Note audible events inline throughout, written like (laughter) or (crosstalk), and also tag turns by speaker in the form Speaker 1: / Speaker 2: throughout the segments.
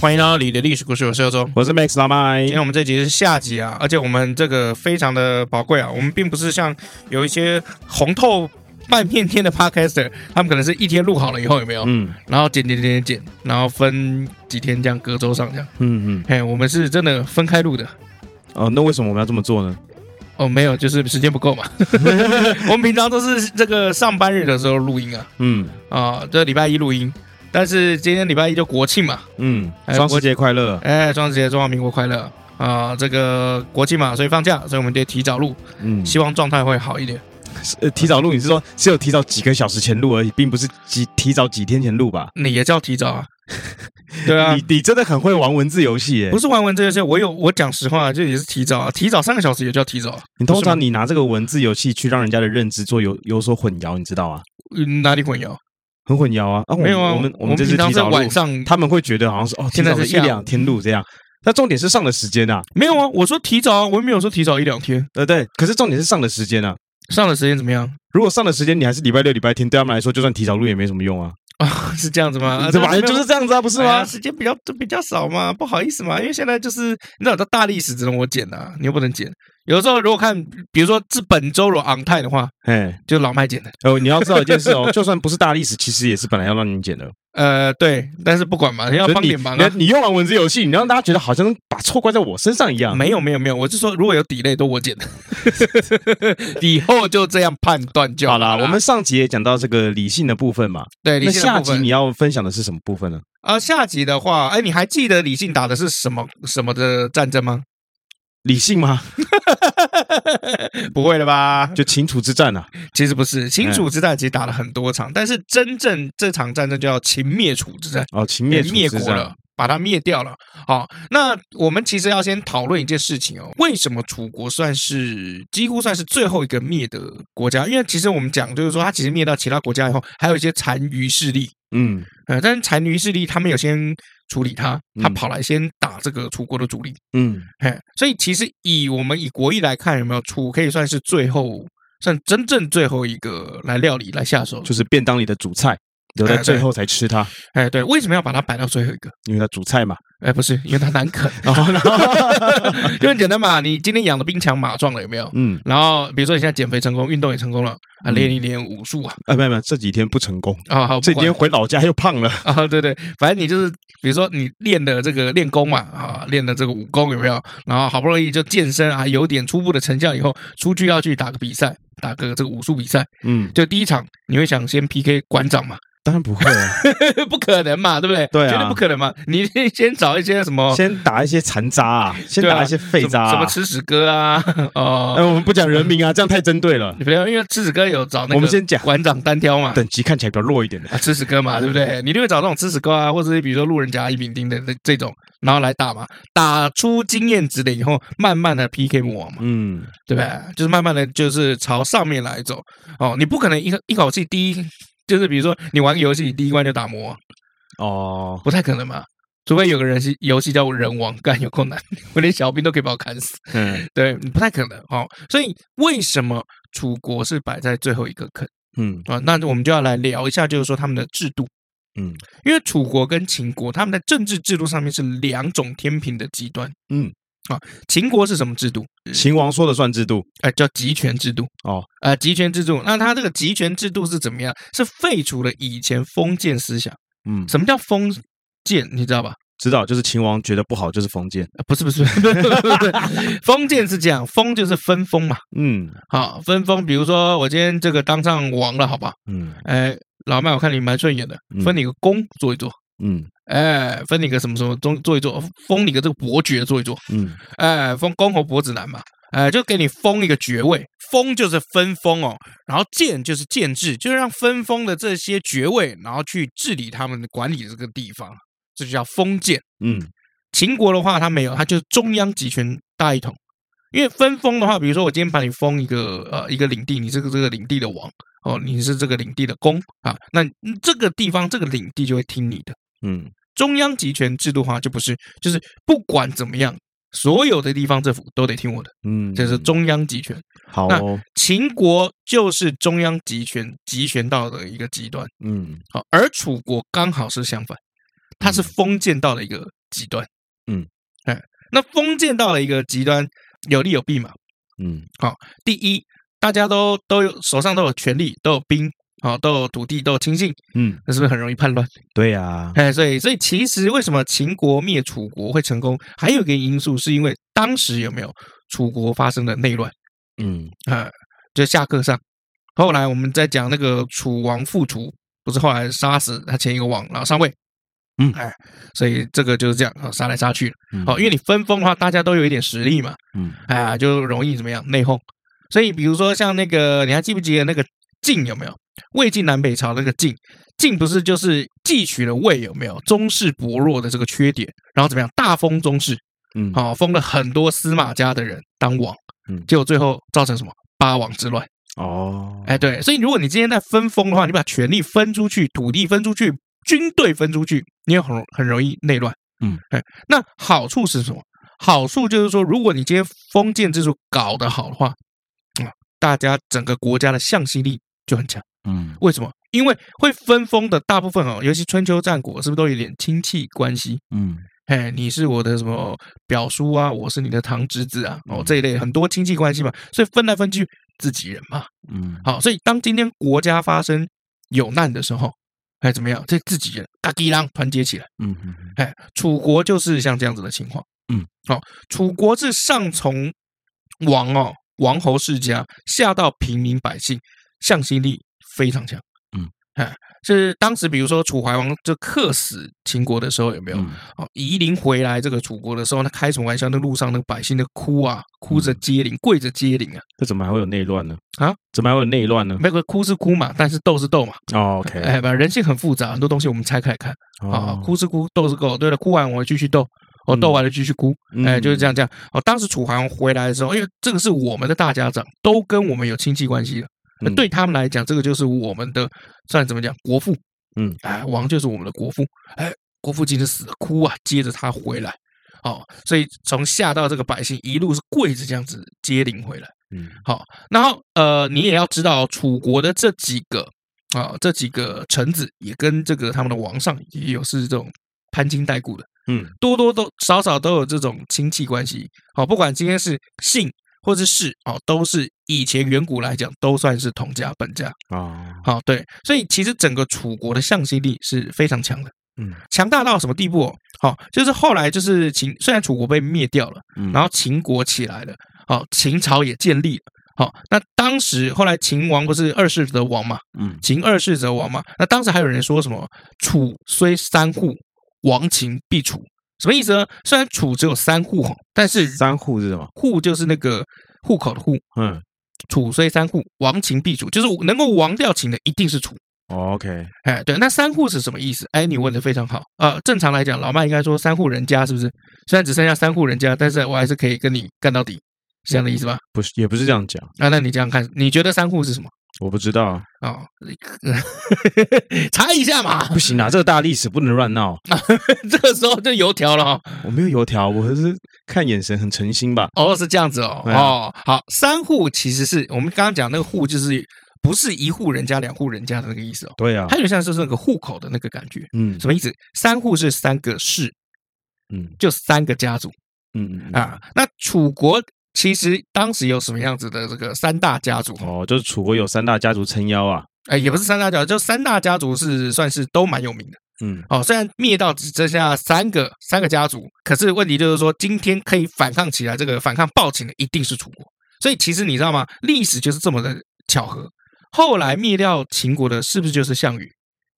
Speaker 1: 欢迎来到你的历史故事，我是欧洲。
Speaker 2: 我是 Max 老麦
Speaker 1: 今天我们这集是下集啊，而且我们这个非常的宝贵啊，我们并不是像有一些红透半片天的 podcaster，他们可能是一天录好了以后有没有，
Speaker 2: 嗯
Speaker 1: 然后剪剪剪剪剪，然后分几天这样隔周上这样。
Speaker 2: 嗯嗯，
Speaker 1: 嘿，我们是真的分开录的。
Speaker 2: 哦，那为什么我们要这么做呢？
Speaker 1: 哦，没有，就是时间不够嘛。 (laughs) 我们平常都是这个上班日的时候录音啊，
Speaker 2: 嗯
Speaker 1: 啊，这礼拜一录音，但是今天礼拜一就国庆嘛，
Speaker 2: 嗯，
Speaker 1: 哎
Speaker 2: 双十节快乐。
Speaker 1: 哎，双十节，中华民国快乐啊！这个国庆嘛，所以放假，所以我们得提早录，
Speaker 2: 嗯，
Speaker 1: 希望状态会好一点。
Speaker 2: 呃，提早录，你是说只有提早几个小时前录而已，并不是几提早几天前录吧？
Speaker 1: 你也叫提早
Speaker 2: (laughs)
Speaker 1: 啊？对啊，
Speaker 2: 你你真的很会玩文字游戏耶
Speaker 1: 不！是玩完这件事，我有我讲实话，这也是提早啊，提早三个小时也叫提早啊。
Speaker 2: 你通
Speaker 1: 不是吗
Speaker 2: 常你拿这个文字游戏去让人家的认知做有有所混淆，你知道吗？
Speaker 1: 嗯哪里混淆？
Speaker 2: 很混淆啊！啊，我们
Speaker 1: 没有啊，
Speaker 2: 我们我们这
Speaker 1: 平
Speaker 2: 次
Speaker 1: 常
Speaker 2: 提
Speaker 1: 在
Speaker 2: 早录
Speaker 1: 晚，
Speaker 2: (laughs)
Speaker 1: 上，
Speaker 2: 他们会觉得好像是哦，
Speaker 1: 现在是
Speaker 2: 提早
Speaker 1: 下
Speaker 2: 了
Speaker 1: 午
Speaker 2: 一两天录这样。那重点是上的时间啊，
Speaker 1: 没有啊，我说提早啊，我又没有说提早一两天，
Speaker 2: 呃对，可是重点是上的时间啊。
Speaker 1: 上的时间怎么样？ (laughs)
Speaker 2: 如果上的时间你还是礼拜六、礼拜天，对他们来说，就算提早录也没什么用啊。
Speaker 1: 是这样子吗？
Speaker 2: (laughs)
Speaker 1: 啊
Speaker 2: 这反正就
Speaker 1: 没有
Speaker 2: 是这样子啊，不是
Speaker 1: 哎呀
Speaker 2: 吗？
Speaker 1: 时间比较比较少嘛，不好意思嘛，因为现在就是你知道，这大历史只能我剪啊，你又不能剪。有的时候如果看，比如说自本周如果昂泰的话，
Speaker 2: 哎，
Speaker 1: 就老麦剪的。
Speaker 2: 哦，你要知道一件事哦，就算不是大历史，其实也是本来要让你剪的。
Speaker 1: 呃，对，但是不管嘛， (laughs) 要
Speaker 2: 所以
Speaker 1: 帮
Speaker 2: 你
Speaker 1: 点忙啊。
Speaker 2: 你你用完文字游戏，你让大家觉得好像把错怪在我身上一样。
Speaker 1: 没有没有没有，我是说如果有底类都
Speaker 2: (laughs)
Speaker 1: 我剪的，以后就这样判断就
Speaker 2: 好
Speaker 1: 啦。
Speaker 2: 啦，我们上集也讲到这个理性的部分嘛，
Speaker 1: 对理
Speaker 2: 那
Speaker 1: 性的
Speaker 2: 下
Speaker 1: 部
Speaker 2: 集
Speaker 1: 分
Speaker 2: 你要分享的是什么部分呢？
Speaker 1: 啊、下集的话，哎，你还记得李信打的是什么什么的战
Speaker 2: (laughs)
Speaker 1: 争吗？
Speaker 2: 理性吗？
Speaker 1: 不会了吧？
Speaker 2: 就哎秦楚之战啊。
Speaker 1: 其实不是，秦楚之战其实打了很多场，但是真正这场战争叫秦灭楚之战，
Speaker 2: 哦，秦灭
Speaker 1: 也
Speaker 2: 楚
Speaker 1: 灭
Speaker 2: 之
Speaker 1: 国
Speaker 2: 战
Speaker 1: 了。，把它灭掉了。好，那我们其实要先讨论一件事情哦，为什么楚国算是几乎算是最后一个灭的国家？因为其实我们讲就是说，它其实灭到其他国家以后，还有一些残余势力。
Speaker 2: 嗯
Speaker 1: 呃，但是残余势力他们有先处理他，他
Speaker 2: 嗯
Speaker 1: 跑来先打这个楚国的主力，
Speaker 2: 嗯
Speaker 1: 嘿，所以其实以我们以国义来看，有没有楚可以算是最后，算真正最后一个来料理来下手的。
Speaker 2: 就是便当里的主菜，留在最后才吃它，
Speaker 1: 哎，对，为什么要把它摆到最后一个？
Speaker 2: 因为它主菜嘛。
Speaker 1: 哎，不是，因为它难啃，
Speaker 2: 然后
Speaker 1: (laughs)
Speaker 2: 呢，
Speaker 1: 就很简单嘛。你今天养的兵强马壮了，有没有？
Speaker 2: 嗯，
Speaker 1: 然后比如说你现在减肥成功，运动也成功了啊，
Speaker 2: 嗯
Speaker 1: 练一练武术啊，
Speaker 2: 啊，没有没有，这几天不成功，
Speaker 1: 啊，好，
Speaker 2: 这
Speaker 1: 不
Speaker 2: 几
Speaker 1: 管
Speaker 2: 天回老家又胖了。
Speaker 1: 啊，对对，反正你就是，比如说你练的这个练功嘛，啊，练的这个武功有没有？然后好不容易就健身啊，有点初步的成效以后，出去要去打个比赛，打个这个武术比赛，
Speaker 2: 嗯，
Speaker 1: 就第一场你会想先 PK 馆长嘛？ (laughs)
Speaker 2: 当然不会啊，
Speaker 1: 不可能嘛，对不对？
Speaker 2: 对啊
Speaker 1: 绝对不可能嘛！你先找一些什么
Speaker 2: 先打一些残渣啊，先
Speaker 1: 哦对啊
Speaker 2: 打一些废
Speaker 1: 什
Speaker 2: 渣
Speaker 1: 么什
Speaker 2: 啊
Speaker 1: 么。吃屎哥啊， (laughs)
Speaker 2: 哎，
Speaker 1: 哦，
Speaker 2: 我们不讲人名啊，这样太针对
Speaker 1: (laughs)
Speaker 2: 了。
Speaker 1: 你不要，因为吃屎哥有找那个
Speaker 2: 我们先讲
Speaker 1: 馆长单挑嘛。
Speaker 2: 等级看起来比较弱一点的。
Speaker 1: 啊，吃屎哥嘛，对不对？你就会找那种吃屎哥啊，或者是比如说路人甲、一丙丁的这这种，然后来打嘛，打出经验值了以后，慢慢的 PK 魔王嘛，
Speaker 2: 嗯，
Speaker 1: 对不对？就是慢慢的就是朝上面来走哦，你不可能一个一口气第一就是比如说你玩个游戏，你第一关就打魔王，
Speaker 2: 哦，
Speaker 1: 不太可能嘛。除非有个人是游戏叫人王，干有够难，我连小兵都可以把我砍死，
Speaker 2: 嗯
Speaker 1: 对，不太可能哦。所以为什么楚国是摆在最后一个坑
Speaker 2: 嗯
Speaker 1: 啊？那我们就要来聊一下，就是说他们的制度。
Speaker 2: 嗯
Speaker 1: 因为楚国跟秦国他们在政治制度上面是两种天平的极端。
Speaker 2: 嗯，
Speaker 1: 啊，秦国是什么制度？
Speaker 2: 秦王说了算制度。
Speaker 1: 呃，叫集权制度。
Speaker 2: 哦，
Speaker 1: 呃，集权制度。那它这个集权制度是怎么样？是废除了以前封建思想。
Speaker 2: 嗯，
Speaker 1: 什么叫封建？你知道吧？
Speaker 2: 知道，就是秦王觉得不好就是封建。
Speaker 1: 呃、不是不 (laughs) 是不是不是，封建是这样，封就是分封嘛。
Speaker 2: 嗯
Speaker 1: 好，分封，比如说我今天这个当上王了，好吧？
Speaker 2: 嗯
Speaker 1: 哎，老麦，我看你蛮顺眼的，分你个公做一做。
Speaker 2: 嗯
Speaker 1: 哎，分你个什么什么中做一做，封你个这个伯爵做一做，
Speaker 2: 嗯
Speaker 1: 哎，封公侯伯子男嘛，呃，就给你封一个爵位，封就是分封哦，然后建就是建制，就是让分封的这些爵位，然后去治理他们管理这个地方，这就叫封建。
Speaker 2: 嗯，
Speaker 1: 秦国的话，它没有，它就是中央集权大一统。因为分封的话，比如说我今天把你封一个呃一个领地，你这个这个领地的王哦，你是这个领地的公啊，那你这个地方这个领地就会听你的。
Speaker 2: 嗯，
Speaker 1: 中央集权制度的话，就不是，就是不管怎么样，所有的地方政府都得听我的，
Speaker 2: 嗯，
Speaker 1: 这是中央集权。
Speaker 2: 好
Speaker 1: 那
Speaker 2: 哦，
Speaker 1: 秦国就是中央集权集权到的一个极端，
Speaker 2: 嗯
Speaker 1: 好，而楚国刚好是相反，它是封建到了一个极端。
Speaker 2: 嗯，
Speaker 1: 哎，那封建到了一个极端，有利有弊嘛。
Speaker 2: 嗯
Speaker 1: 第一，大家都都有手上都有权力，都有兵，好，都有土地，都有亲信，
Speaker 2: 嗯，
Speaker 1: 那是不是很容易叛乱？
Speaker 2: 对呀，
Speaker 1: 哎，所以所以其实为什么秦国灭楚国会成功，还有一个因素是因为当时有没有楚国发生的内乱
Speaker 2: 嗯
Speaker 1: 啊、呃就下课上。后来我们在讲那个楚王复楚，不是后来杀死他前一个王，然后上位。
Speaker 2: 嗯
Speaker 1: 哎，所以这个就是这样啊，杀来杀去。
Speaker 2: 嗯
Speaker 1: 好，因为你分封的话，大家都有一点实力嘛，
Speaker 2: 嗯
Speaker 1: 哎呀，就容易怎么样内讧。所以比如说像那个，你还记不记得那个晋有没有？魏晋南北朝那个晋，晋不是就是汲取了魏有没有宗室薄弱的这个缺点，然后怎么样大封宗室，
Speaker 2: 嗯，
Speaker 1: 好、封了很多司马家的人当王
Speaker 2: 嗯，
Speaker 1: 结果最后造成什么八王之乱？
Speaker 2: 哦，
Speaker 1: 哎，对，所以如果你今天在分封的话，你把权力分出去，土地分出去，军队分出去，你也很很容易内乱。
Speaker 2: 嗯，
Speaker 1: 哎，那好处是什么？好处就是说，如果你今天封建制度搞得好的话，啊，大家整个国家的向心力就很强。
Speaker 2: 嗯
Speaker 1: 为什么？因为会分封的大部分哦，尤其春秋战国，是不是都有点亲戚关系？
Speaker 2: 嗯
Speaker 1: 哎，你是我的什么表叔啊，我是你的堂侄子啊，哦，这一类很多亲戚关系嘛，所以分来分去自己人嘛。
Speaker 2: 嗯，
Speaker 1: 好，所以当今天国家发生有难的时候，哎，怎么样？这自己人嘎叽啷团结起来。
Speaker 2: 嗯嗯
Speaker 1: 哎，楚国就是像这样子的情况。
Speaker 2: 嗯，
Speaker 1: 好、楚国是上从王哦，王侯世家，下到平民百姓，向心力非常强。
Speaker 2: 嗯，
Speaker 1: 哎，就是当时比如说楚怀王就克死秦国的时候，有没有？
Speaker 2: 嗯
Speaker 1: 哦，夷陵回来这个楚国的时候，他开什么玩笑？那路上那个百姓的哭啊，哭
Speaker 2: 嗯
Speaker 1: 着接灵，跪着接灵啊，
Speaker 2: 这怎么还会有内乱呢？
Speaker 1: 啊，
Speaker 2: 怎么还会有内乱呢
Speaker 1: 没有哭是哭嘛，但是斗是斗嘛。
Speaker 2: 哦？OK，
Speaker 1: 哎，把人性很复杂，很多东西我们拆开来看啊、
Speaker 2: 哦，嗯
Speaker 1: 哭是哭，斗是斗。对了，哭完我会继续斗，哦，斗完了继续哭，哎，就是这
Speaker 2: 样，
Speaker 1: 样这样。哦，当时楚怀王回来的时候，因为这个是我们的大家长，都跟我们有亲戚关系的，那
Speaker 2: 嗯
Speaker 1: 对他们来讲，这个就是我们的算怎么讲国父，
Speaker 2: 嗯，
Speaker 1: 哎，王就是我们的国父，哎，国父今天死了，哭啊，接着他回来。哦，所以从下到这个百姓一路是跪着这样子接领回来。
Speaker 2: 嗯
Speaker 1: 好，然后呃，你也要知道，楚国的这几个啊、这几个臣子也跟这个他们的王上也有是这种攀亲带故的，
Speaker 2: 嗯
Speaker 1: 多多都少少都有这种亲戚关系。好、不管今天是姓或是氏，哦，都是以前远古来讲都算是同家本家。
Speaker 2: 啊
Speaker 1: 好、对，所以其实整个楚国的向心力是非常强的。
Speaker 2: 嗯
Speaker 1: 强大到什么地步、哦？好、就是后来就是秦，虽然楚国被灭掉了，
Speaker 2: 嗯
Speaker 1: 然后秦国起来了，好、秦朝也建立了。好、那当时后来秦王不是二世则亡嘛，
Speaker 2: 嗯
Speaker 1: 秦二世则亡嘛。那当时还有人说什么“楚虽三户，亡秦必楚”，什么意思呢？虽然楚只有三户哦，但是
Speaker 2: 三户是什么？
Speaker 1: 户就是那个户口的户，
Speaker 2: 嗯
Speaker 1: 楚虽三户，亡秦必楚，就是能够亡掉秦的一定是楚。
Speaker 2: 哦，OK，
Speaker 1: 哎，对，那三户是什么意思？哎，你问的非常好。呃，正常来讲，老麦应该说三户人家是不是？虽然只剩下三户人家，但是我还是可以跟你干到底，是这样的意思吧？
Speaker 2: 不是也不是这样讲，
Speaker 1: 啊，那你这样看，你觉得三户是什么？
Speaker 2: 我不知道，
Speaker 1: 哦， (laughs) 查一下嘛。
Speaker 2: 不行啊，这个大历史不能乱闹。
Speaker 1: 这个时候就油条了哦。
Speaker 2: 我没有油条，我是看眼神很诚心吧。
Speaker 1: 哦，是这样子哦。
Speaker 2: 对啊
Speaker 1: 哦，好，三户其实是我们刚刚讲那个户，就是不是一户人家、两户人家的那个意思哦。
Speaker 2: 对啊
Speaker 1: 它，有点像是那个户口的那个感觉。
Speaker 2: 嗯
Speaker 1: 什么意思？三户是三个氏，
Speaker 2: 嗯
Speaker 1: 就三个家族。
Speaker 2: 嗯嗯
Speaker 1: 啊，那楚国其实当时有什么样子的这个三大家族？
Speaker 2: 哦，就是楚国有三大家族撑腰啊。
Speaker 1: 哎，也不是三大家族，就三大家族是算是都蛮有名的
Speaker 2: 嗯
Speaker 1: 哦。虽然灭到只剩下三个三个家族，可是问题就是说，今天可以反抗起来，这个反抗暴秦的一定是楚国。所以其实你知道吗？历史就是这么的巧合。后来灭掉秦国的是不是就是项羽？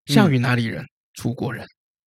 Speaker 1: 项
Speaker 2: 嗯
Speaker 1: 羽哪里人？楚国人。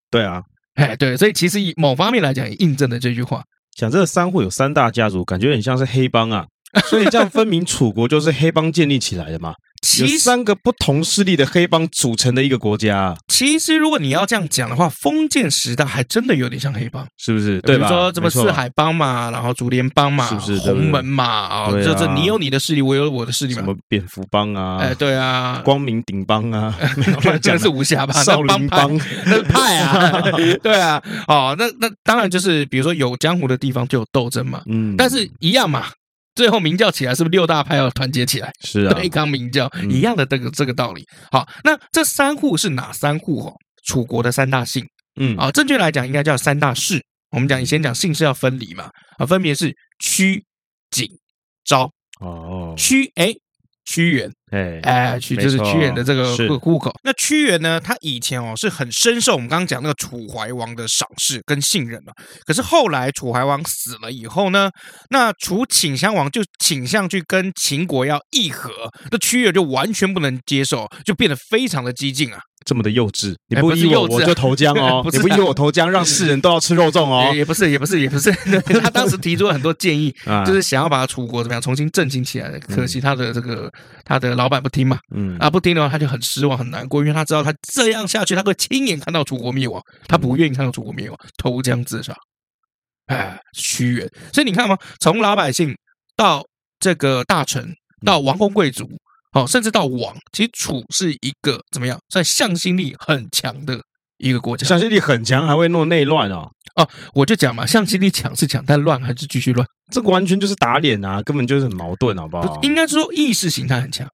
Speaker 2: 对啊，
Speaker 1: 哎，对，所以其实以某方面来讲，也印证了这句话。 (laughs)
Speaker 2: 讲这个三户有三大家族，感觉很像是黑帮啊。所以这样分明，楚国就是黑帮建立起来的嘛，有
Speaker 1: 其实
Speaker 2: 三个不同势力的黑帮组成的一个国家，啊
Speaker 1: 其实如果你要这样讲的话，封建时代还真的有点像黑帮。
Speaker 2: 是不是？对
Speaker 1: 比
Speaker 2: 吧？
Speaker 1: 如说什么
Speaker 2: 没错
Speaker 1: 四海帮嘛，然后竹联帮嘛，
Speaker 2: 是不是对不对
Speaker 1: 洪门嘛，啊，
Speaker 2: 对啊
Speaker 1: 就是你有你的势力，我有我的势力
Speaker 2: 什
Speaker 1: 嘛。
Speaker 2: 么蝙蝠帮啊，
Speaker 1: 哎，对啊， (laughs) 哎
Speaker 2: 光明顶帮啊，没有乱讲
Speaker 1: 那
Speaker 2: 啊
Speaker 1: 是武侠吧？
Speaker 2: 少
Speaker 1: 那
Speaker 2: 林
Speaker 1: 帮派
Speaker 2: 帮，
Speaker 1: (laughs) 那是派啊， (laughs) 对啊，哦，那那当然就是比如说有江湖的地方就有斗争嘛，
Speaker 2: 嗯，
Speaker 1: 但是一样嘛，最后明教起来是不是六大派要团结起来？
Speaker 2: 是啊，
Speaker 1: 对抗明教
Speaker 2: 嗯
Speaker 1: 一样的这个这个道理。好，那这三户是哪三户哦？楚国的三大姓
Speaker 2: 嗯
Speaker 1: 啊，正确来讲应该叫三大氏。我们讲以前讲姓氏要分离嘛，啊，分别是屈、景、昭。
Speaker 2: 哦，
Speaker 1: 屈哎，屈原
Speaker 2: 哎
Speaker 1: 哎，屈就是
Speaker 2: 没错
Speaker 1: 屈原的这个
Speaker 2: 是
Speaker 1: 户户口。那屈原呢，他以前哦是很深受我们刚刚讲那个楚怀王的赏识跟信任的。可是后来楚怀王死了以后呢，那楚顷襄王就倾向去跟秦国要议和，那屈原就完全不能接受，就变得非常的激进啊，
Speaker 2: 这么的幼稚，你
Speaker 1: 哎
Speaker 2: 不
Speaker 1: 不是
Speaker 2: 依我
Speaker 1: 幼稚啊
Speaker 2: 我就投江哦，
Speaker 1: (laughs) 不
Speaker 2: 你
Speaker 1: 是哎
Speaker 2: 不
Speaker 1: 啊
Speaker 2: 依我投江，让世人都要吃肉
Speaker 1: (laughs)
Speaker 2: 粽哦
Speaker 1: 也，也不是也不是也不是， (laughs) 对他当时提出了很多建议，
Speaker 2: 啊
Speaker 1: 哎就是想要把楚国怎么样重新振兴起来，可惜他的这个他的老板不听嘛，
Speaker 2: 嗯
Speaker 1: 啊，不听的话，他就很失望、很难过，因为他知道他这样下去，他会亲眼看到楚国灭亡，他不愿意看到楚国灭亡，投江自杀。哎，屈原。所以你看嘛，从老百姓到这个大臣，到王公贵族，哦，甚至到王，其实楚是一个怎么样，算向心力很强的一个国家。
Speaker 2: 向心力很强，还会弄内乱哦，
Speaker 1: 我就讲嘛，向心力强是强，但乱还是继续乱，
Speaker 2: 这个完全就是打脸啊，根本就是很矛盾，好不
Speaker 1: 不
Speaker 2: 好？
Speaker 1: 应该说意识形态很强，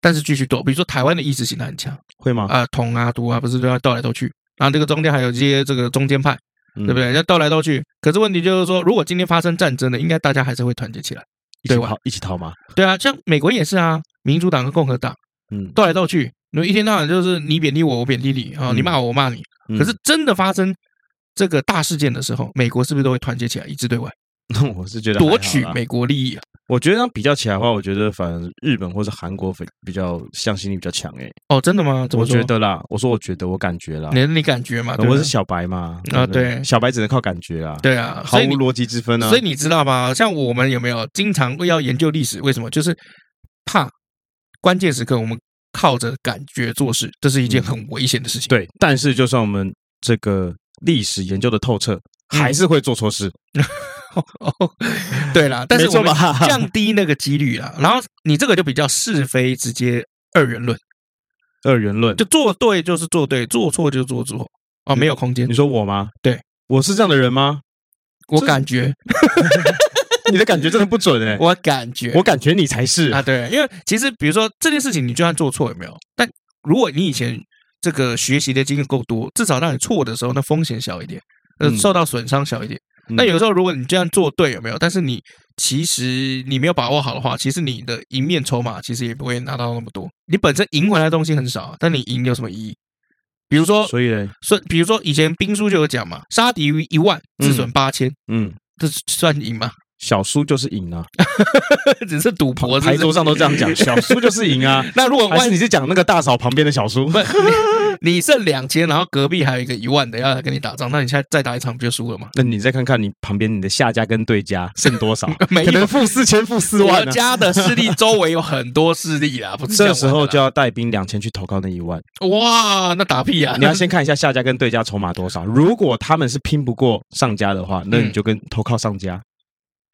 Speaker 1: 但是继续斗。比如说台湾的意识形态很强。
Speaker 2: 会吗？
Speaker 1: 啊，统啊、独啊，不是都要斗来斗去。然后这个中间还有一些这个中间派，
Speaker 2: 对
Speaker 1: 对不？对？要斗来斗去。可是问题就是说，如果今天发生战争了，应该大家还是会团结起来。
Speaker 2: 一起
Speaker 1: 对吧
Speaker 2: 逃，一起逃吗？
Speaker 1: 对啊，像美国也是啊，民主党和共和党
Speaker 2: 嗯，
Speaker 1: 斗来斗去，那一天到晚就是你贬低我，我贬低你啊、你
Speaker 2: 嗯
Speaker 1: 骂我，我骂你。
Speaker 2: 嗯
Speaker 1: 可是真的发生这个大事件的时候，美国是不是都会团结起来，一致对外，
Speaker 2: (laughs) 我是觉得还好
Speaker 1: 夺
Speaker 2: 啦
Speaker 1: 取美国利益啊？
Speaker 2: 我觉得这样比较起来的话，我觉得反而日本或是韩国比比较向心力比较强诶、
Speaker 1: 哦，真的吗？怎
Speaker 2: 我
Speaker 1: 么说
Speaker 2: 觉？得啦，我说我觉得我感觉啦，
Speaker 1: 你你感觉嘛？对
Speaker 2: 我
Speaker 1: 不
Speaker 2: 是
Speaker 1: 对
Speaker 2: 小白嘛，
Speaker 1: 啊
Speaker 2: 不对，
Speaker 1: 对
Speaker 2: 小白只能靠感觉啦，，
Speaker 1: 对啊，
Speaker 2: 毫
Speaker 1: 所以
Speaker 2: 无
Speaker 1: 你
Speaker 2: 逻辑之分啊。
Speaker 1: 所以你知道吗？像我们有没有经常要研究历史？为什么？就是怕关键时刻我们靠着感觉做事，这是一件很危险的事情。
Speaker 2: 对，但是就算我们这个历史研究的透彻，
Speaker 1: 嗯
Speaker 2: 还是会做错事，
Speaker 1: (laughs)
Speaker 2: (laughs)
Speaker 1: 对啦，但是
Speaker 2: 没错
Speaker 1: 我们
Speaker 2: 吧
Speaker 1: 降低那个几率啦。然后你这个就比较是非直接二元论，
Speaker 2: 二元论。
Speaker 1: 就做对就是做对，做错就做错。哦，没有空间
Speaker 2: 你，说我吗？
Speaker 1: 对，
Speaker 2: 我是这样的人吗？
Speaker 1: 我感觉，
Speaker 2: (laughs) 你的感觉真的不准诶、
Speaker 1: 我感觉，
Speaker 2: 我感觉你才是
Speaker 1: 啊，对，因为其实比如说这件事情，你就算做错有没有？但如果你以前这个学习的经验够多，至少让你错的时候，那风险小一点，呃，
Speaker 2: 嗯
Speaker 1: 受到损伤小一点。那
Speaker 2: 嗯
Speaker 1: 有时候如果你这样做对有没有？但是你其实你没有把握好的话，其实你的赢面筹码其实也不会拿到那么多。你本身赢回来的东西很少，啊但你赢有什么意义？比如说，
Speaker 2: 所以嘞，
Speaker 1: 说比如说以前兵书就有讲嘛，杀敌于一万，自损八千，
Speaker 2: 嗯，
Speaker 1: 这算赢吗？ (laughs)
Speaker 2: 小输就是赢啊，
Speaker 1: 只是赌博，是不
Speaker 2: 牌
Speaker 1: 是
Speaker 2: 桌上都这样 (laughs) 讲，小输就是赢 (laughs) 啊。
Speaker 1: 那如果
Speaker 2: 还
Speaker 1: 万
Speaker 2: 是你是讲那个大嫂旁边的小叔？
Speaker 1: 不，你你剩两千，然后隔壁还有一个一万的要来跟你打仗，那你现在再打一场不就输了吗？？
Speaker 2: 那你再看看你旁边你的下家跟对家剩多 (laughs) 少
Speaker 1: 没
Speaker 2: (laughs)
Speaker 1: 有
Speaker 2: 可能负四千、负四
Speaker 1: 我
Speaker 2: 万啊呢、
Speaker 1: 家的势力周围有很多势力啦，不是这
Speaker 2: 这
Speaker 1: 样
Speaker 2: 时候
Speaker 1: 玩的
Speaker 2: 就
Speaker 1: 啦
Speaker 2: 要带兵两千去投靠那一万。 (laughs)
Speaker 1: 哇，那打屁啊！
Speaker 2: 你要先看一下下家跟对家筹码多少。如果他们是拼不过上家的话，那你就跟投靠上家。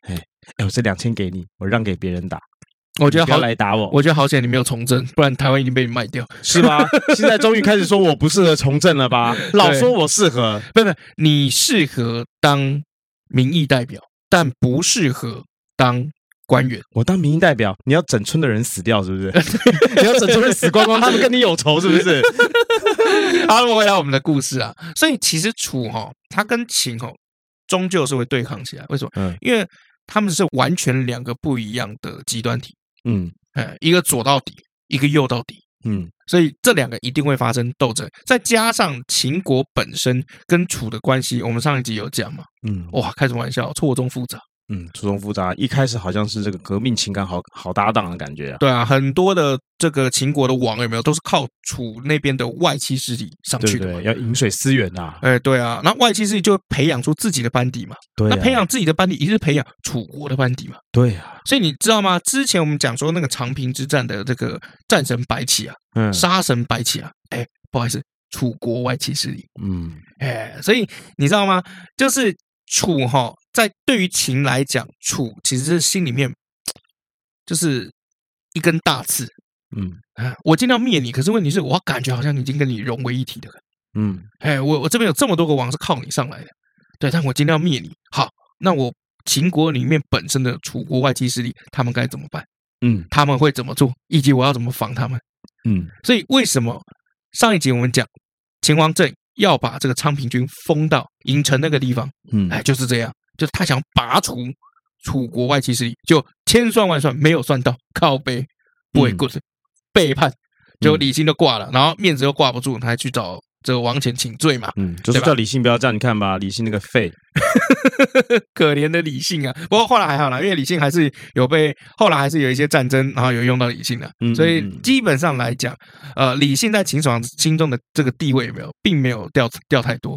Speaker 2: 哎、哎，我这两千给你，我让给别人打，
Speaker 1: (laughs) 我觉
Speaker 2: 你
Speaker 1: 得
Speaker 2: 不要
Speaker 1: 好，
Speaker 2: 来打我，
Speaker 1: 我觉得好险你没有从政，不然台湾已经被你卖掉。
Speaker 2: 是吧？现在终于开始说我不适合从政了吧？老说我适合，
Speaker 1: 不不，你适合当民意代表，但不适合当官员。 (laughs)
Speaker 2: 我当民意代表，你要整村的人死掉是不是？你要整村人死光光，他们跟你有仇是不是？
Speaker 1: 好，我们回到我们的故事啊。所以其实楚哈、他跟秦哈、终究是会对抗起来。为什么？
Speaker 2: 嗯
Speaker 1: 因为他们是完全两个不一样的极端体，
Speaker 2: 嗯
Speaker 1: 哎，一个左到底，一个右到底，
Speaker 2: 嗯，
Speaker 1: 所以这两个一定会发生斗争。再加上秦国本身跟楚的关系，我们上一集有讲嘛，
Speaker 2: 嗯，
Speaker 1: 哇，开什么玩笑，错综复杂。
Speaker 2: 嗯，错综复杂。一开始好像是这个革命情感好好搭档的感觉啊，
Speaker 1: 对啊，很多的这个秦国的王有没有都是靠楚那边的外戚势力上
Speaker 2: 对
Speaker 1: 去
Speaker 2: 不
Speaker 1: 的嘛
Speaker 2: 对？？要饮水思源呐，
Speaker 1: 哎，对啊，那外戚势力就会培养出自己的班底嘛。
Speaker 2: 对
Speaker 1: 那
Speaker 2: 啊，
Speaker 1: 培养自己的班底，一定是培养楚国的班底嘛。
Speaker 2: 对啊，
Speaker 1: 所以你知道吗？之前我们讲说那个长平之战的这个战神白起啊，
Speaker 2: 嗯
Speaker 1: 杀神白起啊，哎，不好意思，楚国外戚势力。
Speaker 2: 嗯，
Speaker 1: 哎，所以你知道吗？就是楚哈，在对于秦来讲，楚其实是心里面就是一根大刺。
Speaker 2: 嗯
Speaker 1: 啊，我今天要灭你，可是问题是我感觉好像已经跟你融为一体的。
Speaker 2: 嗯，
Speaker 1: 哎，我我这边有这么多个王是靠你上来的，对，但我今天要灭你。好，那我秦国里面本身的楚国外戚势力，他们该怎么办？
Speaker 2: 嗯
Speaker 1: 他们会怎么做？以及我要怎么防他们？
Speaker 2: 嗯，
Speaker 1: 所以为什么上一集我们讲秦王政要把这个昌平君封到郢城那个地方？
Speaker 2: 嗯，
Speaker 1: 哎，就是这样，就是他想拔除楚国外戚势力，就千算万算没有算到，靠背
Speaker 2: 嗯
Speaker 1: 不为过是背叛，结果李信就挂了，然后面子又挂不住，他还去找这个王翦请罪嘛， (laughs)
Speaker 2: 嗯，就是
Speaker 1: 对吧
Speaker 2: 叫理性不要这样，你看吧，理性那个废，
Speaker 1: 可怜的李信啊。不过后来还好啦，因为李信还是有被后来还是有一些战争，然后有用到李信的
Speaker 2: 嗯，
Speaker 1: 所以
Speaker 2: 嗯嗯
Speaker 1: 基本上来讲，呃，李信在秦始皇心中的这个地位有没有，并没有掉掉太多。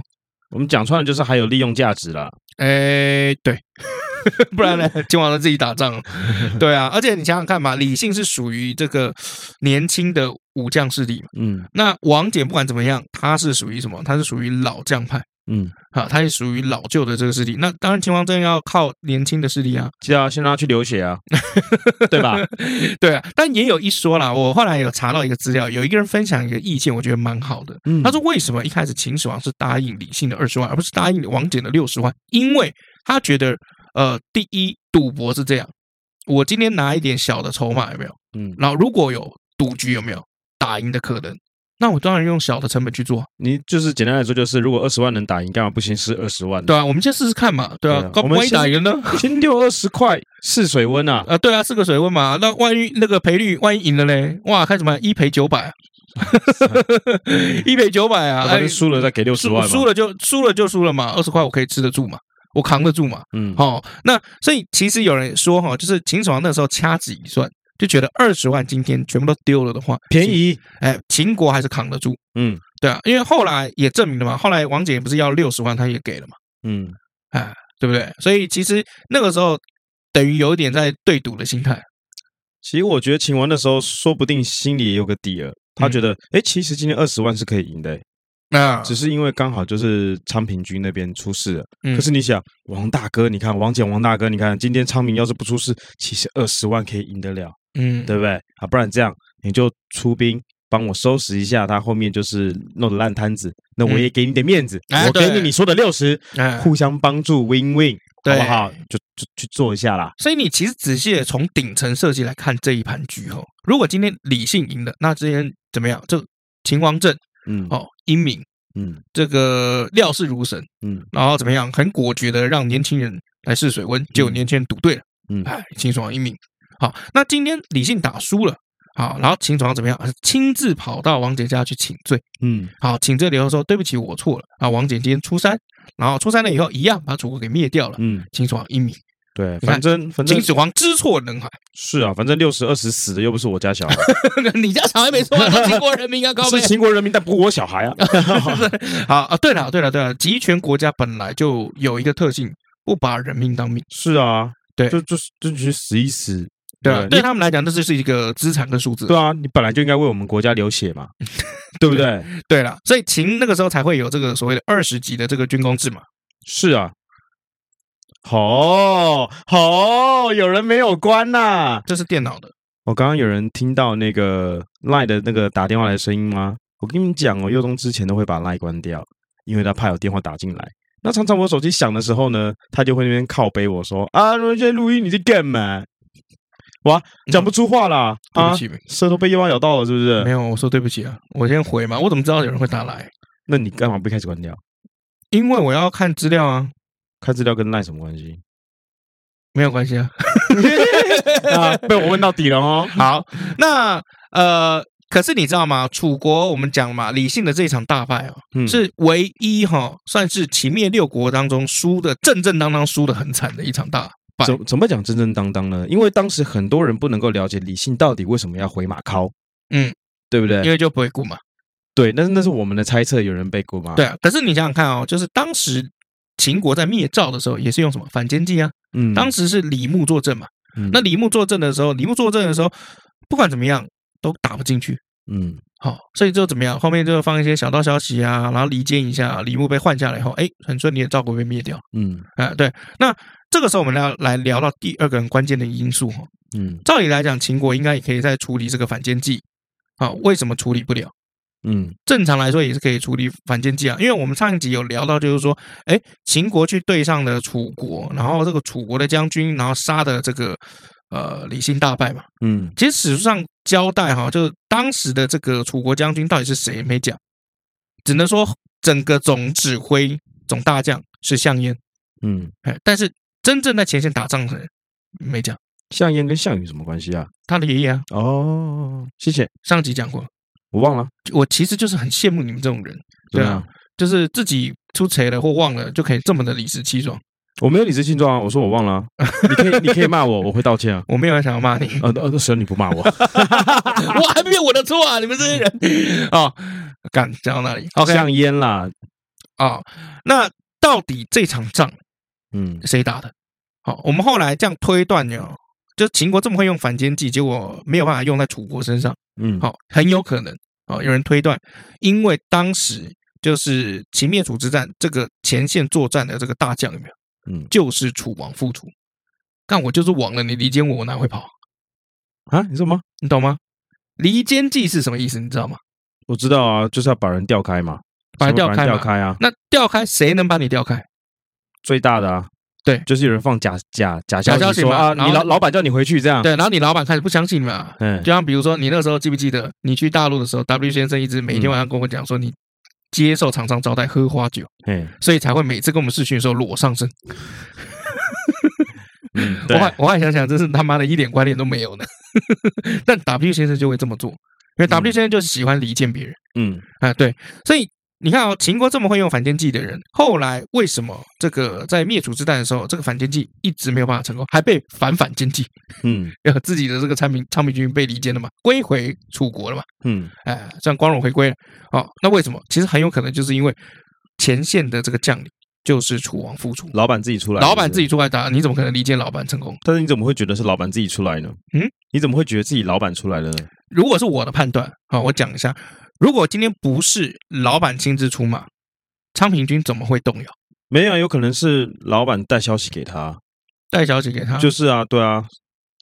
Speaker 2: 我们讲穿了就是还有利用价值啦，
Speaker 1: 哎，对， (laughs) 不然呢，秦王都自己打仗。对啊，而且你想想看嘛，李信是属于这个年轻的武将势力嘛。
Speaker 2: 嗯
Speaker 1: 那王翦不管怎么样，他是属于什么？他是属于老将派
Speaker 2: 嗯，
Speaker 1: 啊，他是属于老旧的这个势力。那当然，秦王政要靠年轻的势力啊，
Speaker 2: 就要先让他去流
Speaker 1: (laughs)
Speaker 2: 血啊，对吧？
Speaker 1: 对啊。但也有一说啦，我后来有查到一个资料，有一个人分享一个意见，我觉得蛮好的。
Speaker 2: 嗯
Speaker 1: 他说为什么一开始秦始皇是答应李信的二十万，而不是答应王翦的六十万？因为他觉得，呃，第一，赌博是这样，我今天拿一点小的筹码有没有？
Speaker 2: 嗯，
Speaker 1: 然后如果有赌局有没有打赢的可能？那我当然用小的成本去做啊，
Speaker 2: 你就是简单来说，就是如果二十万能打赢，干嘛不先试二十万？
Speaker 1: 对啊，我们先试试看嘛，对
Speaker 2: 对
Speaker 1: 啊
Speaker 2: 啊，
Speaker 1: 搞
Speaker 2: 我
Speaker 1: 不
Speaker 2: 们
Speaker 1: 万一
Speaker 2: 先
Speaker 1: 打赢了呢？
Speaker 2: 先丢二十块试水温啊，
Speaker 1: 啊，对啊，是个水温嘛。那万一那个赔率，万一赢了嘞？哇，看什么一赔九百，啊
Speaker 2: (laughs)
Speaker 1: 一赔九百啊！
Speaker 2: 反
Speaker 1: 哎
Speaker 2: 正，输了再给六十
Speaker 1: 输
Speaker 2: 万嘛
Speaker 1: 输。了就输了就输了嘛，二十块我可以吃得住嘛，我扛得住嘛。
Speaker 2: 嗯，
Speaker 1: 哦，那所以其实有人说哈，就是秦始皇那时候掐指一算，就觉得二十万今天全部都丢了的话，
Speaker 2: 便宜。
Speaker 1: 哎，秦国还是扛得住。
Speaker 2: 嗯
Speaker 1: 对啊，因为后来也证明了嘛，后来王翦不是要六十万，他也给了嘛，
Speaker 2: 嗯，
Speaker 1: 哎，对不对？所以其实那个时候等于有一点在对赌的心态。
Speaker 2: 其实我觉得秦王那时候说不定心里也有个底了，他觉
Speaker 1: 嗯
Speaker 2: 得，哎，其实今天二十万是可以赢的，
Speaker 1: 那
Speaker 2: 只是因为刚好就是昌平君那边出事了。
Speaker 1: 嗯
Speaker 2: 可是你想，王大哥，你看王翦，王大哥，你看今天昌平要是不出事，其实二十万可以赢得了，
Speaker 1: 嗯，
Speaker 2: 对不对？啊，不然这样你就出兵。帮我收拾一下他后面就是弄的烂摊子，那我也给你点面子，
Speaker 1: 嗯哎
Speaker 2: 我给你
Speaker 1: 对
Speaker 2: 你说的六十，
Speaker 1: 哎，
Speaker 2: 互相帮助，win win，好
Speaker 1: 对
Speaker 2: 不好？就就去做一下啦。
Speaker 1: 所以你其实仔细的从顶层设计来看这一盘局哦，如果今天理性赢了，那今天怎么样？这秦王政
Speaker 2: 嗯，
Speaker 1: 哦，英明，
Speaker 2: 嗯
Speaker 1: 这个料事如神，
Speaker 2: 嗯
Speaker 1: 然后怎么样，很果决的让年轻人来试水温，结果年轻人赌对了，
Speaker 2: 嗯
Speaker 1: 哎，秦始皇英明。好，那今天李信打输了，好，然后秦始皇怎么样？啊亲自跑到王翦家去请罪，
Speaker 2: 嗯
Speaker 1: 好，请罪了以后说对不起，我错了啊，王翦今天出山，然后出山了以后一样把楚国给灭掉了，
Speaker 2: 嗯，
Speaker 1: 秦始皇英明，
Speaker 2: 对，
Speaker 1: 你看
Speaker 2: 反正反正
Speaker 1: 秦始皇知错能改。
Speaker 2: 是啊，反正六十二十死的又不是我家
Speaker 1: (laughs)
Speaker 2: 小孩，
Speaker 1: 你家小孩没错 (laughs) 啊，都秦国人民啊，高飞
Speaker 2: 是。秦国人民，但不是我小
Speaker 1: (laughs)
Speaker 2: 孩啊。
Speaker 1: 好啊，对了，对了，对了，集权国家本来就有一个特性，不把人命当命。
Speaker 2: 是啊，
Speaker 1: (laughs) 对
Speaker 2: 就就是就去死一死。
Speaker 1: 对吧？
Speaker 2: 对
Speaker 1: 对他啊们来讲，这就是一个资产跟数字。
Speaker 2: 对啊，你本来就应该为我们国家流血嘛，对不对？
Speaker 1: 对啊了，所以秦那个时候才会有这个所谓的二十级的这个军功制嘛。
Speaker 2: 是啊。好好，哦有人没有关呐、
Speaker 1: 这是电脑的，
Speaker 2: 我刚刚有人听到那个赖的那个打电话来的声音吗？我跟你们讲哦，右东之前都会把赖关掉，因为他怕有电话打进来。那常常我手机响的时候呢，他就会那边靠背我说啊，现在录音你在干嘛？哇，讲不出话啦、
Speaker 1: 嗯对
Speaker 2: 啊
Speaker 1: 不！起，
Speaker 2: 舌头被夜猫咬到了是不
Speaker 1: 没
Speaker 2: 是？
Speaker 1: 有，我说对不起啊，我先回嘛。我怎么知道有人会打来？
Speaker 2: 那你干嘛不一开始关掉？
Speaker 1: 因为我要看资料啊，
Speaker 2: 看资料跟赖什么关
Speaker 1: (laughs)
Speaker 2: 系？
Speaker 1: 没有
Speaker 2: (laughs)
Speaker 1: 关系啊。
Speaker 2: 啊，被我问到底了哦。
Speaker 1: 好，那呃，可是你知道吗？楚国我们讲嘛，李信的这一场大败哦，
Speaker 2: 嗯
Speaker 1: 是唯一哈、算是秦灭六国当中输的正正当当输的很惨的一场大败。
Speaker 2: 怎怎么讲正正当当呢？因为当时很多人不能够了解理性到底为什么要回马尻，
Speaker 1: 嗯，
Speaker 2: 对不
Speaker 1: 因
Speaker 2: 对？
Speaker 1: 为就不会顾嘛。
Speaker 2: 对，但是那是我们的猜测，有人被过吗？
Speaker 1: 对，啊，可是你想想看哦，就是当时秦国在灭赵的时候，也是用什么反间计啊？
Speaker 2: 嗯，
Speaker 1: 当时是李牧坐镇嘛。
Speaker 2: 嗯
Speaker 1: 那李牧坐镇的时候，李牧坐镇的时候，不管怎么样都打不进去。
Speaker 2: 嗯
Speaker 1: 好、所以就怎么样？后面就放一些小道消息啊，然后离间一下，李牧被换下来以后，哎，很顺利的赵国被灭掉。
Speaker 2: 嗯
Speaker 1: 啊、对。那这个时候我们要来聊到第二个很关键的因素哦。
Speaker 2: 嗯
Speaker 1: 照理来讲，秦国应该也可以在处理这个反间计，啊、为什么处理不了？
Speaker 2: 嗯
Speaker 1: 正常来说也是可以处理反间计啊，因为我们上一集有聊到，就是说，哎，秦国去对上了楚国，然后这个楚国的将军，然后杀的这个呃李信大败嘛。
Speaker 2: 嗯
Speaker 1: 其实史书上交代哈，就是当时的这个楚国将军到底是谁没讲，只能说整个总指挥总大将是项燕，
Speaker 2: 嗯，
Speaker 1: 哎，但是真正在前线打仗的人没讲，
Speaker 2: 项燕跟项羽什么关系啊？
Speaker 1: 他的爷爷啊，
Speaker 2: 哦，谢谢，
Speaker 1: 上集讲过，
Speaker 2: 我忘了。
Speaker 1: 我其实就是很羡慕你们这种人，
Speaker 2: 怎
Speaker 1: 对
Speaker 2: 么
Speaker 1: 啊
Speaker 2: 样，，
Speaker 1: 就是自己出贼了或忘了就可以这么的理直气壮。
Speaker 2: 我没有理直气壮啊，我说我忘
Speaker 1: (laughs)
Speaker 2: 了啊，你可以你可以骂我，我会道歉啊。
Speaker 1: 我没有很想要骂你，
Speaker 2: (laughs) 呃呃，虽然你不骂我
Speaker 1: 我还没有我的错啊！你们这些人啊，哦敢讲到那里？OK
Speaker 2: (laughs)
Speaker 1: 啊、
Speaker 2: 项燕啦，
Speaker 1: 哦那到底这场仗
Speaker 2: 嗯
Speaker 1: 谁打的？好、我们后来这样推断哟，就秦国这么会用反间计，结果没有办法用在楚国身上，
Speaker 2: 嗯，
Speaker 1: 好、很有可能哦，有人推断，因为当时就是秦灭楚之战这个前线作战的这个大将有没有？
Speaker 2: 嗯
Speaker 1: 就是楚王复楚，但我就是王了，你离间我，我哪会跑？
Speaker 2: 啊，你说什么？
Speaker 1: 你懂吗？离间计是什么意思？你知道吗？
Speaker 2: 我知道啊，就是要把人调开嘛，
Speaker 1: 把人调开嘛
Speaker 2: 调开啊，
Speaker 1: 那调开谁能把你调开？
Speaker 2: 最大的啊，
Speaker 1: 对
Speaker 2: 就是有人放假假假
Speaker 1: 假消
Speaker 2: 消
Speaker 1: 息
Speaker 2: 息说
Speaker 1: 嘛
Speaker 2: 啊，
Speaker 1: 然后
Speaker 2: 你老老板叫你回去这样，
Speaker 1: 对，然后你老板开始不相信嘛。
Speaker 2: 嗯
Speaker 1: 就，像比如说，你那时候记不记得，你去大陆的时候，W 先生一直每
Speaker 2: 嗯
Speaker 1: 天晚上跟我讲说，你接受厂商招待喝花酒，
Speaker 2: 嘿，
Speaker 1: 所以才会每次跟我们试训的时候裸上身。
Speaker 2: 嗯，
Speaker 1: (laughs) 我
Speaker 2: 对，
Speaker 1: 还我还想想，真是他妈的一点关联都没有呢。 (laughs) 但 W 先生就会这么做，因为 W
Speaker 2: 嗯
Speaker 1: 先生就是喜欢离间别人
Speaker 2: 嗯
Speaker 1: 啊。对，所以你看哦，秦国这么会用反间计的人，后来为什么这个在灭楚之战的时候，这个反间计一直没有办法成功，还被反反间计？ (laughs)
Speaker 2: 嗯
Speaker 1: 呃，自己的这个昌平昌平君被离间了嘛，归回楚国了嘛，
Speaker 2: 嗯
Speaker 1: 哎、算光荣回归了。哦，那为什么？其实很有可能就是因为前线的这个将领就是楚王复楚，
Speaker 2: 老板自己出来，
Speaker 1: 老板自
Speaker 2: 己，
Speaker 1: 己出来打，你怎么可能离间老板成功？
Speaker 2: 但是你怎么会觉得是老板自己出来呢？
Speaker 1: 嗯，
Speaker 2: 你怎么会觉得自己老板出来了呢？
Speaker 1: 如果是我的判断，好、我讲一下，如果今天不是老板亲自出马，昌平君怎么会动摇？
Speaker 2: 没有，有可能是老板带消息给他，
Speaker 1: 戴小姐给他，
Speaker 2: 就是啊，对啊，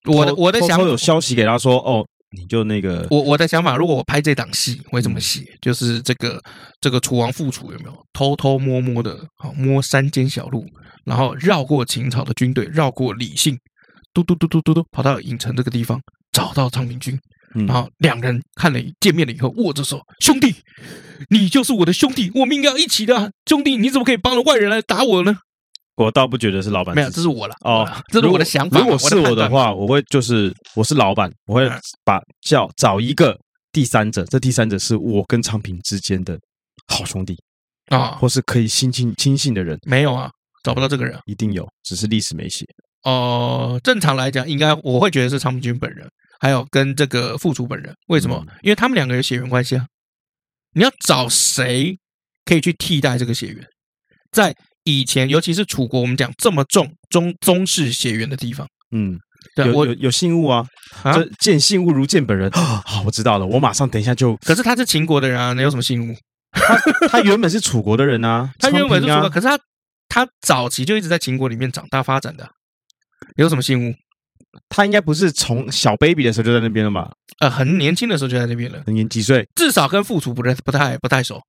Speaker 1: 我的
Speaker 2: 偷
Speaker 1: 我的
Speaker 2: 偷
Speaker 1: 想
Speaker 2: 偷有消息给他说，哦，你就那个，
Speaker 1: 我我的想法，如果我拍这档戏，我
Speaker 2: 嗯
Speaker 1: 会怎么写？就是这个这个楚王复楚有没有偷偷摸摸的，好摸山间小路，然后绕过秦朝的军队，绕过李信，嘟嘟嘟嘟嘟嘟，跑到影城这个地方，找到昌平君，
Speaker 2: 嗯
Speaker 1: 然后两人看了见面了以后，握着手，兄弟，你就是我的兄弟，我们应该要一起的啊、兄弟，你怎么可以帮着外人来打我呢？
Speaker 2: 我倒不觉得是老板
Speaker 1: 没
Speaker 2: 自
Speaker 1: 有，
Speaker 2: 己，
Speaker 1: 这是我了
Speaker 2: 哦，
Speaker 1: 啊这是
Speaker 2: 如
Speaker 1: 我
Speaker 2: 果
Speaker 1: 的想法嘛。
Speaker 2: 如果是我
Speaker 1: 我的
Speaker 2: 的
Speaker 1: 判断，
Speaker 2: 话，我会就是我是老板，我会
Speaker 1: 嗯
Speaker 2: 把叫找一个第三者，这第三者是我跟昌平之间的好兄弟，
Speaker 1: 啊、
Speaker 2: 或是可以亲近亲信的人，
Speaker 1: 没有啊，找不到这个人啊。
Speaker 2: 一定有，只是历史没写。
Speaker 1: 哦，正常来讲，应该我会觉得是昌平君本人，还有跟这个副主本人。为什么？
Speaker 2: 嗯
Speaker 1: 因为他们两个有血缘关系啊。你要找谁可以去替代这个血缘？在以前，尤其是楚国，我们讲这么重宗宗室血缘的地方，
Speaker 2: 嗯，
Speaker 1: 对啊
Speaker 2: 有
Speaker 1: 我
Speaker 2: 有有信物啊，
Speaker 1: 啊
Speaker 2: 这见信物如见本人 (gasps) 啊！好，我知道了，我马上等一下就。
Speaker 1: 可是他是秦国的人啊，能有什么信物？
Speaker 2: 他原本是楚国的人啊，
Speaker 1: (laughs) 他原本是
Speaker 2: 昌平
Speaker 1: 楚国，
Speaker 2: 啊，
Speaker 1: 可是他他早期就一直在秦国里面长大发展的啊，有什么信物？
Speaker 2: 他应该不是从小 baby 的时候就在那边了吧？
Speaker 1: 呃，很年轻的时候就在那边了，
Speaker 2: 很年几岁？
Speaker 1: 至少跟副主不认不太不太熟。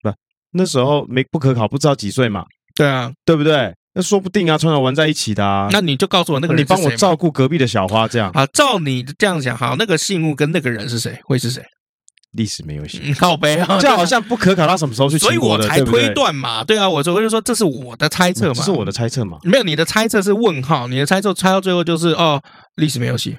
Speaker 2: 那时候没不可考，不知道几岁嘛，
Speaker 1: 对啊，
Speaker 2: 对不对？那说不定啊，从小玩在一起的啊。
Speaker 1: 那你就告诉我那个人
Speaker 2: 你
Speaker 1: 是谁
Speaker 2: 帮我
Speaker 1: 嘛啊
Speaker 2: 照顾隔壁的小花，这样
Speaker 1: 好，照你这样想，好，那个信物跟那个人是谁，会是谁？
Speaker 2: 历史没有写，
Speaker 1: 嗯靠 (laughs) 背啊，
Speaker 2: 这样好像不可考。他什么时候去
Speaker 1: 所以
Speaker 2: 秦
Speaker 1: 我
Speaker 2: 国的？
Speaker 1: 才
Speaker 2: 对不对嗯
Speaker 1: 推，断嘛，对啊，我就我就说这是我的猜测嘛，
Speaker 2: 这是我的猜测嘛？
Speaker 1: 没有你的猜测是问号，你的猜测猜到最后就是哦，历史没有写，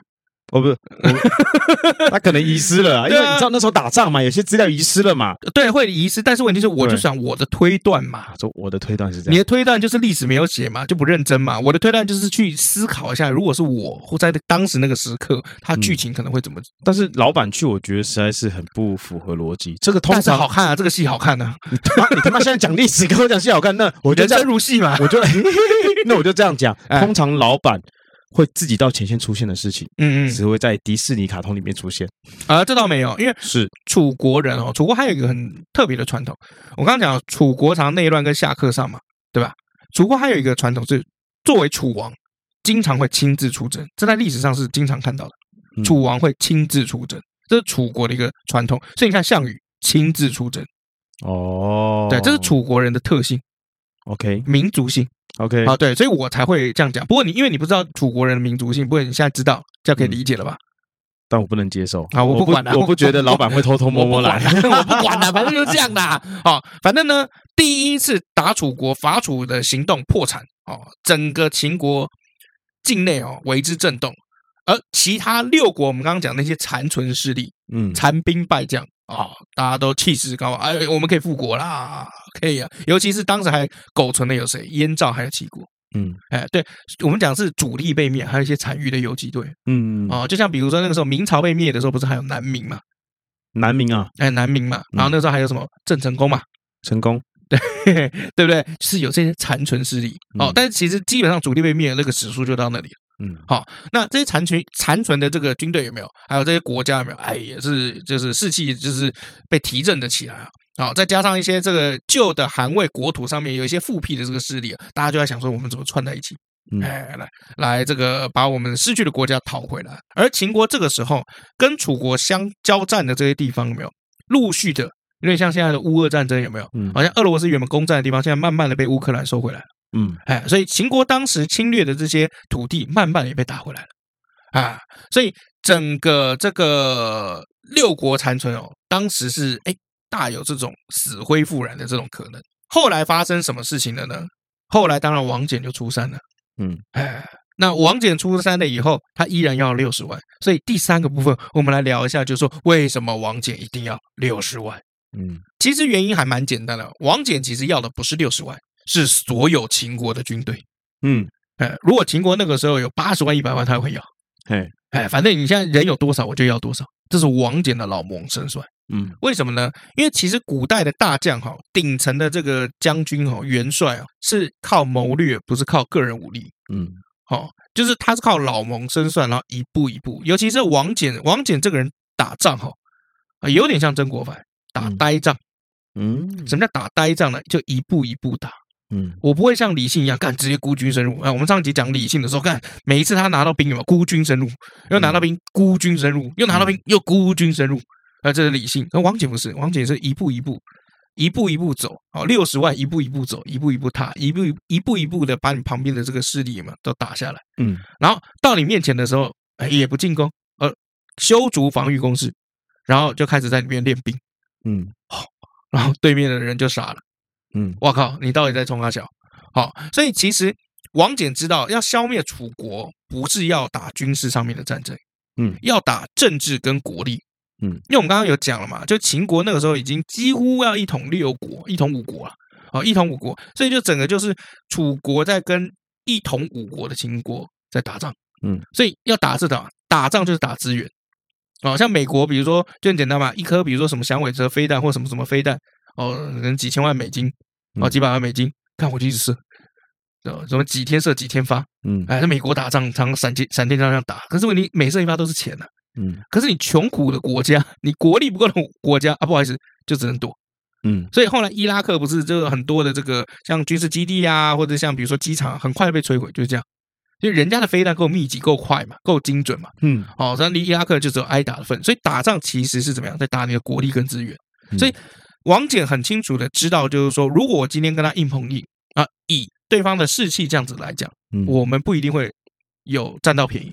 Speaker 2: 哦，不是，
Speaker 1: (laughs)
Speaker 2: 我他可能遗失了啊，因为
Speaker 1: 对啊
Speaker 2: 你知道那时候打仗嘛，有些资料遗失了嘛。
Speaker 1: 对，会遗失。但是问题是，我就
Speaker 2: 对
Speaker 1: 想我的推断嘛，
Speaker 2: 啊，说我的推断是这
Speaker 1: 你
Speaker 2: 样，
Speaker 1: 的推断就是历史没有写嘛，就不认真嘛。我的推断就是去思考一下，如果是我或在当时那个时刻，它
Speaker 2: 嗯
Speaker 1: 剧情可能会怎么？
Speaker 2: 但是老板去，我觉得实在是很不符合逻辑。这个通
Speaker 1: 但是
Speaker 2: 常
Speaker 1: 好看啊，这个戏好看啊，
Speaker 2: 你他妈你他妈现在讲历史跟我讲戏好看，
Speaker 1: (laughs)
Speaker 2: 那我就
Speaker 1: 人
Speaker 2: 这
Speaker 1: 生
Speaker 2: 样，
Speaker 1: 如戏嘛。
Speaker 2: 我就 (laughs) 那我就这样讲。
Speaker 1: 哎
Speaker 2: 通常老板会自己到前线出现的事情，
Speaker 1: 嗯嗯
Speaker 2: 只会在迪士尼卡通里面出现。
Speaker 1: 啊，这倒没有，因为
Speaker 2: 是
Speaker 1: 楚国人哦，楚国还有一个很特别的传统。我刚刚讲楚国常内乱跟下克上嘛，对吧？楚国还有一个传统是，作为楚王，经常会亲自出征，这在历史上是经常看到的。
Speaker 2: 嗯
Speaker 1: 楚王会亲自出征，这是楚国的一个传统。所以你看项羽亲自出征，
Speaker 2: 哦，
Speaker 1: 对，这是楚国人的特性、
Speaker 2: OK
Speaker 1: 民族性
Speaker 2: OK
Speaker 1: 啊，对，所以我才会这样讲。不过你因为你不知道楚国人的民族性，不过你现在知道，这
Speaker 2: 嗯
Speaker 1: 样可以理解了吧？
Speaker 2: 但我不能接受
Speaker 1: 啊我不
Speaker 2: 不
Speaker 1: 管啊
Speaker 2: 我不觉得老板会偷偷摸摸
Speaker 1: (laughs) 我
Speaker 2: 来
Speaker 1: 不。管啦我不管了，反正就是这样的啊、哦。反正呢，第一次打楚国伐楚的行动破产哦，整个秦国境内哦为之震动，而其他六国我们刚刚讲那些残存势力、
Speaker 2: (laughs)
Speaker 1: (laughs)
Speaker 2: 嗯，
Speaker 1: 残兵败将啊、哦，大家都气势高昂，哎，我们可以复国啦，可以啊。尤其是当时还苟存的有谁？燕赵还有齐国。
Speaker 2: 嗯
Speaker 1: 哎，对我们讲是主力被灭，还有一些残余的游击队
Speaker 2: 嗯，
Speaker 1: 哦，就像比如说那个时候明朝被灭的时候，不是还有南明嘛？
Speaker 2: 南明啊，
Speaker 1: 哎，南明嘛，然后那时候还有什么郑成功嘛，
Speaker 2: 成功。
Speaker 1: 嘿嘿，对不对？就是有这些残存势力哦，
Speaker 2: 嗯
Speaker 1: 但是其实基本上主力被灭的那个史数就到那里了。
Speaker 2: 嗯，
Speaker 1: 好、那这些残存残存的这个军队有没有？还有这些国家有没有？哎，也是就是士气就是被提振的起来啊。好、再加上一些这个旧的韩魏国土上面有一些复辟的这个势力啊，大家就在想说我们怎么串在一起？
Speaker 2: 嗯
Speaker 1: 哎，来来这个把我们失去的国家讨回来。而秦国这个时候跟楚国相交战的这些地方有没有陆续的？有点像现在的乌俄战争有没有？
Speaker 2: 嗯
Speaker 1: 好像俄罗斯原本攻占的地方，现在慢慢的被乌克兰收回来了。
Speaker 2: 嗯
Speaker 1: 哎，所以秦国当时侵略的这些土地，慢慢也被打回来了。啊，所以整个这个六国残存哦，当时是哎大有这种死灰复燃的这种可能。后来发生什么事情了呢？后来当然王翦就出山了。
Speaker 2: 嗯，
Speaker 1: 哎，那王翦出山了以后，他依然要六十万。所以第三个部分，我们来聊一下，就是说为什么王翦一定要六十万？
Speaker 2: 嗯
Speaker 1: 其实原因还蛮简单的，王翦其实要的不是六十万，是所有秦国的军队。
Speaker 2: 嗯，
Speaker 1: 哎，如果秦国那个时候有八十万、一百万，他会要。
Speaker 2: 嘿，
Speaker 1: 哎，反正你现在人有多少，我就要多少，这是王翦的老谋深算。
Speaker 2: 嗯
Speaker 1: 为什么呢？因为其实古代的大将哈，顶层的这个将军哈、元帅啊，是靠谋略，不是靠个人武力。
Speaker 2: 嗯
Speaker 1: 哦，就是他是靠老谋深算，然后一步一步。尤其是王翦，王翦这个人打仗哈、啊有点像曾国藩打
Speaker 2: 嗯
Speaker 1: 呆仗。
Speaker 2: 嗯
Speaker 1: 什么叫打呆仗呢？就一步一步打。
Speaker 2: 嗯
Speaker 1: 我不会像李信一样干直接孤军深入。哎，我们上集讲李信的时候，干每一次他拿到兵有没有孤军深入，又拿到兵孤军深入，又拿到兵又孤军深入。啊，这是李信。而王翦不是，王翦是一步一步。一步一步走，哦，六十万一步一步走，一步一步踏，一步一步一步的把你旁边的这个势力嘛都打下来，
Speaker 2: 嗯
Speaker 1: 然后到你面前的时候，哎也不进攻，呃，修筑防御工事，然后就开始在里面练兵，
Speaker 2: 嗯
Speaker 1: 然后对面的人就傻了。
Speaker 2: 嗯
Speaker 1: 我靠，你到底在冲他小？好、所以其实王翦知道，要消灭楚国，不是要打军事上面的战争，
Speaker 2: 嗯，
Speaker 1: 要打政治跟国力，
Speaker 2: 嗯
Speaker 1: 因为我们刚刚有讲了嘛，就秦国那个时候已经几乎要一统六国，一统五国了，哦，一统五国，所以就整个就是楚国在跟一统五国的秦国在打仗，
Speaker 2: 嗯，
Speaker 1: 所以要打是打，打仗就是打资源。哦，像美国，比如说就很简单嘛，一颗比如说什么响尾蛇飞弹或什么什么飞弹，哦，可能几千万美金，哦，
Speaker 2: 嗯
Speaker 1: 几百万美金，看我就一直射，呃，什么几天射几天发，
Speaker 2: 嗯
Speaker 1: 哎，在美国打仗，常常闪电闪电战这样打，可是问题每射一发都是钱呐、
Speaker 2: 嗯
Speaker 1: 可是你穷苦的国家，你国力不够的国家啊，不好意思，就只能躲。
Speaker 2: 嗯
Speaker 1: 所以后来伊拉克不是就有很多的这个像军事基地啊，或者像比如说机场，很快被摧毁，就是这样。因为人家的飞弹够密集、够快嘛，够精准嘛，
Speaker 2: 嗯
Speaker 1: 哦，但伊拉克就只有挨打的份，所以打仗其实是怎么样，在打你的国力跟资源。
Speaker 2: 嗯
Speaker 1: 所以王翦很清楚的知道，就是说，如果我今天跟他硬碰硬啊，以对方的士气这样子来讲，
Speaker 2: 嗯
Speaker 1: 我们不一定会有占到便宜。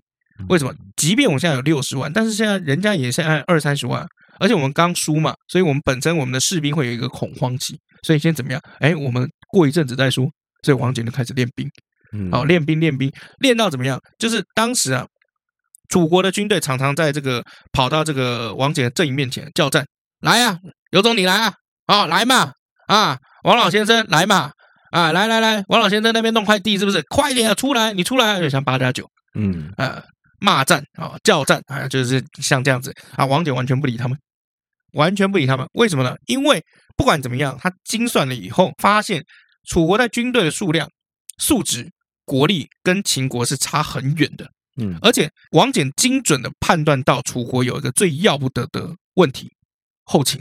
Speaker 1: 为什么？即便我现在有六十万，但是现在人家也现在二三十万，而且我们刚输嘛，所以我们本身我们的士兵会有一个恐慌期，所以先怎么样？哎，我们过一阵子再说。所以哦王翦就开始练兵。
Speaker 2: 嗯
Speaker 1: 好，练兵练兵，练到怎么样？就是当时啊，楚国的军队常常在这个跑到这个王翦的阵营面前叫战，来呀、有种你来啊，啊来嘛，啊王老先生来嘛，啊来来来，王老先生那边弄块地是不是？快点啊，出来，你出来，就像八加九。
Speaker 2: 嗯，
Speaker 1: 呃骂战啊、叫战啊、就是像这样子啊。王翦完全不理他们，完全不理他们。为什么呢？因为不管怎么样，他精算了以后发现，楚国在军队的数量、素质、国力跟秦国是差很远的。
Speaker 2: 嗯
Speaker 1: 而且王翦精准的判断到楚国有一个最要不得的问题——后秦。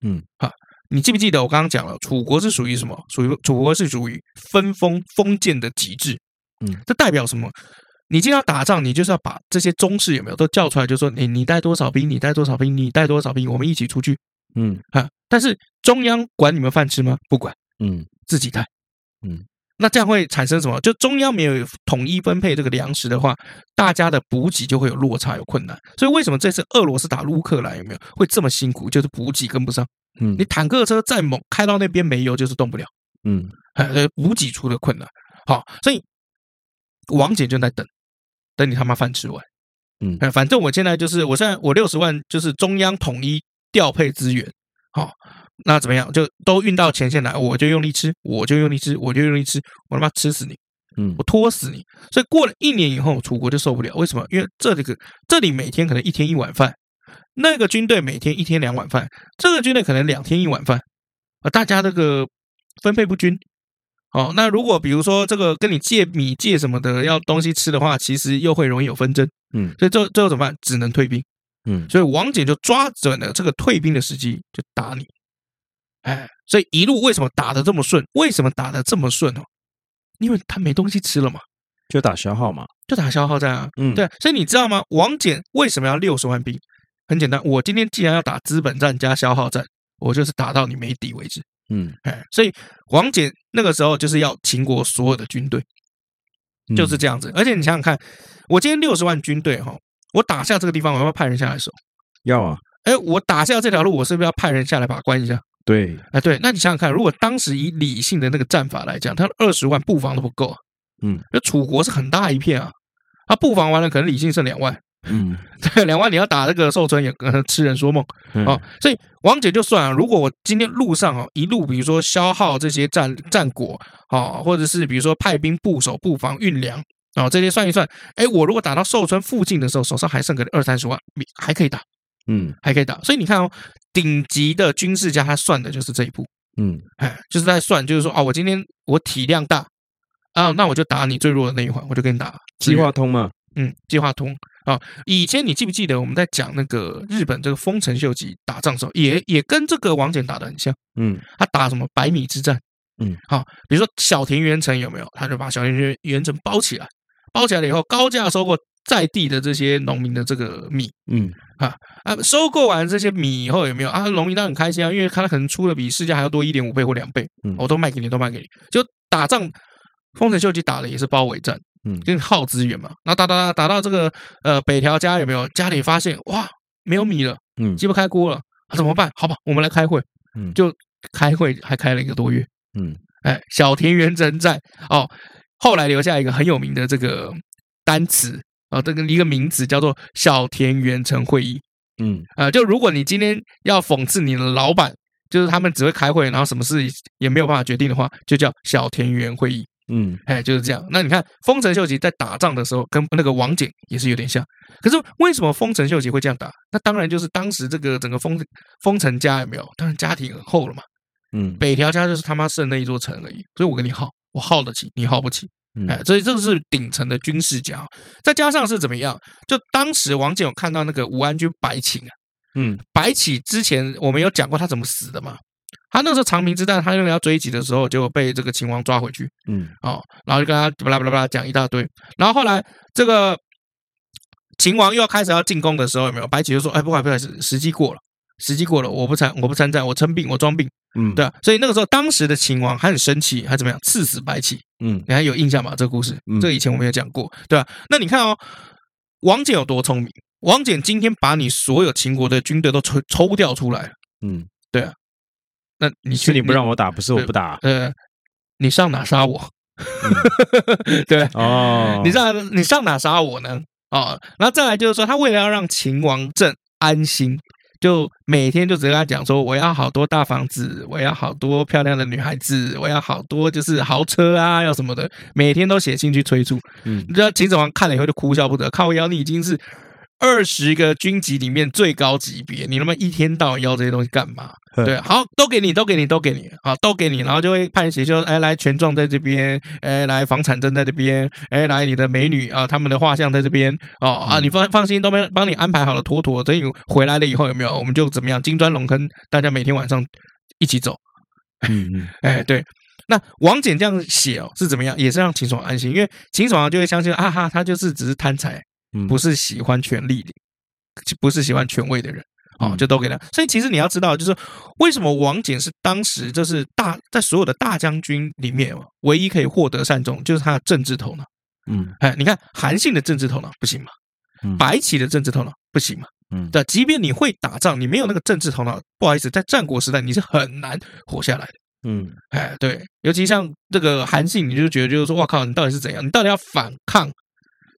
Speaker 2: 嗯，
Speaker 1: 啊，你记不记得我刚刚讲了，楚国是属于什么？属于楚国是属于分封封建的极致。
Speaker 2: 嗯，
Speaker 1: 这代表什么？你今天要打仗，你就是要把这些宗室有没有都叫出来，就说哎你你带多少兵，你带多少兵，你带多少兵，我们一起出去
Speaker 2: 嗯
Speaker 1: 啊！但是中央管你们饭吃吗？不管，
Speaker 2: 嗯
Speaker 1: 自己带。
Speaker 2: 嗯，
Speaker 1: 那这样会产生什么？就中央没有统一分配这个粮食的话，大家的补给就会有落差，有困难。所以为什么这次俄罗斯打乌克兰有没有会这么辛苦？就是补给跟不上。
Speaker 2: 嗯
Speaker 1: 你坦克车再猛，开到那边没油就是动不了，
Speaker 2: 嗯
Speaker 1: 呃，补给出的困难。好，所以王姐就在等，等你他妈饭吃完。
Speaker 2: 嗯
Speaker 1: 呃反正我现在就是，我现在我六十万就是中央统一调配资源，好、那怎么样就都运到前线来，我就用力吃，我就用力吃，我就用力吃，我他妈吃死你，
Speaker 2: 嗯
Speaker 1: 我拖死你。所以过了一年以后，楚国就受不了，为什么？因为这里个这里每天可能一天一碗饭，那个军队每天一天两碗饭，这个军队可能两天一碗饭，啊，大家这个分配不均。哦，那如果比如说这个跟你借米借什么的要东西吃的话，其实又会容易有纷争。
Speaker 2: 嗯
Speaker 1: 所以最后最后怎么办？只能退兵。
Speaker 2: 嗯
Speaker 1: 所以王翦就抓准了这个退兵的时机，就打你。哎，所以一路为什么打得这么顺？为什么打得这么顺哦？因为他没东西吃了嘛，
Speaker 2: 就打消耗嘛，
Speaker 1: 就打消耗战啊。
Speaker 2: 嗯
Speaker 1: 对，所以你知道吗？王翦为什么要六十万兵？很简单，我今天既然要打资本战加消耗战，我就是打到你没底为止。
Speaker 2: 嗯
Speaker 1: 哎，所以王翦那个时候就是要秦国所有的军队。
Speaker 2: 嗯
Speaker 1: 就是这样子。而且你想想看，我今天六十万军队哈，我打下这个地方，我要不要派人下来守？
Speaker 2: 要啊，
Speaker 1: 哎，我打下这条路，我是不是要派人下来把关一下？
Speaker 2: 对，
Speaker 1: 哎，对，那你想想看，如果当时以理性的那个战法来讲，他二十万布防都不够、啊，
Speaker 2: 嗯，
Speaker 1: 那楚国是很大一片啊，啊，布防完了，可能理性剩两万，
Speaker 2: 嗯
Speaker 1: 对， (laughs) 两万你要打这个寿春也呃痴人说梦哦
Speaker 2: 嗯，
Speaker 1: 所以王姐就算、啊，如果我今天路上哦一路比如说消耗这些战战果哦，或者是比如说派兵部守布防运粮哦，这些算一算，哎，我如果打到寿春附近的时候，手上还剩个二三十万，你还可以打，
Speaker 2: 嗯
Speaker 1: 还可以打。所以你看哦，顶级的军事家他算的就是这一步。
Speaker 2: 嗯
Speaker 1: 哎，就是在算，就是说啊，我今天我体量大啊，那我就打你最弱的那一环，我就跟你打
Speaker 2: 计划，通嘛，
Speaker 1: 嗯，计划通啊。以前你记不记得我们在讲那个日本这个丰臣秀吉打仗的时候，也也跟这个王翦打的很像，
Speaker 2: 嗯
Speaker 1: 他打什么百米之战，
Speaker 2: 嗯，
Speaker 1: 好、比如说小田园城有没有？他就把小田园园城包起来，包起来了以后，高价收购在地的这些农民的这个米，
Speaker 2: 嗯
Speaker 1: 啊，收购完这些米以后有没有啊？农民当然很开心啊，因为他可能出的比市价还要多一点五倍或两倍，
Speaker 2: 嗯
Speaker 1: 我都卖给你，都卖给你。就打仗，丰臣秀吉打的也是包围战，
Speaker 2: 嗯
Speaker 1: 就是耗资源嘛。那打打打打到这个呃北条家有没有？家里发现哇没有米了，
Speaker 2: 嗯
Speaker 1: 鸡不开锅了，啊怎么办？好吧，我们来开会，
Speaker 2: 嗯
Speaker 1: 就开会还开了一个多月，
Speaker 2: 嗯
Speaker 1: 哎，小田园征战哦，后来留下一个很有名的这个单词啊，这个一个名词叫做小田园城会议。
Speaker 2: 嗯
Speaker 1: 呃，就如果你今天要讽刺你的老板，就是他们只会开会，然后什么事也没有办法决定的话，就叫小田园会议。
Speaker 2: 嗯
Speaker 1: 哎，就是这样。那你看，丰臣秀吉在打仗的时候，跟那个王翦也是有点像。可是为什么丰臣秀吉会这样打？那当然就是当时这个整个丰丰臣家有没有？当然家庭很厚了嘛。
Speaker 2: 嗯
Speaker 1: 北条家就是他妈剩那一座城而已，所以我跟你耗，我耗得起，你耗不起。
Speaker 2: 嗯
Speaker 1: 哎，所以这是顶层的军事家。再加上是怎么样？就当时王翦有看到那个武安君白起啊，
Speaker 2: 嗯
Speaker 1: 白起之前我们有讲过他怎么死的嘛？他那时候长平之战，他用来要追击的时候，结果被这个秦王抓回去
Speaker 2: 嗯
Speaker 1: 哦，然后就跟他巴拉巴拉巴拉讲一大堆。然后后来这个秦王又要开始要进攻的时候，有没有？白起就说：“哎，不管不管，时时机过了，时机过了，我不参我不参战，我称病，我装病。”
Speaker 2: 嗯
Speaker 1: 对啊，所以那个时候当时的秦王还很生气，还怎么样刺死白起？
Speaker 2: 嗯
Speaker 1: 你还有印象吗？这个故事，
Speaker 2: 嗯
Speaker 1: 这个以前我们有讲过，对吧、那你看哦，王翦有多聪明？王翦今天把你所有秦国的军队都抽抽调出来，
Speaker 2: 嗯，
Speaker 1: 那你去
Speaker 2: 是你不让我打，不是我不打
Speaker 1: 呃，你 (laughs) 上哪杀我？对，
Speaker 2: 哦，
Speaker 1: 你上你上哪杀我呢？哦，然后再来就是说，他为了要让秦王政安心，就每天就只跟他讲说，我要好多大房子，我要好多漂亮的女孩子，我要好多就是豪车啊，要什么的，每天都写信去催促。
Speaker 2: 嗯
Speaker 1: 你知道秦始皇看了以后就哭笑不得，靠腰，你已经是二十个军级里面最高级别，你他妈一天到晚要这些东西干嘛？
Speaker 2: 嗯
Speaker 1: 对，好，都给你，都给你，都给你，好，都给你，然后就会派人写就哎，来权状在这边，哎，来房产证在这边，哎，来你的美女啊，他们的画像在这边，哦啊，你放放心，都帮帮你安排好了，妥妥。等你回来了以后，有没有我们就怎么样金砖龙坑，大家每天晚上一起走，
Speaker 2: 嗯嗯，
Speaker 1: 哎，对。那王翦这样写哦，是怎么样？也是让秦始皇安心，因为秦始皇就会相信，啊哈，他就是只是贪财，
Speaker 2: 嗯
Speaker 1: 不是喜欢权力的，不是喜欢权位的人，哦，
Speaker 2: 嗯
Speaker 1: 就都给他。所以其实你要知道，就是为什么王翦是当时就是大在所有的大将军里面哦唯一可以获得善终，就是他的政治头脑。
Speaker 2: 嗯
Speaker 1: 哎，你看韩信的政治头脑不行嘛
Speaker 2: 嗯，
Speaker 1: 白起的政治头脑不行嘛。
Speaker 2: 嗯
Speaker 1: 对，即便你会打仗，你没有那个政治头脑，不好意思，在战国时代你是很难活下来的。
Speaker 2: 嗯
Speaker 1: 哎，对，尤其像这个韩信，你就觉得就是说，哇靠，你到底是怎样？你到底要反抗，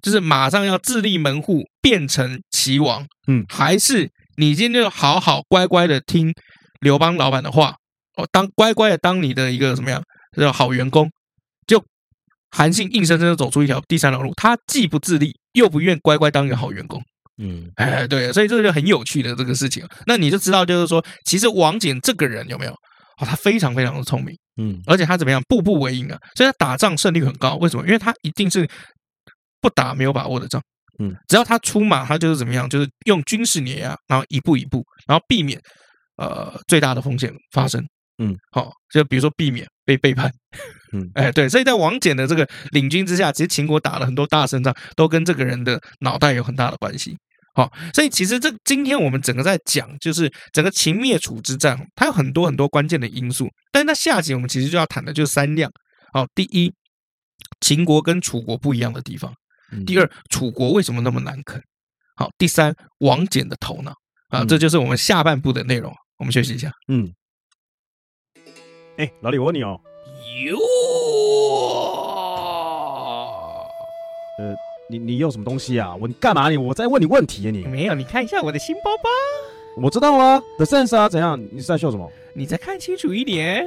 Speaker 1: 就是马上要自立门户，变成齐王，
Speaker 2: 嗯
Speaker 1: 还是你今天就好好乖乖的听刘邦老板的话，哦，当乖乖的当你的一个怎么样，叫好员工？就韩信硬生生的走出一条第三条路，他既不自立，又不愿乖乖当一个好员工。
Speaker 2: 嗯
Speaker 1: 哎，对，所以这个就很有趣的这个事情。那你就知道，就是说，其实王翦这个人有没有？哦，他非常非常的聪明。
Speaker 2: 嗯
Speaker 1: 而且他怎么样，步步为营啊，所以他打仗胜率很高。为什么？因为他一定是不打没有把握的仗。
Speaker 2: 嗯，
Speaker 1: 只要他出马，他就是怎么样，就是用军事碾压，然后一步一步，然后避免呃最大的风险发生。
Speaker 2: 嗯，
Speaker 1: 好、就比如说避免被背叛。
Speaker 2: 嗯
Speaker 1: (laughs) 哎，对，所以在王翦的这个领军之下，其实秦国打了很多大胜仗，都跟这个人的脑袋有很大的关系。好，所以其实这今天我们整个在讲，就是整个秦灭楚之战，它有很多很多关键的因素。但是那下集我们其实就要谈的就是三样。好，第一，秦国跟楚国不一样的地方；
Speaker 2: 嗯，
Speaker 1: 第二，楚国为什么那么难啃；好，第三，王翦的头脑。啊，
Speaker 2: 嗯
Speaker 1: 这就是我们下半部的内容。我们休息一下。
Speaker 2: 嗯，哎，老李，我问你哦，
Speaker 1: 哟，
Speaker 2: 你你用什么东西啊？我你干嘛你？我在问你问题耶你
Speaker 1: 没有，你看一下我的新包包，
Speaker 2: 我知道啊，The Sense 啊，怎样？你是在秀什么？
Speaker 1: 你再看清楚一点。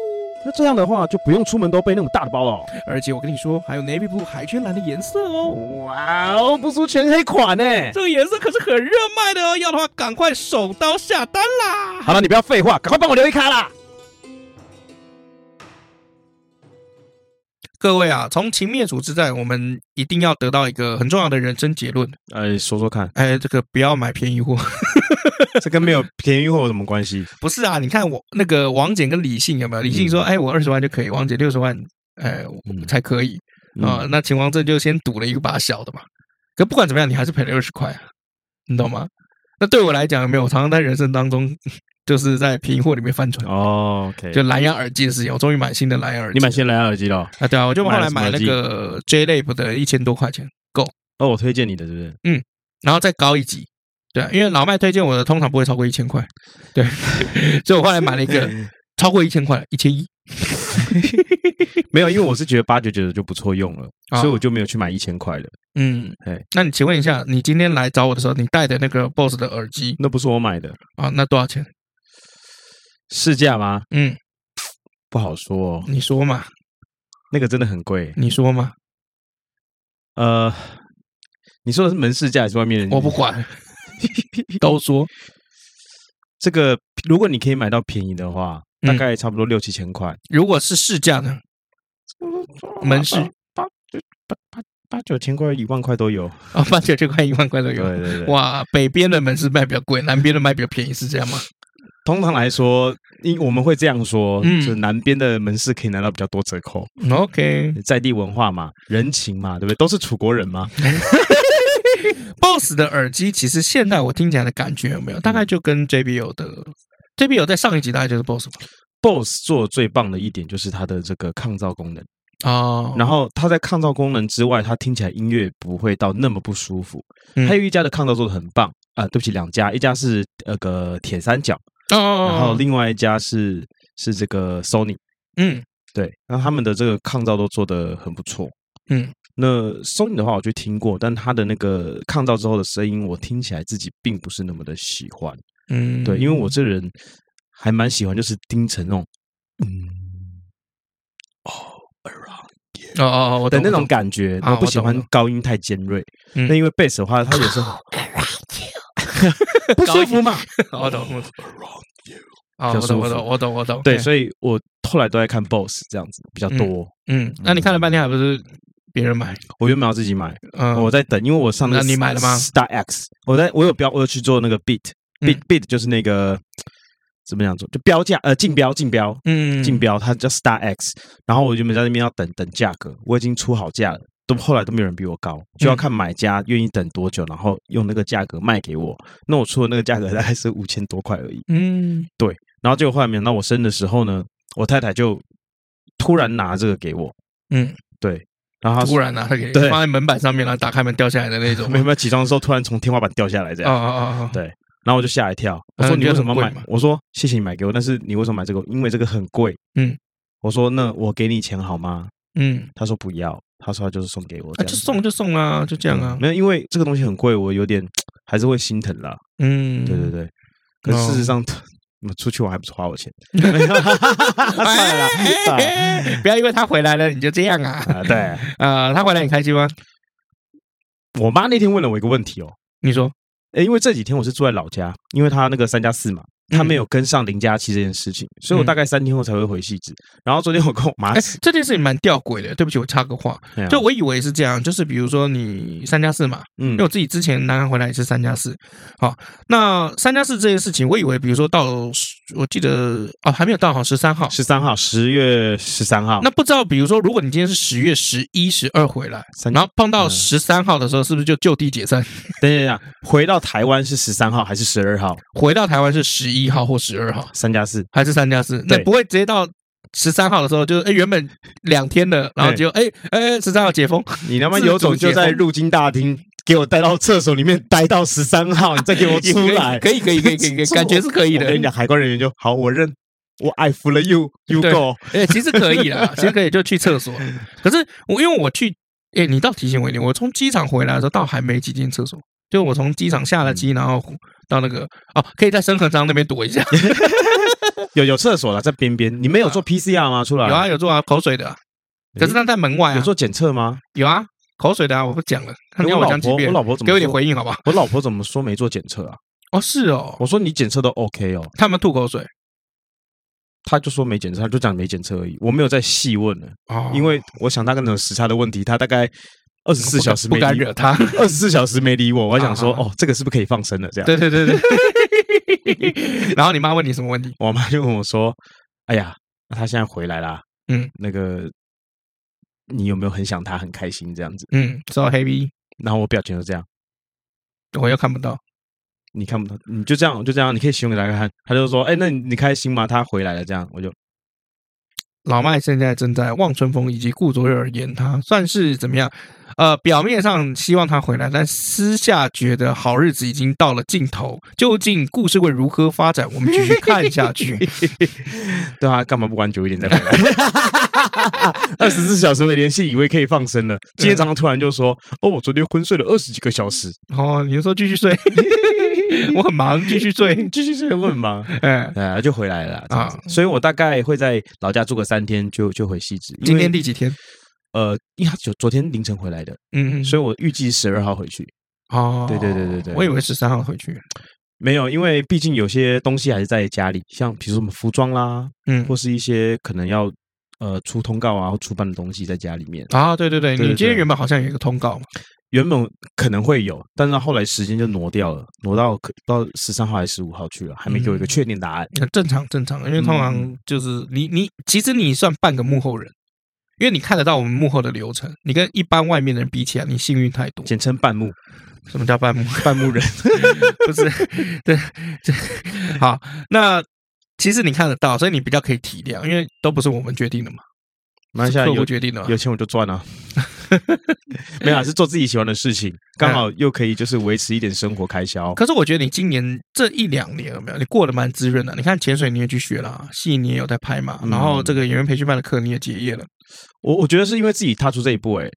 Speaker 2: 那这样的话，就不用出门都背那种大的包了哦。
Speaker 1: 而且我跟你说，还有 navy blue 海军蓝的颜色哦。
Speaker 2: 哇哦，不出全黑款呢。
Speaker 1: 这个颜色可是很热卖的哦，要的话赶快手刀下单啦！
Speaker 2: 好了，你不要废话，赶快帮我留一卡啦。
Speaker 1: 各位啊，从秦灭楚之战，我们一定要得到一个很重要的人生结论，
Speaker 2: 哎，说说看，
Speaker 1: 哎，这个不要买便宜货。
Speaker 2: 这跟没有便宜货有什么关系？
Speaker 1: 不是啊，你看我那个王翦跟李信有没有？李信说：“哎，我二十万就可以，王翦六十万，哎，我
Speaker 2: 嗯
Speaker 1: 才可以
Speaker 2: 哦
Speaker 1: 啊。”那秦王政就先赌了一把小的嘛。可不管怎么样，你还是赔了二十块啊，你懂吗？那对我来讲，有没有？我常常在人生当中， (laughs) 就是在便宜货里面翻船。
Speaker 2: 哦，OK，
Speaker 1: 就蓝牙耳机的事情，我终于买新的蓝牙耳机。
Speaker 2: 你买新蓝牙耳机了哦？
Speaker 1: 啊？对啊，我就后来
Speaker 2: 买
Speaker 1: 买
Speaker 2: 了
Speaker 1: 那
Speaker 2: 什么
Speaker 1: 个 J Lab 的一千多块钱，
Speaker 2: 哦，我推荐你的是不是？
Speaker 1: 然后再高一级。对啊，因为老麦推荐我的通常不会超过一千块，对， (laughs) 所以我后来买了一
Speaker 2: (laughs)
Speaker 1: 个超过一千块，一千一。
Speaker 2: 没有，因为我是觉得八九九的就不错用了，
Speaker 1: 啊
Speaker 2: 所以我就没有去买一千块的。
Speaker 1: 嗯
Speaker 2: 哎，
Speaker 1: 那你请问一下，你今天来找我的时候，你戴的那个 BOSS 的耳机
Speaker 2: 那不是我买的，
Speaker 1: 啊，那多少钱？
Speaker 2: 市价吗？
Speaker 1: 嗯，
Speaker 2: 不好说、哦，
Speaker 1: 你说嘛，
Speaker 2: 那个真的很贵。
Speaker 1: 你说嘛，
Speaker 2: 呃，你说的是门市价还是外面人？
Speaker 1: 我不
Speaker 2: (laughs)
Speaker 1: 管，都说
Speaker 2: 这个，如果你可以买到便宜的话，
Speaker 1: 嗯
Speaker 2: 大概差不多六七千块。
Speaker 1: 如果是市价呢？门市
Speaker 2: 八九八八八九千块、一万块都有。
Speaker 1: 啊，八九千块、一万块都
Speaker 2: 对
Speaker 1: 有。
Speaker 2: 对对，
Speaker 1: 哇，北边的门市卖比较贵，南边的卖比较便宜，是这样吗？
Speaker 2: 通常来说，因我们会这样说，
Speaker 1: 嗯
Speaker 2: 就是南边的门市可以拿到比较多折扣，
Speaker 1: 嗯 OK，
Speaker 2: 在地文化嘛，人情嘛，对不对？都是楚国人嘛。
Speaker 1: BOSS 的耳机其实现在我听起来的感觉有没有？大概就跟 JBL 的 JBL 在上一集大概就是 BOSS 吧。
Speaker 2: BOSS 做最棒的一点就是它的这个抗噪功能，
Speaker 1: 哦，
Speaker 2: 然后它在抗噪功能之外，它听起来音乐不会到那么不舒服。
Speaker 1: 嗯
Speaker 2: 还有一家的抗噪做的很棒啊、对不起，两家，一家是那个铁三角，
Speaker 1: 哦哦，
Speaker 2: 然后
Speaker 1: 哦
Speaker 2: 另外一家是是这个 Sony，
Speaker 1: 嗯
Speaker 2: 对，那他们的这个抗噪都做得很不错。
Speaker 1: 嗯，
Speaker 2: 那 Sony 的话我就听过，但它的那个抗噪之后的声音，我听起来自己并不是那么的喜欢。
Speaker 1: 嗯，
Speaker 2: 对，因为我这人还蛮喜欢，就是低沉那种，嗯，
Speaker 1: 哦哦哦，我
Speaker 2: 的
Speaker 1: 懂
Speaker 2: 那种
Speaker 1: 我懂
Speaker 2: 感觉，
Speaker 1: 啊
Speaker 2: 我不
Speaker 1: 我
Speaker 2: 喜
Speaker 1: 懂我
Speaker 2: 欢
Speaker 1: 懂
Speaker 2: 高音太尖锐。
Speaker 1: 嗯
Speaker 2: 那因为贝斯的话，它有时候 (laughs) 不舒服嘛。
Speaker 1: 我懂，我懂。啊，我懂，我懂，我懂，我懂。嗯
Speaker 2: 对，
Speaker 1: 以
Speaker 2: 所以我后来都在看 Boss 这样子比较多。
Speaker 1: 嗯，那你看了半天还不是别人买？
Speaker 2: 我原本要自己买，
Speaker 1: 嗯，
Speaker 2: 我在等，因为我上那
Speaker 1: 那你买了吗
Speaker 2: ？Star X，我在我有标，我有去做那个 beat
Speaker 1: 嗯
Speaker 2: beat beat，就是那个怎么样做，就标价呃竞标竞标
Speaker 1: 嗯
Speaker 2: 竞标，它叫 Star X。然后我原本在那边要等等价格，我已经出好价了，都后来都没有人比我高，就
Speaker 1: 嗯
Speaker 2: 要看买家愿意等多久，然后用那个价格卖给我。那我出的那个价格大概是五千多块而已。
Speaker 1: 嗯
Speaker 2: 然后结果后来没想到我生的时候呢，我太太就突然拿这个给我，
Speaker 1: 嗯，
Speaker 2: 对，然后她
Speaker 1: 突然拿它给
Speaker 2: 对
Speaker 1: 放在门板上面，然后打开门掉下来的那
Speaker 2: (laughs)
Speaker 1: 种。
Speaker 2: 没有没有起床的时候突然从天花板掉下来这
Speaker 1: 哦
Speaker 2: 样。
Speaker 1: 哦哦，
Speaker 2: 对然后我就吓一跳，我
Speaker 1: 嗯
Speaker 2: 说你
Speaker 1: 你觉
Speaker 2: 为
Speaker 1: 得
Speaker 2: 什么
Speaker 1: 很贵
Speaker 2: 买
Speaker 1: 吗？
Speaker 2: 我说谢谢你买给我，但是你为什么买这个？因为这个很贵。
Speaker 1: 嗯，
Speaker 2: 我说那我给你钱好吗？
Speaker 1: 嗯，
Speaker 2: 他说不要，他说他就是送给我，
Speaker 1: 啊，就送就送啊，就这
Speaker 2: 这
Speaker 1: 样
Speaker 2: 样
Speaker 1: 啊
Speaker 2: 嗯。没有，因为这个东西很贵，我有点还是会心疼啦。
Speaker 1: 嗯，
Speaker 2: 对对，对，可是
Speaker 1: 哦
Speaker 2: 事实上， (laughs) 我出去玩还不是花我
Speaker 1: (laughs)
Speaker 2: 钱，算了
Speaker 1: 哎
Speaker 2: 啦，算了
Speaker 1: 不要因为他回来了你就这样啊。
Speaker 2: 啊。对
Speaker 1: 啊，他回来你开心吗？
Speaker 2: 我妈那天问了我一个问题哦，
Speaker 1: 你说，
Speaker 2: 诶，因为这几天我是住在老家，因为她那个三加四嘛，她
Speaker 1: 嗯
Speaker 2: 没有跟上零加七这件事情，所以我大概三天后才会回戏子。然后昨天我跟我妈
Speaker 1: 哎，，这件事情蛮吊诡的。对不起，我插个话，
Speaker 2: 哎呀
Speaker 1: 就我以为是这样，就是比如说你三加四嘛，
Speaker 2: 嗯
Speaker 1: 因为我自己之前南韩回来也是三加四，好，那三加四这件事情，我以为比如说到，我记得哦还没有到好十三号，
Speaker 2: 十三号，十月十三号。
Speaker 1: 那不知道比如说如果你今天是十月十一、十二回来，
Speaker 2: 三
Speaker 1: 然后碰到
Speaker 2: 嗯
Speaker 1: 十三号的时候，是不是就就地解散？ (laughs)
Speaker 2: 等一下，回到台湾是十三号还是十二号？
Speaker 1: 回到台湾是十一号或十二号，
Speaker 2: 三加
Speaker 1: (laughs)
Speaker 2: 四，
Speaker 1: 还是三加四？
Speaker 2: 对
Speaker 1: 那不会直接到。十三号的时候，就是哎，原本两天的，然后就哎哎，十三号解封，
Speaker 2: 你他妈有种就在入境大厅给我带到厕所里面待到十三号，你再给我出来。
Speaker 1: (laughs) 可以可以可以可
Speaker 2: (laughs)
Speaker 1: 以可以，感觉是可以的。
Speaker 2: 我跟你讲，海关人员就好，我
Speaker 1: (laughs)
Speaker 2: 认，我 I 服了 you，you
Speaker 1: 对
Speaker 2: go。
Speaker 1: 哎、其实可以啦，其实可以就去厕所。可是我因为我去，哎、你倒提醒我一点，我从机场回来的时候倒还没几间厕所，就我从机场下了
Speaker 2: 嗯
Speaker 1: 机，然后到那个哦，可以在深恒商那边躲一下。
Speaker 2: 有有厕所了，在边边。你们有做 PCR 吗？出来
Speaker 1: (laughs) 有啊，，有做啊口水的啊、可是那在门外啊，
Speaker 2: 有做检测吗？
Speaker 1: 有啊口水的啊，我不讲了，他要
Speaker 2: 我
Speaker 1: 我
Speaker 2: 老
Speaker 1: 讲
Speaker 2: 婆，
Speaker 1: 几
Speaker 2: 我
Speaker 1: 遍，
Speaker 2: 老婆怎么
Speaker 1: 给我一点
Speaker 2: 说？
Speaker 1: 回应好不好？
Speaker 2: 我老婆怎么说没做检测啊？
Speaker 1: 哦，是哦，
Speaker 2: 我说你检测都 OK 哦，
Speaker 1: 他们吐口水
Speaker 2: 她就说没检测，她就讲没检测而已。我没有再细问了。
Speaker 1: 哦，
Speaker 2: 因为我想他跟那种时差的问题，他大概二十四小时
Speaker 1: 不
Speaker 2: 没
Speaker 1: 敢
Speaker 2: 理
Speaker 1: 惹他。
Speaker 2: (laughs) 二十四小时没理我，我还想说，
Speaker 1: 啊啊
Speaker 2: 哦，这个是不是可以放生了？这样，
Speaker 1: 对对对对。 (laughs) 然后你妈问你什么问题？
Speaker 2: 我妈就问我说：“哎呀，那他现在回来啦，
Speaker 1: 嗯，
Speaker 2: 那个你有没有很想他，很开心这样子
Speaker 1: 嗯，说黑 B，？”
Speaker 2: 然后我表情就这样，
Speaker 1: 我又看不到。
Speaker 2: 你看不到，你就这样，就这样，你可以形容给大家看。他就说：“哎，那你你开心吗？他回来了。”这样，我就
Speaker 1: 老麦现在正在望春风以及顾左右而言他，算是怎么样？呃，表面上希望他回来，但私下觉得好日子已经到了尽头。究竟故事会如何发展？我们继续看下去。 (laughs)
Speaker 2: 对啊，干嘛不玩久一点再回来？二十四小时没联系，以为可以放生了。今天早上突然就说：“哦，我昨天昏睡了二十几个小时。”
Speaker 1: 哦，你就说继续睡， (laughs) 我很忙，继续睡。
Speaker 2: 继续这个问
Speaker 1: (laughs)
Speaker 2: 吧。
Speaker 1: 哎，
Speaker 2: 呃，就回来了啦这样子
Speaker 1: 啊
Speaker 2: 所以我大概会在老家住个三天就，就回西子。因为
Speaker 1: 今天第几天？
Speaker 2: 呃，因为他昨昨天凌晨回来的，
Speaker 1: 嗯，
Speaker 2: 所以我预计十二号回去。
Speaker 1: 哦，
Speaker 2: 对对对对对
Speaker 1: 我以为十三号回去。
Speaker 2: 没有，因为毕竟有些东西还是在家里，像比如说我们服装啦，
Speaker 1: 嗯，
Speaker 2: 或是一些可能要呃出通告啊或出版的东西在家里面。
Speaker 1: 啊，对对对，
Speaker 2: 对对
Speaker 1: 你今
Speaker 2: 对
Speaker 1: 天原本好像有一个通告嘛。
Speaker 2: 原本可能会有，但是后来时间就挪掉了，挪到可到十三号还是十五号去了，还没给我一个
Speaker 1: 嗯
Speaker 2: 确定答案。
Speaker 1: 很正常正常，因为通常就是你你其实你算半个幕后人，因为你看得到我们幕后的流程，你跟一般外面的人比起来，你幸运太多。
Speaker 2: 简称半幕，
Speaker 1: 什么叫半幕？
Speaker 2: 半幕
Speaker 1: (laughs)
Speaker 2: 人。
Speaker 1: 不是，对，这好，那其实你看得到，所以你比较可以体谅，因为都不是我们决定的嘛。
Speaker 2: 马来西亚
Speaker 1: 客
Speaker 2: 有
Speaker 1: 户决定的嘛，
Speaker 2: 有钱我就赚啊， (laughs) 没有啊啦，是做自己喜欢的事情，刚好又可以就是维持一点生活开销。
Speaker 1: 嗯可是我觉得你今年这一两年有没有，你过得蛮滋润的。你看潜水你也去学啦，戏你也有在拍嘛，
Speaker 2: 嗯
Speaker 1: 然后这个演员培训班的课你也结业了，
Speaker 2: 我我觉得是因为自己踏出这一步、欸，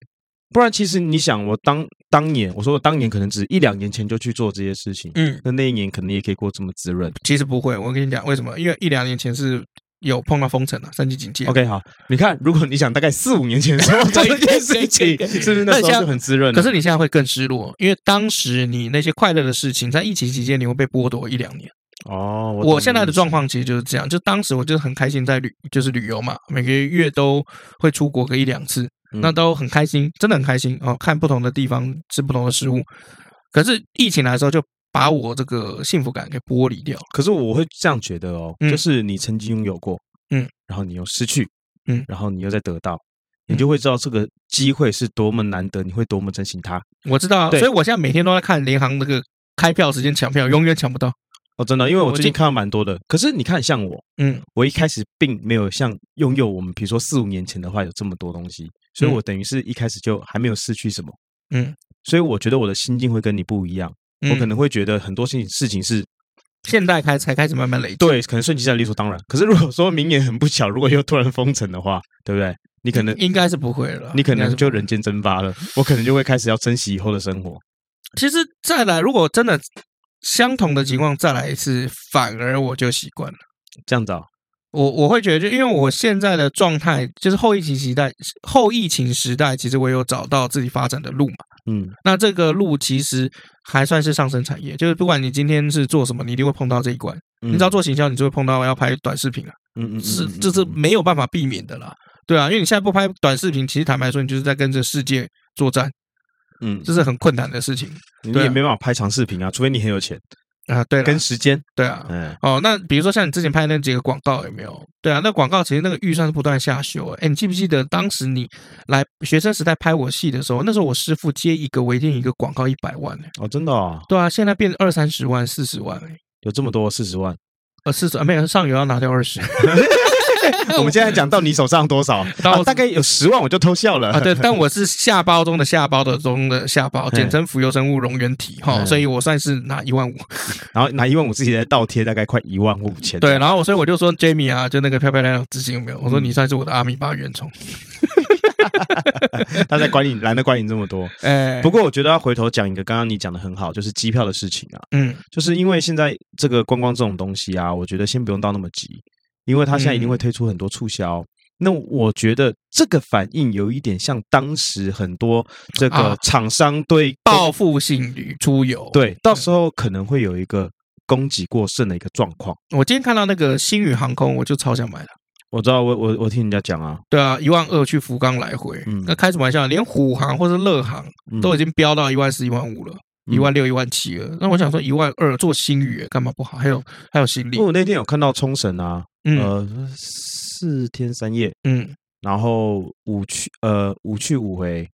Speaker 2: 不然其实你想，我当当年我说我当年可能只一两年前就去做这些事情，
Speaker 1: 嗯，
Speaker 2: 那那一年可能也可以过这么滋润。
Speaker 1: 其实不会，我跟你讲为什么？因为一两年前是有碰到封城了，三级警戒。啊
Speaker 2: OK，好，你看，如果你想大概四五年前的时候做一件事情，是不是那时候是很滋润的？
Speaker 1: 可是你现在会更失落，因为当时你那些快乐的事情，在疫情期间你会被剥夺一两年。
Speaker 2: 哦，懂
Speaker 1: 我现在
Speaker 2: 你
Speaker 1: 的状况其实就是这样，就当时我就是很开心在旅，就是旅游嘛，每个月都会出国个一两次，
Speaker 2: 嗯
Speaker 1: 那都很开心，真的很开心哦，看不同的地方，吃不同的食物。可是疫情来的时候，就把我这个幸福感给剥离掉了。
Speaker 2: 可是我会这样觉得哦，
Speaker 1: 嗯
Speaker 2: 就是你曾经拥有过，
Speaker 1: 嗯，
Speaker 2: 然后你又失去，
Speaker 1: 嗯
Speaker 2: 然后你又再得到，
Speaker 1: 嗯
Speaker 2: 你就会知道这个机会是多么难得，你会多么珍惜它。
Speaker 1: 我知道啊，
Speaker 2: 对
Speaker 1: 所以我现在每天都在看联航那个开票时间抢票，永远抢不到。
Speaker 2: 哦，真的，因为
Speaker 1: 我
Speaker 2: 我最
Speaker 1: 记
Speaker 2: 近看到蛮多的。可是你看，像我，
Speaker 1: 嗯，
Speaker 2: 我一开始并没有像拥有我们，比如说四五年前的话，有这么多东西，所以
Speaker 1: 嗯
Speaker 2: 我等于是一开始就还没有失去什么。
Speaker 1: 嗯，
Speaker 2: 所以我觉得我的心境会跟你不一样，我可
Speaker 1: 嗯
Speaker 2: 能会觉得很多事情事情是
Speaker 1: 现在开才开始慢慢累积。
Speaker 2: 对，可能顺其自然理所当然。可是如果说明年很不巧，如果又突然封城的话，对不对？你可能
Speaker 1: 应该是不会了，
Speaker 2: 你可
Speaker 1: 嗯应该
Speaker 2: 能
Speaker 1: 是
Speaker 2: 就人间蒸发了，我可能就会开始要珍惜以后的生活。
Speaker 1: 其实再来，如果真的相同的情况再来一次，反而我就习惯了。
Speaker 2: 这样子啊，
Speaker 1: 我我会觉得，就因为我现在的状态，就是后疫情时代，后疫情时代，其实我有找到自己发展的路嘛。
Speaker 2: 嗯，
Speaker 1: 那这个路其实还算是上升产业，就是不管你今天是做什么，你一定会碰到这一关。
Speaker 2: 你
Speaker 1: 你只要，做行销，你就会碰到要拍短视频啊，
Speaker 2: 嗯嗯嗯，
Speaker 1: 是
Speaker 2: 嗯
Speaker 1: 这是没有办法避免的啦。对啊，因为你现在不拍短视频，其实坦白说，你就是在跟这世界作战，
Speaker 2: 嗯，嗯
Speaker 1: 这是很困难的事情
Speaker 2: 你
Speaker 1: 对啊
Speaker 2: 也没办法拍长视频啊，除非你很有钱
Speaker 1: 啊。对了
Speaker 2: 跟，时间，
Speaker 1: 对啊，
Speaker 2: 嗯，
Speaker 1: 哦，那比如说像你之前拍那几个广告有没有？对啊，那广告其实那个预算是不断下修。哎，你记不记得当时你来学生时代拍我戏的时候，那时候我师傅接一个微电影一个广告一百万呢、
Speaker 2: 哦，真的啊，
Speaker 1: 对啊，现在变二三十万、四十万哎、
Speaker 2: 有这么多四十
Speaker 1: (laughs)
Speaker 2: 万，
Speaker 1: 呃，四十没有上游要拿掉二十
Speaker 2: 我们现在讲到你手上多少，
Speaker 1: 到
Speaker 2: 啊大概有十万我就偷笑了
Speaker 1: (laughs) 啊，对，但我是下包中的下包的中的下包，简称浮游生物溶原体哈，
Speaker 2: 嗯
Speaker 1: 所以我算是拿一万
Speaker 2: (laughs)
Speaker 1: 五。
Speaker 2: 然后拿一万五自己再倒贴，大概快一万或五千，
Speaker 1: 对，然后我所以我就说 Jamie 啊，就那个漂漂亮亮自信有
Speaker 2: 嗯
Speaker 1: 没有？我说你算是我的阿米巴原虫。
Speaker 2: 他在管你，懒得管你这么多。
Speaker 1: 哎，
Speaker 2: 不过我觉得要回头讲一个，刚刚你讲的很好，就是机票的事情啊，
Speaker 1: 嗯，
Speaker 2: 就是因为现在这个观光这种东西啊，我觉得先不用到那么急，因为它现在一
Speaker 1: 嗯
Speaker 2: 定会推出很多促销。那我觉得这个反应有一点像当时很多这
Speaker 1: 啊
Speaker 2: 个厂商对
Speaker 1: 报复性旅出游。
Speaker 2: 对，到时候可能会有一个供给过剩的一个状况。
Speaker 1: 我今天看到那个星宇航空，我就超想买了。
Speaker 2: 我知道，我我我听人家讲啊，
Speaker 1: 对啊，一万二去福冈来回，
Speaker 2: 嗯
Speaker 1: 那开什么玩笑？连虎航或是乐航
Speaker 2: 嗯
Speaker 1: 都已经飙到一万四、一万五了，一万六、一万七了。那我想说，一万二做星宇啊干嘛不好？还有还有行李
Speaker 2: 因为，我那天有看到冲绳啊，
Speaker 1: 嗯
Speaker 2: 哦呃，四天三夜，
Speaker 1: 嗯
Speaker 2: 然后五去呃五去五回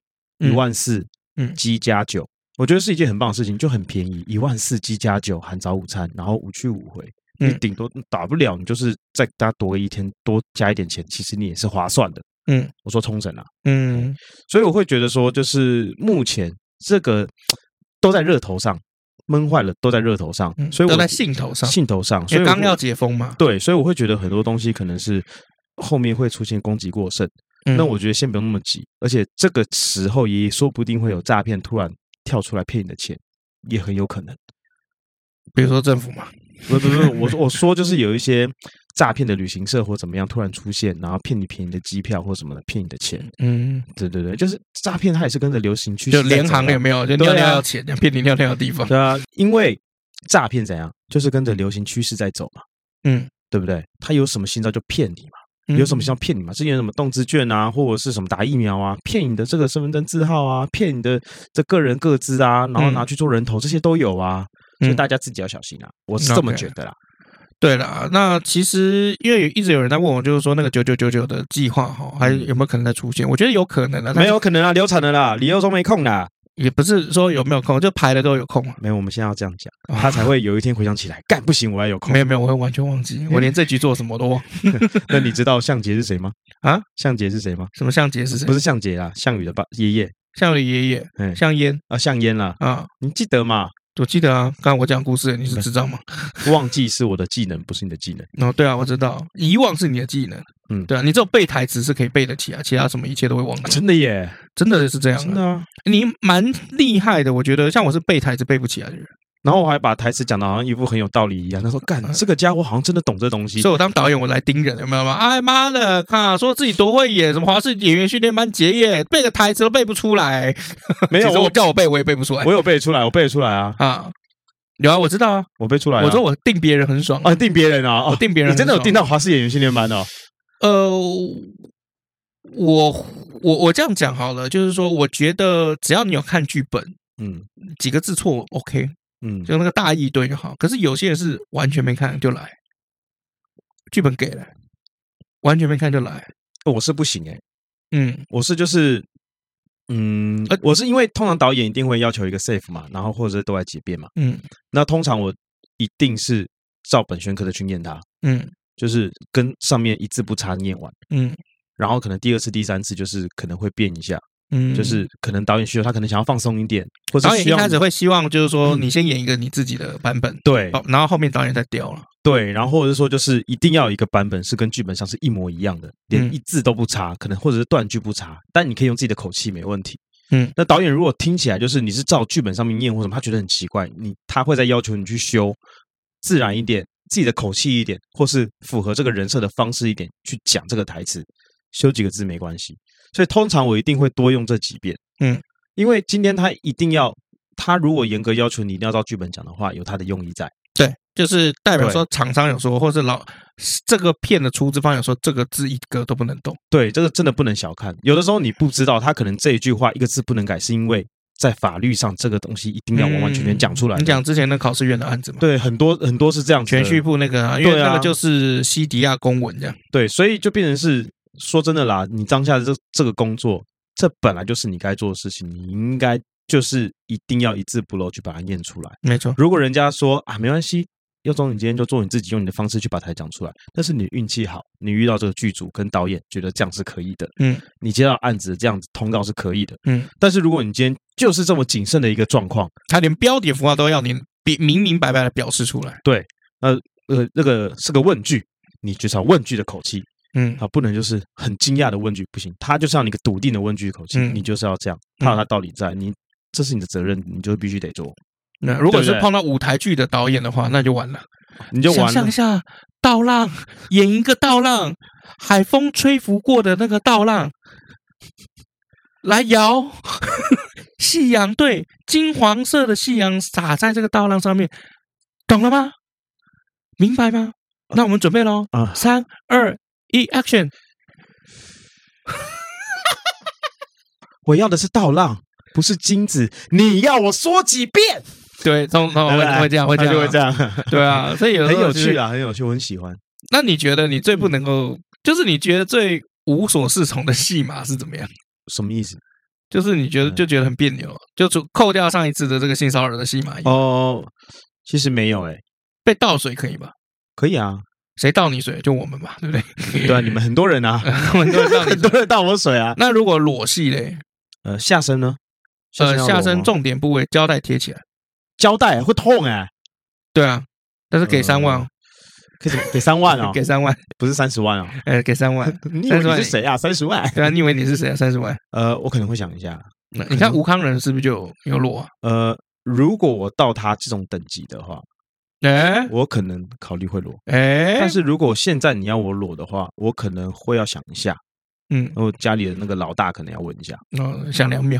Speaker 1: 嗯
Speaker 2: 一万四，
Speaker 1: 嗯
Speaker 2: 鸡加酒，我觉得是一件很棒的事情，就很便宜，一万四鸡加酒含早午餐，然后五去五回，你
Speaker 1: 嗯
Speaker 2: 顶多打不了，你就是再给他多一天，多加一点钱，其实你也是划算的。
Speaker 1: 嗯
Speaker 2: 我说冲绳啊，
Speaker 1: 嗯，
Speaker 2: 所以我会觉得说，就是目前这个都在热头上，闷坏了都在热头上，
Speaker 1: 嗯
Speaker 2: 所以我
Speaker 1: 都在兴头上，
Speaker 2: 兴头上，
Speaker 1: 因
Speaker 2: 所以
Speaker 1: 为
Speaker 2: 我
Speaker 1: 刚要解封嘛。
Speaker 2: 对，所以我会觉得很多东西可能是后面会出现供给过剩。
Speaker 1: 嗯
Speaker 2: 那我觉得先不用那么急，而且这个时候也说不定会有诈骗突然跳出来骗你的钱，也很有可能。
Speaker 1: 比如说政府嘛，
Speaker 2: 不不不，我说我说就是有一些诈骗的旅行社或怎么样突然出现，然后骗你便宜的机票或什么的，骗你的钱。
Speaker 1: 嗯，
Speaker 2: 对对对，就是诈骗，它也是跟着流行趋势
Speaker 1: 就
Speaker 2: 在走啊。
Speaker 1: 联航有没有？就
Speaker 2: 对
Speaker 1: 尿
Speaker 2: 啊
Speaker 1: 尿要钱，骗你尿尿的地方。
Speaker 2: 对啊，因为诈骗怎样，就是跟着流行趋势在走嘛，
Speaker 1: 嗯，
Speaker 2: 对不对？他有什么新招就骗你嘛。
Speaker 1: 嗯
Speaker 2: 有什么像骗你嘛？之前有什么动资券啊，或者是什么打疫苗啊，骗你的这个身份证字号啊，骗你的这个人个资啊，然后拿去做人头，这些都有啊，所以
Speaker 1: 嗯
Speaker 2: 大家自己要小心啊，我是这么
Speaker 1: OK
Speaker 2: 觉得啦。
Speaker 1: 对啦，那其实因为一直有人在问我，就是说那个九九九九的计划哈，还有没有可能再出现？我觉得有可能的，但
Speaker 2: 嗯没
Speaker 1: 是
Speaker 2: 有可能啊，流产了啦，李佑忠没空啦，
Speaker 1: 也不是说有没有空，就排了都有空嘛。啊
Speaker 2: 没有，我们现在要这样讲，他才会有一天回想起来，干不行，我要有空
Speaker 1: 哦没。有没有，我会完全忘
Speaker 2: 嗯
Speaker 1: 记，我连这局做什么都忘。
Speaker 2: (laughs) 那你知道向杰是谁吗？
Speaker 1: 啊，
Speaker 2: 向杰是谁吗？
Speaker 1: 什么向杰是谁
Speaker 2: 不？是向杰啦，项羽的爸爷爷
Speaker 1: 向你爷爷
Speaker 2: 嗯，
Speaker 1: 向烟
Speaker 2: 啊，项燕啦，
Speaker 1: 啊，
Speaker 2: 你记得吗？
Speaker 1: 我记得啊，刚刚我讲故事，你
Speaker 2: 嗯
Speaker 1: 是知道吗？
Speaker 2: 忘记是我的技能，不是你的技能。
Speaker 1: 哦，对啊，我知道，遗忘是你的技能。
Speaker 2: 嗯
Speaker 1: 对啊，你只有背台词是可以背得起啊，其他什么一切都会忘
Speaker 2: 啊 (laughs)
Speaker 1: 记，
Speaker 2: 真的
Speaker 1: (laughs)
Speaker 2: 耶，
Speaker 1: 真的是这样、
Speaker 2: 真的。啊。
Speaker 1: 你蛮厉害的，我觉得像我是背台词背不起来的人，
Speaker 2: 然后我还把台词讲的好像一副很有道理一样。他说：“干，这个家伙好像真的懂这东西。
Speaker 1: 哎所以我当导演我来盯人，有没有吗？哎妈的，啊，说自己多会演，什么华视演员训练班结业，背个台词都背不出来。”
Speaker 2: (laughs) 没有，
Speaker 1: 其实我
Speaker 2: 我
Speaker 1: 叫我背我也背不出来
Speaker 2: 我有背出来，我背得出来啊，
Speaker 1: 啊。有啊，我知道啊，
Speaker 2: 我背出来了。
Speaker 1: 我说我定别人很爽，
Speaker 2: 啊，定别人啊，
Speaker 1: 我
Speaker 2: 哦，
Speaker 1: 定别
Speaker 2: 你
Speaker 1: 人很
Speaker 2: 真的
Speaker 1: 爽
Speaker 2: 有定到华视演员训练班哦？
Speaker 1: 呃，我我我这样讲好了，就是说，我觉得只要你有看剧本，
Speaker 2: 嗯
Speaker 1: 几个字错 OK，
Speaker 2: 嗯，
Speaker 1: 就那个大意对就好。可是有些人是完全没看就来，剧本给了，完全没看就来，
Speaker 2: 我是不行哎，
Speaker 1: 嗯，
Speaker 2: 我是就是，嗯
Speaker 1: 呃，
Speaker 2: 我是因为通常导演一定会要求一个 safe 嘛，然后或者是都来几遍嘛。
Speaker 1: 嗯
Speaker 2: 那通常我一定是照本宣科的去念它，
Speaker 1: 嗯
Speaker 2: 就是跟上面一字不差念完。
Speaker 1: 嗯
Speaker 2: 然后可能第二次、第三次就是可能会变一下，
Speaker 1: 嗯，
Speaker 2: 就是可能导演需要他可能想要放松一点，或者
Speaker 1: 导演
Speaker 2: 需
Speaker 1: 一
Speaker 2: 要
Speaker 1: 开始会希望就是说，
Speaker 2: 嗯
Speaker 1: 你先演一个你自己的版本，
Speaker 2: 对
Speaker 1: 好，然后后面导演再调了，
Speaker 2: 对，然后或者是说就是一定要有一个版本是跟剧本上是一模一样的，连
Speaker 1: 嗯
Speaker 2: 一字都不差，可能或者是断句不差，但你可以用自己的口气没问题。
Speaker 1: 嗯，
Speaker 2: 那导演如果听起来就是你是照剧本上面念或什么，他觉得很奇怪，你他会再要求你去修，自然一点，自己的口气一点，或是符合这个人设的方式一点去讲这个台词，修几个字没关系。所以通常我一定会多用这几遍。
Speaker 1: 嗯，
Speaker 2: 因为今天他一定要，他如果严格要求你一定要照剧本讲的话，有他的用意在。
Speaker 1: 对，就是代表说厂商有说，或是老这个片的出资方有说，这个字一个都不能动。
Speaker 2: 对，这个真的不能小看。有的时候你不知道，他可能这一句话一个字不能改，是因为在法律上这个东西一定要完完全全讲出来。
Speaker 1: 嗯你讲之前那考试院的案子嘛，
Speaker 2: 对，很多很多是这样子的
Speaker 1: 全序部那个、啊，因为
Speaker 2: 对啊
Speaker 1: 那个就是西迪亚公文这样。
Speaker 2: 对，所以就变成是说真的啦，你当下的这这个工作，这本来就是你该做的事情，你应该就是一定要一字不漏去把它念出来。
Speaker 1: 没错，
Speaker 2: 如果人家说啊，没关系，佑宗，你今天就做你自己，用你的方式去把它讲出来。但是你运气好，你遇到这个剧组跟导演觉得这样是可以的，
Speaker 1: 嗯
Speaker 2: 你接到案子这样子通告是可以的。
Speaker 1: 嗯，
Speaker 2: 但是如果你今天就是这么谨慎的一个状况，
Speaker 1: 他连标点符号都要你明明明白白的表示出来。
Speaker 2: 呃，那个是个问句，你至少问句的口气
Speaker 1: 嗯
Speaker 2: 啊，不能就是很惊讶的问句，不行，他就是要你一个笃定的问句口气，
Speaker 1: 嗯
Speaker 2: 你就是要这样，他有他道理在，你这是你的责任，你就必须得做，
Speaker 1: 那如果
Speaker 2: 对
Speaker 1: 是
Speaker 2: 不对
Speaker 1: 碰到舞台剧的导演的话，那就完了。
Speaker 2: 你就
Speaker 1: 想
Speaker 2: 完
Speaker 1: 象
Speaker 2: 了
Speaker 1: 一。下，倒浪演一个倒浪，海风吹拂过的那个倒浪，来摇， (laughs) 夕阳对，金黄色的夕阳洒在这个倒浪上面，懂了吗？明白吗？那我们准备喽，
Speaker 2: 啊，
Speaker 1: 三二一，action！
Speaker 2: 我要的是倒浪，不是金子。你要我说几遍？
Speaker 1: 对，通通哦会会这样，会这
Speaker 2: 他
Speaker 1: 样，
Speaker 2: 就会这
Speaker 1: (laughs)
Speaker 2: 样，
Speaker 1: 对啊，所以有
Speaker 2: 很
Speaker 1: 时候
Speaker 2: 有
Speaker 1: 就是
Speaker 2: 趣啊，很有趣，我很喜欢。
Speaker 1: 那你觉得你最
Speaker 2: 嗯
Speaker 1: 不能够，就是你觉得最无所适从的戏码是怎么样？
Speaker 2: 什么意思？
Speaker 1: 就是你觉得
Speaker 2: 嗯
Speaker 1: 就觉得很别扭，啊就除扣掉上一次的这个性骚扰的戏码，
Speaker 2: 哦，其实没有诶、哎
Speaker 1: 被倒水可以吧？
Speaker 2: 可以啊，
Speaker 1: 谁倒你水就我们嘛，对不 (laughs) 对？
Speaker 2: 对啊，你们很多人啊，
Speaker 1: 很多人倒你
Speaker 2: (laughs) 很
Speaker 1: 水。
Speaker 2: 多人倒我水啊。
Speaker 1: 那如果裸戏嘞，
Speaker 2: 呃，下身呢？
Speaker 1: 呃，
Speaker 2: 要
Speaker 1: 下
Speaker 2: 裸
Speaker 1: 身
Speaker 2: 吗
Speaker 1: 重点部位胶带贴起来，
Speaker 2: 胶带会痛哎、
Speaker 1: 对啊，但是给三万哦，
Speaker 2: 可以怎么给三万呃哦，
Speaker 1: (laughs) 给三万，
Speaker 2: 不是三十万哦。
Speaker 1: (laughs) 呃，给
Speaker 2: (laughs)
Speaker 1: 三万，
Speaker 2: 你以为你
Speaker 1: 30万
Speaker 2: 是谁啊？三十万？
Speaker 1: 对啊，你以为你是谁啊？三十万？
Speaker 2: 呃，我可能会想一下。
Speaker 1: 那你看吴康仁是不是就有有裸啊？
Speaker 2: 呃，如果我到他这种等级的话，
Speaker 1: 哎
Speaker 2: 我可能考虑会裸。
Speaker 1: 哎，
Speaker 2: 但是如果现在你要我裸的话，我可能会要想一下，
Speaker 1: 嗯，
Speaker 2: 我家里的那个老大可能要问一下。
Speaker 1: 哦想
Speaker 2: (laughs)
Speaker 1: 两秒，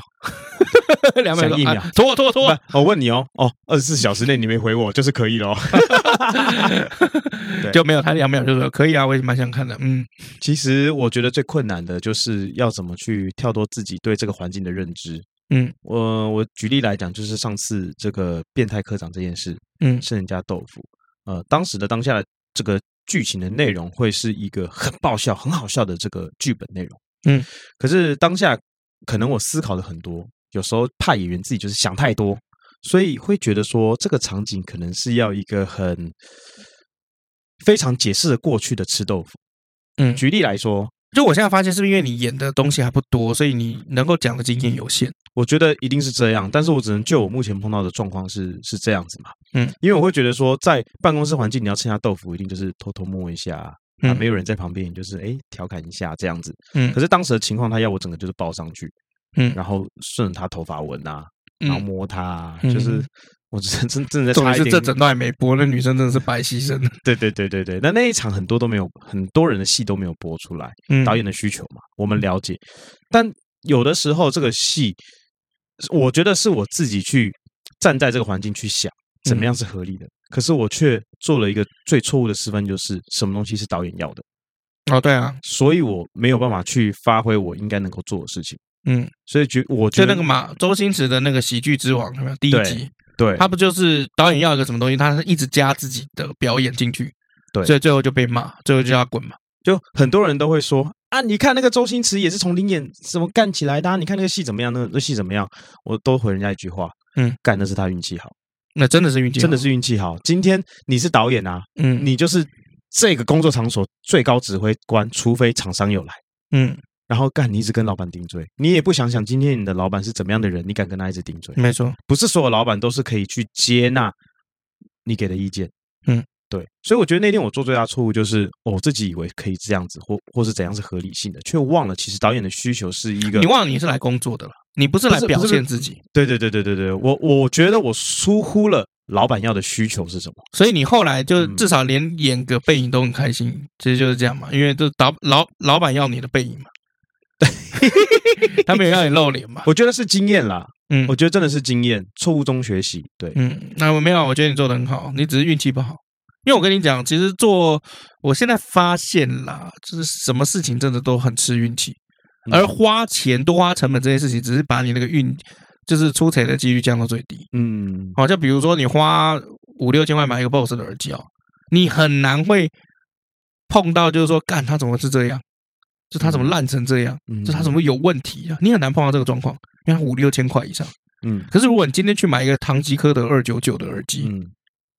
Speaker 1: 两秒
Speaker 2: 想一
Speaker 1: 啊
Speaker 2: 秒
Speaker 1: 拖拖
Speaker 2: 不
Speaker 1: 拖，，
Speaker 2: 我问你哦，哦，二十四小时内你没回我就是可以哦咯。对
Speaker 1: 就没有他两秒就说可以啊，我也蛮想看的，嗯
Speaker 2: 其实我觉得最困难的就是要怎么去跳脱自己对这个环境的认知。
Speaker 1: 嗯
Speaker 2: 我我举例来讲，就是上次这个变态科长这件事，
Speaker 1: 嗯
Speaker 2: 是人家豆腐。呃，当时的当下的这个剧情的内容会是一个很爆笑、很好笑的这个剧本内容。
Speaker 1: 嗯，
Speaker 2: 可是当下可能我思考了很多，有时候派演员自己就是想太多，所以会觉得说这个场景可能是要一个很非常解释得过去的吃豆腐。
Speaker 1: 嗯
Speaker 2: 举例来说，
Speaker 1: 就我现在发现，是不是因为你演的东西还不多，所以你能够讲的经验有限？
Speaker 2: 我觉得一定是这样，但是我只能就我目前碰到的状况是是这样子嘛，
Speaker 1: 嗯，
Speaker 2: 因为我会觉得说，在办公室环境你要吃下豆腐，一定就是偷偷摸一下啊，
Speaker 1: 嗯
Speaker 2: 没有人在旁边，你就是哎调侃一下这样子。
Speaker 1: 嗯
Speaker 2: 可是当时的情况，他要我整个就是抱上去，
Speaker 1: 嗯
Speaker 2: 然后顺着他头发闻啊，然后
Speaker 1: 嗯，
Speaker 2: 摸他、啊，
Speaker 1: 嗯
Speaker 2: 就是我只是真正在
Speaker 1: 重
Speaker 2: 差
Speaker 1: 点
Speaker 2: 一
Speaker 1: 是
Speaker 2: 点，
Speaker 1: 这整段也没播，那女生真的是白牺牲了。
Speaker 2: 对对对对对。那那一场很多都没有，很多人的戏都没有播出来，
Speaker 1: 嗯
Speaker 2: (laughs) 导演的需求嘛，我们了解。但有的时候这个戏，我觉得是我自己去站在这个环境去想，怎
Speaker 1: 嗯
Speaker 2: 么样是合理的。可是我却做了一个最错误的示范，就是什么东西是导演要的，
Speaker 1: 哦，对啊，
Speaker 2: 所以我没有办法去发挥我应该能够做的事情。
Speaker 1: 嗯，
Speaker 2: 所以觉我觉
Speaker 1: 就
Speaker 2: 得
Speaker 1: 那个嘛，周星驰的那个《喜剧之王》有没有第一
Speaker 2: 对
Speaker 1: 集？
Speaker 2: 对
Speaker 1: 他不就是导演要一个什么东西，他是一直加自己的表演进去，
Speaker 2: 对
Speaker 1: 所以最后就被骂，最后就要滚嘛。
Speaker 2: 就很多人都会说啊，你看那个周星驰也是从零演什么干起来的、啊，你看那个戏怎么样，那个那戏怎么样，我都回人家一句话，
Speaker 1: 嗯，
Speaker 2: 干那是他运气好，
Speaker 1: 那真的是运气好，
Speaker 2: 真的是运气好。今天你是导演啊，
Speaker 1: 嗯，
Speaker 2: 你就是这个工作场所最高指挥官，除非厂商有来，
Speaker 1: 嗯，
Speaker 2: 然后干你一直跟老板顶嘴，你也不想想今天你的老板是怎么样的人，你敢跟他一直顶嘴？
Speaker 1: 没错，
Speaker 2: 不是所有老板都是可以去接纳你给的意见。
Speaker 1: 嗯，
Speaker 2: 对，所以我觉得那天我做最大的错误就是、哦我自己以为可以这样子，或或是怎样是合理性的，却忘了其实导演的需求是一个
Speaker 1: 你。忘了你是来工作的了，你不是来
Speaker 2: 不是
Speaker 1: 表
Speaker 2: 不是
Speaker 1: 现自己，
Speaker 2: 对对对对对对，我我觉得我疏忽了老板要的需求是什么。
Speaker 1: 所以你后来就
Speaker 2: 嗯
Speaker 1: 至少连演个背影都很开心，其实就是这样嘛，因为就导老老板要你的背
Speaker 2: (laughs)
Speaker 1: 影嘛，他没有让你露脸嘛，
Speaker 2: 我觉得是经验啦，
Speaker 1: 嗯
Speaker 2: 我觉得真的是经验，错误中学习。对，
Speaker 1: 嗯，那我没有，我觉得你做的很好，你只是运气不好。因为我跟你讲，其实做我现在发现啦，就是什么事情真的都很吃运气，
Speaker 2: 嗯
Speaker 1: 而花钱多花成本这件事情，只是把你那个运就是出彩的几率降到最低。
Speaker 2: 嗯，
Speaker 1: 哦好，就比如说你花五六千块买一个 BOSS 的耳机哦，你很难会碰到，就是说，干他怎么是这样？就他怎么烂成这样？
Speaker 2: 嗯
Speaker 1: 就他怎么有问题啊？你很难碰到这个状况，因为它五六千块以上。
Speaker 2: 嗯
Speaker 1: 可是如果你今天去买一个唐吉诃德二九九的耳机，
Speaker 2: 嗯，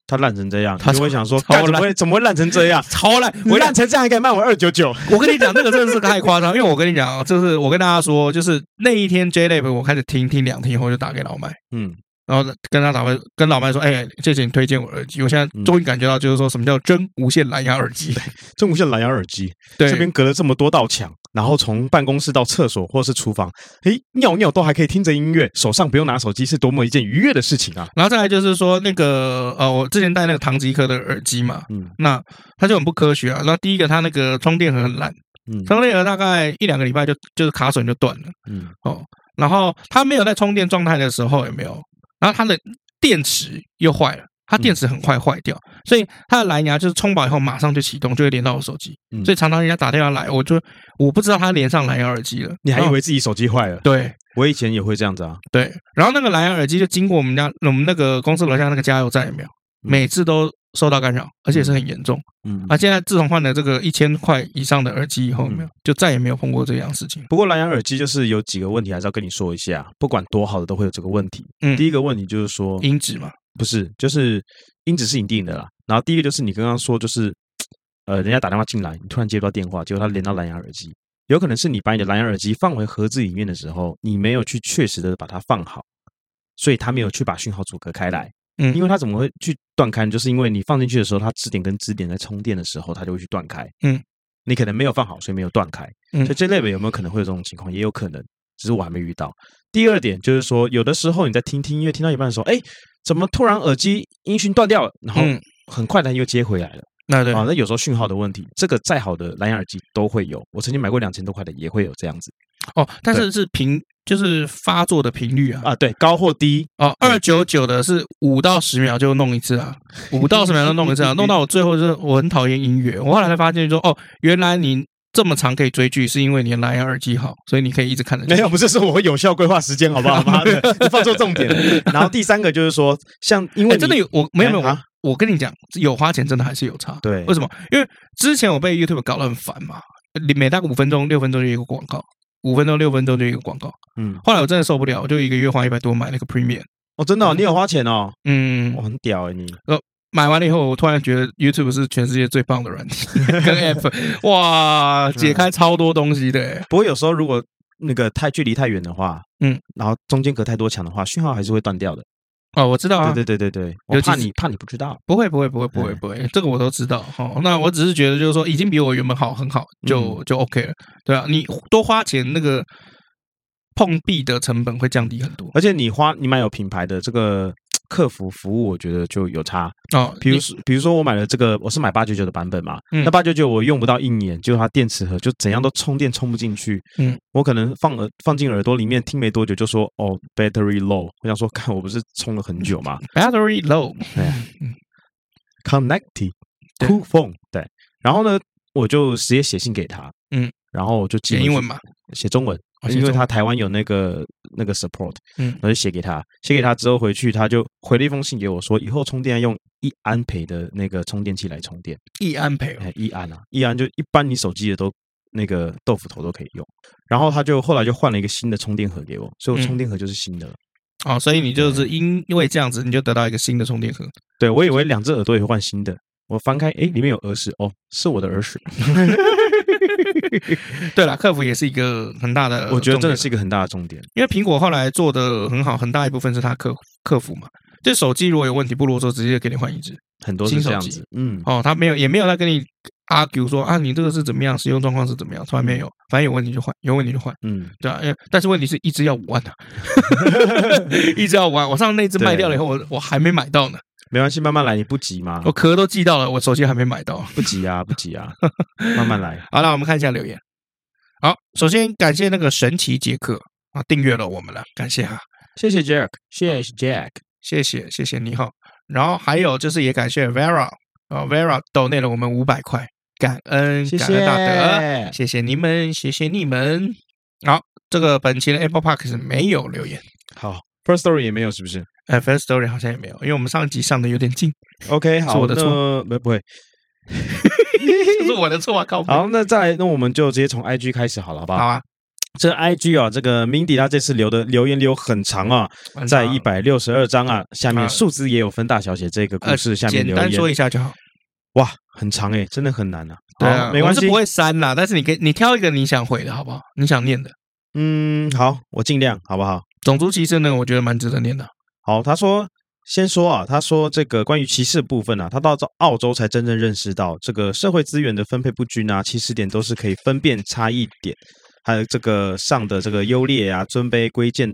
Speaker 2: 他烂成这样，
Speaker 1: 他
Speaker 2: 你就会想说，
Speaker 1: 超
Speaker 2: 干怎么
Speaker 1: 烂
Speaker 2: 会怎么会烂成这样？
Speaker 1: 超烂，
Speaker 2: 我
Speaker 1: 我烂
Speaker 2: 烂成这样还可以卖我二九
Speaker 1: (laughs)
Speaker 2: 九？
Speaker 1: 我跟你讲，这个真的是太夸张，因为我跟你讲啊，就是我跟大家说，就是那一天 J Lab 我开始听听两天以后，就打给老麦，
Speaker 2: 嗯
Speaker 1: 然后跟他打麦跟老麦说，哎，谢谢你推荐我耳机，我现
Speaker 2: 嗯
Speaker 1: 在终于感觉到就是说什么叫真无线蓝牙耳机，
Speaker 2: 这无线蓝牙耳机，
Speaker 1: (laughs) 对，
Speaker 2: 这边隔了这么多道墙，然后从办公室到厕所或是厨房，诶，尿尿都还可以听着音乐，手上不用拿手机，是多么一件愉悦的事情啊！
Speaker 1: 然后再来就是说那个呃，我之前戴那个唐吉诃德耳机嘛，
Speaker 2: 嗯
Speaker 1: 那它就很不科学啊。那第一个，它那个充电盒很烂，
Speaker 2: 嗯
Speaker 1: 充电盒大概一两个礼拜就就是卡榫就断了
Speaker 2: 嗯
Speaker 1: 哦。然后它没有在充电状态的时候有没有？然后它的电池又坏了，它电池很快坏掉，
Speaker 2: 嗯
Speaker 1: 所以它的蓝牙就是充饱以后马上就启动，就会连到我手机。
Speaker 2: 嗯
Speaker 1: 所以常常人家打电话来，我就我不知道它连上蓝牙耳机了，
Speaker 2: 你还以
Speaker 1: 然后
Speaker 2: 为自己手机坏了？
Speaker 1: 对。
Speaker 2: 我以前也会这样子啊。
Speaker 1: 对，然后那个蓝牙耳机就经过我们家我们那个公司楼下那个加油站有没有？每次都受到干扰，而且是很严重。
Speaker 2: 嗯，
Speaker 1: 啊，现在自从换了这个一千块以上的耳机以后，有没有
Speaker 2: 嗯哦
Speaker 1: 就再也没有碰过这样的事情。
Speaker 2: 不过蓝牙耳机就是有几个问题，还是要跟你说一下，不管多好的都会有这个问题。
Speaker 1: 嗯
Speaker 2: 第一个问题就是说，
Speaker 1: 音质嘛，
Speaker 2: 不是，就是音质是一定的啦。然后第一个就是你刚刚说，就是呃，人家打电话进来，你突然接不到电话，结果他连到蓝牙耳机，有可能是你把你的蓝牙耳机放回盒子里面的时候，你没有去确实的把它放好，所以他没有去把讯号阻隔开来。
Speaker 1: 嗯
Speaker 2: 因为他怎么会去断开呢？就是因为你放进去的时候，它支点跟支点在充电的时候，它就会去断开。
Speaker 1: 嗯，
Speaker 2: 你可能没有放好，所以没有断开。
Speaker 1: 嗯
Speaker 2: 所以这类的有没有可能会有这种情况？也有可能，只是我还没遇到。第二点就是说，有的时候你在听听音乐，听到一半的时候，哎，怎么突然耳机音讯断掉了？然后
Speaker 1: 嗯
Speaker 2: 很快它又接回来了。
Speaker 1: 那对
Speaker 2: 啊，那有时候讯号的问题，这个再好的蓝牙耳机都会有。我曾经买过两千多块的，也会有这样子
Speaker 1: 哦，但是是频就是发作的频率啊。
Speaker 2: 啊。对，高或低，
Speaker 1: 哦，二九九的是五到十秒就弄一次啊，五到十秒就弄一次啊，弄到我最后就是我很讨厌音乐。我后来才发现说，哦，原来你这么长可以追剧，是因为你的蓝牙耳机好，所以你可以一直看得
Speaker 2: (laughs)
Speaker 1: 见
Speaker 2: 没有，不是，是我会有效规划时间，好不
Speaker 1: (laughs)
Speaker 2: 好？妈的，你放错重点了。然后第三个就是说，像因为
Speaker 1: 哎，
Speaker 2: 你
Speaker 1: 真的有我没有没有，
Speaker 2: 啊
Speaker 1: 我我跟你讲，有花钱真的还是有差。
Speaker 2: 对
Speaker 1: 为什么？因为之前我被 YouTube 搞得很烦嘛，每大概五分钟六分钟就一个广告，五分钟六分钟就一个广告。
Speaker 2: 嗯，
Speaker 1: 后来我真的受不了，我就一个月花一百多买那个 Premium。
Speaker 2: 哦，真的哦，你有花钱哦，
Speaker 1: 嗯
Speaker 2: 我，很屌哎，你
Speaker 1: 买完了以后，我突然觉得 YouTube 是全世界最棒的软体跟
Speaker 2: (laughs)
Speaker 1: App，哇，解开超多东西的欸。
Speaker 2: 不过有时候如果那个太距离太远的话，
Speaker 1: 嗯，
Speaker 2: 然后中间隔太多墙的话，讯号还是会断掉的。
Speaker 1: 哦，我知道啊，
Speaker 2: 对对对对对，我
Speaker 1: 尤其
Speaker 2: 怕
Speaker 1: 是
Speaker 2: 你怕你不知道，
Speaker 1: 不会不会不会不会
Speaker 2: 嗯
Speaker 1: 不会，这个我都知道。哦，那我只是觉得就是说，已经比我原本好很好，
Speaker 2: 嗯
Speaker 1: 就就 OK 了。对啊，你多花钱那个碰壁的成本会降低很多
Speaker 2: 而且你花你买有品牌的这个客服服务，我觉得就有差。
Speaker 1: 哦。
Speaker 2: 比如
Speaker 1: 你
Speaker 2: 说，比如说我买了这个，我是买八九九的版本嘛，
Speaker 1: 嗯
Speaker 2: 那八九九我用不到一年，就是它电池盒就怎样都充电充不进去，
Speaker 1: 嗯，
Speaker 2: 我可能放耳放进耳朵里面听没多久就说哦 battery low，我想说看我不是充了很久
Speaker 1: (laughs)
Speaker 2: 嘛
Speaker 1: battery low，
Speaker 2: ，connected
Speaker 1: 对
Speaker 2: cool phone 对，然后呢我就直接写信给他，
Speaker 1: 嗯，
Speaker 2: 然后我就寄
Speaker 1: 写
Speaker 2: 回去
Speaker 1: 英文嘛，
Speaker 2: 写中文，
Speaker 1: 哦写
Speaker 2: 因为
Speaker 1: 中
Speaker 2: 他台湾有那个那个 support，
Speaker 1: 嗯
Speaker 2: 然后就写给他，写给他之后回去他就回了一封信给我说以后充电要用一安培的那个充电器来充电。
Speaker 1: 一安培哦
Speaker 2: 哎，易安啊，易安就一般你手机的都那个豆腐头都可以用。然后他就后来就换了一个新的充电盒给我，所以我
Speaker 1: 嗯
Speaker 2: 充电盒就是新的了。
Speaker 1: 哦，所以你就是因因为这样子，你就得到一个新的充电盒。
Speaker 2: 对我以为两只耳朵也会换新的，我翻开哎，里面有耳屎哦，是我的耳屎。
Speaker 1: 对了，客服也是一个很大的重点，
Speaker 2: 我觉得真的是一个很大的呃重点。
Speaker 1: 因为苹果后来做的很好，很大一部分是它客客服嘛。这手机如果有问题不啰嗦，直接给你换一只
Speaker 2: 很多是
Speaker 1: 新手
Speaker 2: 这样
Speaker 1: 机
Speaker 2: 子，嗯，
Speaker 1: 哦，他没有也没有在跟你 argue 说啊，你这个是怎么样，使用状况是怎么样，从来没有，反正有问题就换，有问题就换，
Speaker 2: 嗯，
Speaker 1: 对啊，因为但是问题是一只要五万啊， (laughs) 一只要五万，我上次那只卖掉了以后，我我还没买到呢，
Speaker 2: 没关系，慢慢来，你不急吗？
Speaker 1: 我壳都寄到了，我手机还没买到。
Speaker 2: 不急啊，不急啊，慢慢来。
Speaker 1: 好了，我们看一下留言。好，首先感谢那个神奇杰克啊，订阅了我们了，感谢哈、
Speaker 2: (laughs) 谢谢 Jack，谢谢 Jack，
Speaker 1: 谢谢谢谢你好。然后还有就是也感谢 Vera 啊，Vera 抖内了我们五百块，感恩
Speaker 2: 谢
Speaker 1: 感恩大德，
Speaker 2: 谢。
Speaker 1: 谢谢你们，谢谢你们。好，这个本期的 Apple Park 是没有留言
Speaker 2: 好，First Story 也没有是不是？
Speaker 1: 哎 f i r s t Story 好像也没有，因为我们上一集上的有点近， (laughs)
Speaker 2: OK，好，
Speaker 1: 是我的错
Speaker 2: 那，不不会，
Speaker 1: 这是我的错啊，靠背。
Speaker 2: 好，那再来，那我们就直接从 IG 开始好了，好不好？
Speaker 1: 好啊，
Speaker 2: 这 IG 啊，这个 Mindy 他这次留的留言留很长啊，
Speaker 1: 晚
Speaker 2: 在
Speaker 1: 上
Speaker 2: 一百六十二章啊，下面
Speaker 1: 啊
Speaker 2: 数字也有分大小写，这个故事下面
Speaker 1: 呃简
Speaker 2: 留
Speaker 1: 单说
Speaker 2: 言，
Speaker 1: 一下就好。
Speaker 2: 哇，很长诶，真的很难啊。
Speaker 1: 对
Speaker 2: 好
Speaker 1: 啊，
Speaker 2: 没关
Speaker 1: 我是
Speaker 2: 系
Speaker 1: 不，会删啦，但是你给你挑一个你想回的好不好？你想念的。
Speaker 2: 嗯，好，我尽量，好不好？
Speaker 1: 种族歧视呢，我觉得蛮值得念的。
Speaker 2: 好，他说。先说啊，他说这个关于歧视的部分啊，他到澳洲才真正认识到这个社会资源的分配不均啊，起始点都是可以分辨差异点，还有这个上的这个优劣啊、尊卑、贵贱、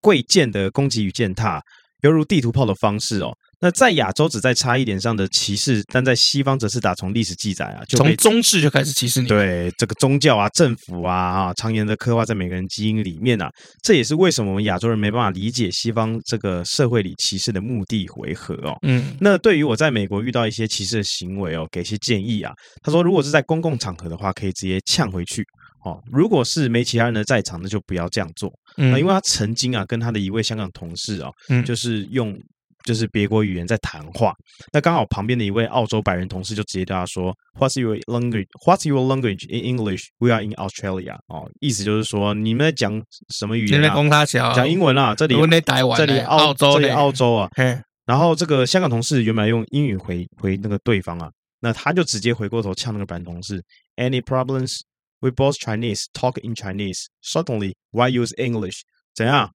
Speaker 2: 贵贱的攻击与践踏，犹如地图炮的方式哦。那在亚洲只在差异点上的歧视，但在西方则是打从历史记载啊，就
Speaker 1: 从
Speaker 2: 被
Speaker 1: 中式就开始歧视你。
Speaker 2: 对这个宗教啊、政府啊啊，常年的刻画在每个人基因里面啊，这也是为什么我们亚洲人没办法理解西方这个社会里歧视的目的为何哦。
Speaker 1: 嗯
Speaker 2: 那对于我在美国遇到一些歧视的行为哦，给一些建议啊。他说，如果是在公共场合的话，可以直接呛回去哦；如果是没其他人的在场，那就不要这样做。啊
Speaker 1: 嗯
Speaker 2: 那因为他曾经啊，跟他的一位香港同事啊，
Speaker 1: 嗯
Speaker 2: 就是用就是别国语言在谈话。那刚好旁边的一位澳洲白人同事就直接对他说：“What's your language? What's your language in English? We are in Australia。”哦，意思就是说你们在讲什么语
Speaker 1: 你
Speaker 2: 言
Speaker 1: 在
Speaker 2: 啊？
Speaker 1: 攻他小
Speaker 2: 讲英文啊？这里
Speaker 1: 我在台湾
Speaker 2: 这里
Speaker 1: 嘞澳洲
Speaker 2: 这里
Speaker 1: 嘞
Speaker 2: 澳洲啊。
Speaker 1: 嘿，
Speaker 2: 然后这个香港同事原本用英语回回那个对方啊，那他就直接回过头呛那个白人同事：“Any problems? We both Chinese, talk in Chinese. Suddenly, why use English？” 怎样？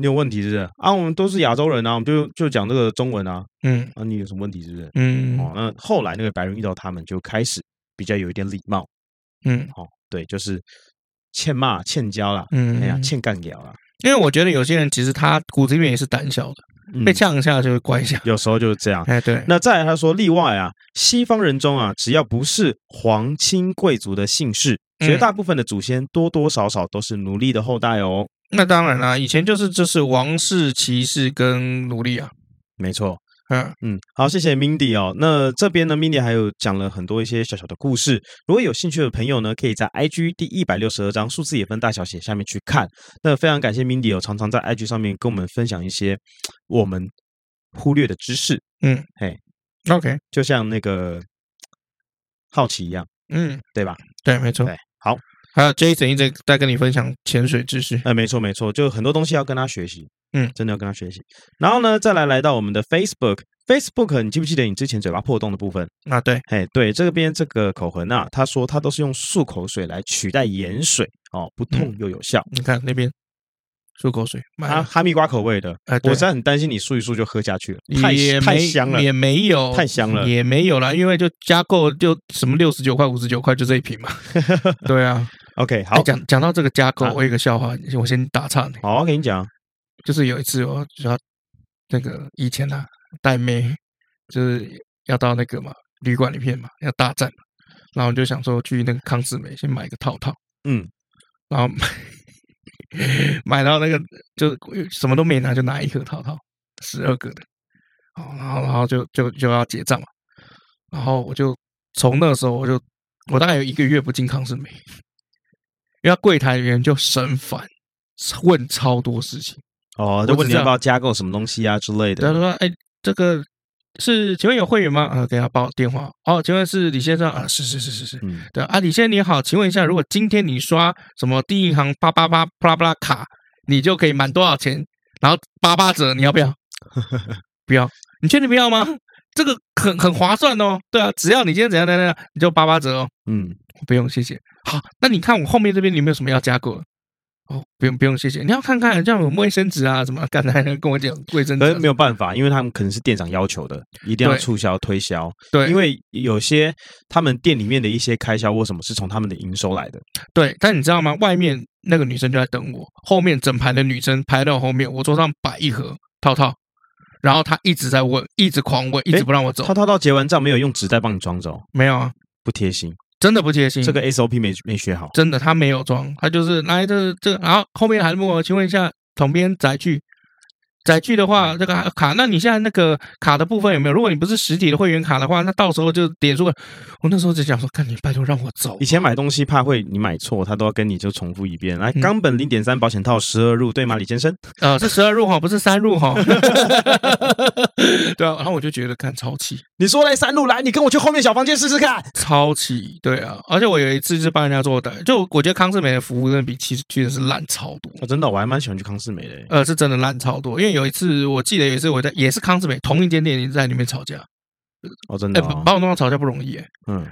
Speaker 2: 你有问题是不是？啊，我们都是亚洲人啊，我们就就讲这个中文啊。
Speaker 1: 嗯
Speaker 2: 啊，你有什么问题是不是？
Speaker 1: 嗯
Speaker 2: 哦，那后来那个白人遇到他们就开始比较有一点礼貌。
Speaker 1: 嗯
Speaker 2: 哦，对，就是欠骂、欠教啦，
Speaker 1: 嗯，
Speaker 2: 哎呀，欠干聊啦。
Speaker 1: 因为我觉得有些人其实他骨子里面也是胆小的，
Speaker 2: 嗯
Speaker 1: 被呛一下就会乖
Speaker 2: (laughs)
Speaker 1: 一下。
Speaker 2: 有时候就是这样。
Speaker 1: 哎，对，
Speaker 2: 那再来，他说例外啊，西方人中啊，只要不是皇亲贵族的姓氏，
Speaker 1: 嗯
Speaker 2: 绝大部分的祖先多多少少都是奴隶的后代哦。
Speaker 1: 那当然啦，以前就是就是王室骑士跟奴隶啊，
Speaker 2: 没错，
Speaker 1: 嗯
Speaker 2: 嗯，好，谢谢 Mindy 哦。那这边呢，Mindy 还有讲了很多一些小小的故事。如果有兴趣的朋友呢，可以在 IG 第一百六十二章数字也分大小写下面去看。那非常感谢 Mindy 哦，常常在 IG 上面跟我们分享一些嘖我们忽略的知识，
Speaker 1: ，OK，
Speaker 2: 就像那个嘖好奇一样，
Speaker 1: 嗯，
Speaker 2: 对吧？
Speaker 1: 对，没错
Speaker 2: 对。好，
Speaker 1: 还有 Jason 一直在跟你分享潜水知识。
Speaker 2: 哎，没错没错，就很多东西要跟他学习，
Speaker 1: 嗯
Speaker 2: 真的要跟他学习。然后呢，再来来到我们的 Facebook。Facebook，你记不记得你之前嘴巴破洞的部分？
Speaker 1: 啊，对，
Speaker 2: 嘿，对，这边这个口痕啊，他说他都是用漱口水来取代盐水哦，
Speaker 1: 嗯
Speaker 2: 不痛又有效。
Speaker 1: 你看那边漱口水，妈
Speaker 2: 啊，
Speaker 1: 呀，
Speaker 2: 哈密瓜口味的，
Speaker 1: 哎，对
Speaker 2: 我真的很担心你漱一漱就喝下去了，太
Speaker 1: 也
Speaker 2: 太
Speaker 1: 没
Speaker 2: 香了，
Speaker 1: 也没有
Speaker 2: 太香了
Speaker 1: 也没有啦，因为就加购就什么六十九块、五十九块就这一瓶
Speaker 2: (laughs)
Speaker 1: 嘛。对啊，
Speaker 2: OK，
Speaker 1: 哎
Speaker 2: 好，
Speaker 1: 讲讲到这个加购
Speaker 2: 啊，
Speaker 1: 我有一个笑话，我先打岔你，
Speaker 2: 好，我跟你讲，
Speaker 1: 就是有一次我就要那个以前啊带妹，就是要到那个嘛旅馆里面嘛要大战嘛，然后我就想说去那个康斯美先买一个套套，
Speaker 2: 嗯，
Speaker 1: 然后 (laughs) 买买到那个就什么都没拿，就拿一盒套套，十二个的，哦，然后然后就就就要结账嘛，然后我就从那时候我就我大概有一个月不进康士美，因为他柜台的人就神烦，问超多事情，
Speaker 2: 哦，就
Speaker 1: 我只
Speaker 2: 问你
Speaker 1: 知
Speaker 2: 要不
Speaker 1: 道
Speaker 2: 要加购什么东西啊之类
Speaker 1: 他
Speaker 2: 的。
Speaker 1: 说：“哎，这个是请问有会员吗？”啊，给他报电话，哦，请问是李先生啊？是是是是是，
Speaker 2: 嗯，
Speaker 1: 对啊，李先生你好，请问一下，如果今天你刷什么第一行八八八啪啦啪啦卡，你就可以满多少钱？然后八八折，你
Speaker 2: (laughs)
Speaker 1: 要不要？不要，你确定不要吗？这个很很划算哦。对啊，只要你今天怎样怎样，怎样，你就八八折哦。
Speaker 2: 嗯，
Speaker 1: 不用，谢谢。好，那你看我后面这边有没有什么要加购的？哦，不用不用，谢谢。你要看看像有卫生纸啊什么，刚才跟我讲卫生纸
Speaker 2: 可
Speaker 1: 啊
Speaker 2: 呃是没有办法，因为他们可能是店长要求的，一定要
Speaker 1: 对
Speaker 2: 促销推销。
Speaker 1: 对，
Speaker 2: 因为有些他们店里面的一些开销或什么是从他们的营收来的。
Speaker 1: 对，但你知道吗？外面那个女生就在等我，后面整排的女生排到后面，我桌上摆一盒套套，然后她一直在问，一直狂问，一直不让我走
Speaker 2: 他。他到结完账没有用纸袋帮你装走，
Speaker 1: 没有啊，
Speaker 2: 不贴心，
Speaker 1: 真的不贴心。
Speaker 2: 这个 SOP 没没学好。
Speaker 1: 真的她没有装，她就是来这这，然后后面还问我，请问一下统编载具。载具的话，这个卡，那你现在那个卡的部分有没有？如果你不是实体的会员卡的话，那到时候就点数了。我那时候只想说，看你拜托让我走
Speaker 2: 以。前买东西怕会你买错，他都要跟你就重复一遍。来，
Speaker 1: 嗯
Speaker 2: 冈本零点三保险套十二入，对吗，李先生？
Speaker 1: 呃，是十二入哈，不是三入哈。对啊，然后我就觉得看超气。
Speaker 2: 你说来三入，来，你跟我去后面小房间试试看。
Speaker 1: 超级对啊！而且我有一次是帮人家做的，就我觉得康士美的服务真的比其实确实是烂超多，
Speaker 2: 我哦真的我还蛮喜欢去康士美的欸。
Speaker 1: 呃，是真的烂超多。因为有一次我记得有一次我在也是康士美同一间店，你在里面吵架，
Speaker 2: 哦，真
Speaker 1: 哎、
Speaker 2: 的
Speaker 1: 把
Speaker 2: 哦。
Speaker 1: 把我弄到吵架不容易、哎
Speaker 2: 嗯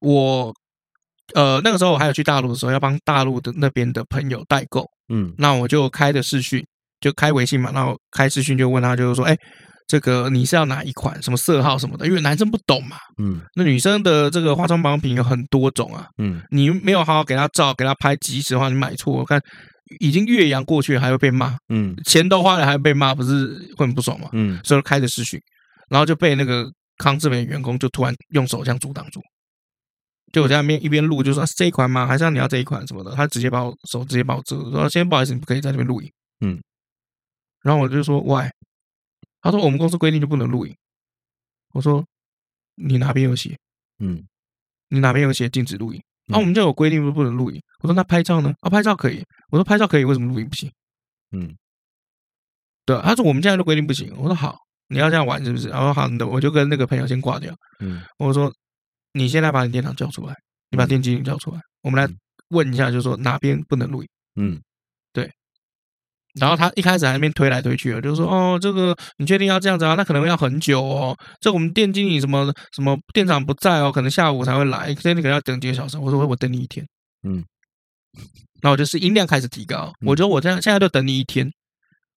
Speaker 1: 我呃那个时候我还有去大陆的时候，要帮大陆的那边的朋友代购，
Speaker 2: 嗯
Speaker 1: 那我就开的视讯，就开微信嘛，然后开视讯就问他，就是说，哎、这个你是要哪一款，什么色号什么的，因为男生不懂嘛，
Speaker 2: 嗯
Speaker 1: 那女生的这个化妆保养品有很多种啊，
Speaker 2: 嗯，
Speaker 1: 你没有好好给他照、给他拍及时的话，你买错，我看已经岳阳过去了还会被骂，
Speaker 2: 嗯
Speaker 1: 钱都花了还被骂，不是会很不爽吗？
Speaker 2: 嗯，
Speaker 1: 所以开着视讯，然后就被那个康志美员工就突然用手这样阻挡住，就我在那边一边录就说、啊是这一款吗？还是要你要这一款什么的？他直接把我手直接把我遮住，说啊先不好意思，你不可以在这边录影。
Speaker 2: 嗯，
Speaker 1: 然后我就说 why？他说我们公司规定就不能录影。我说你哪边有写？
Speaker 2: 嗯，
Speaker 1: 你哪边有写禁止录影？
Speaker 2: 嗯
Speaker 1: 啊，我们就有规定说不能录影。我说那拍照呢？啊，拍照可以。我说拍照可以，为什么录影不行？
Speaker 2: 嗯，
Speaker 1: 对啊，他说我们现在的规定不行。我说好，你要这样玩是不是？然后好的，我就跟那个朋友先挂掉。
Speaker 2: 嗯
Speaker 1: 我说你现在把你店长叫出来，你把
Speaker 2: 嗯
Speaker 1: 店经理叫出来，我们来问一下，就是说哪边不能录影。
Speaker 2: 嗯
Speaker 1: 然后他一开始还在那边推来推去的，就是说哦，这个你确定要这样子啊？那可能要很久哦。这我们店经理什么什么店长不在哦，可能下午才会来，所以你可能要等几个小时。我说我等你一天，
Speaker 2: 嗯。
Speaker 1: (laughs) 然后我就是音量开始提高，
Speaker 2: 嗯
Speaker 1: 我觉得我这样现在就等你一天，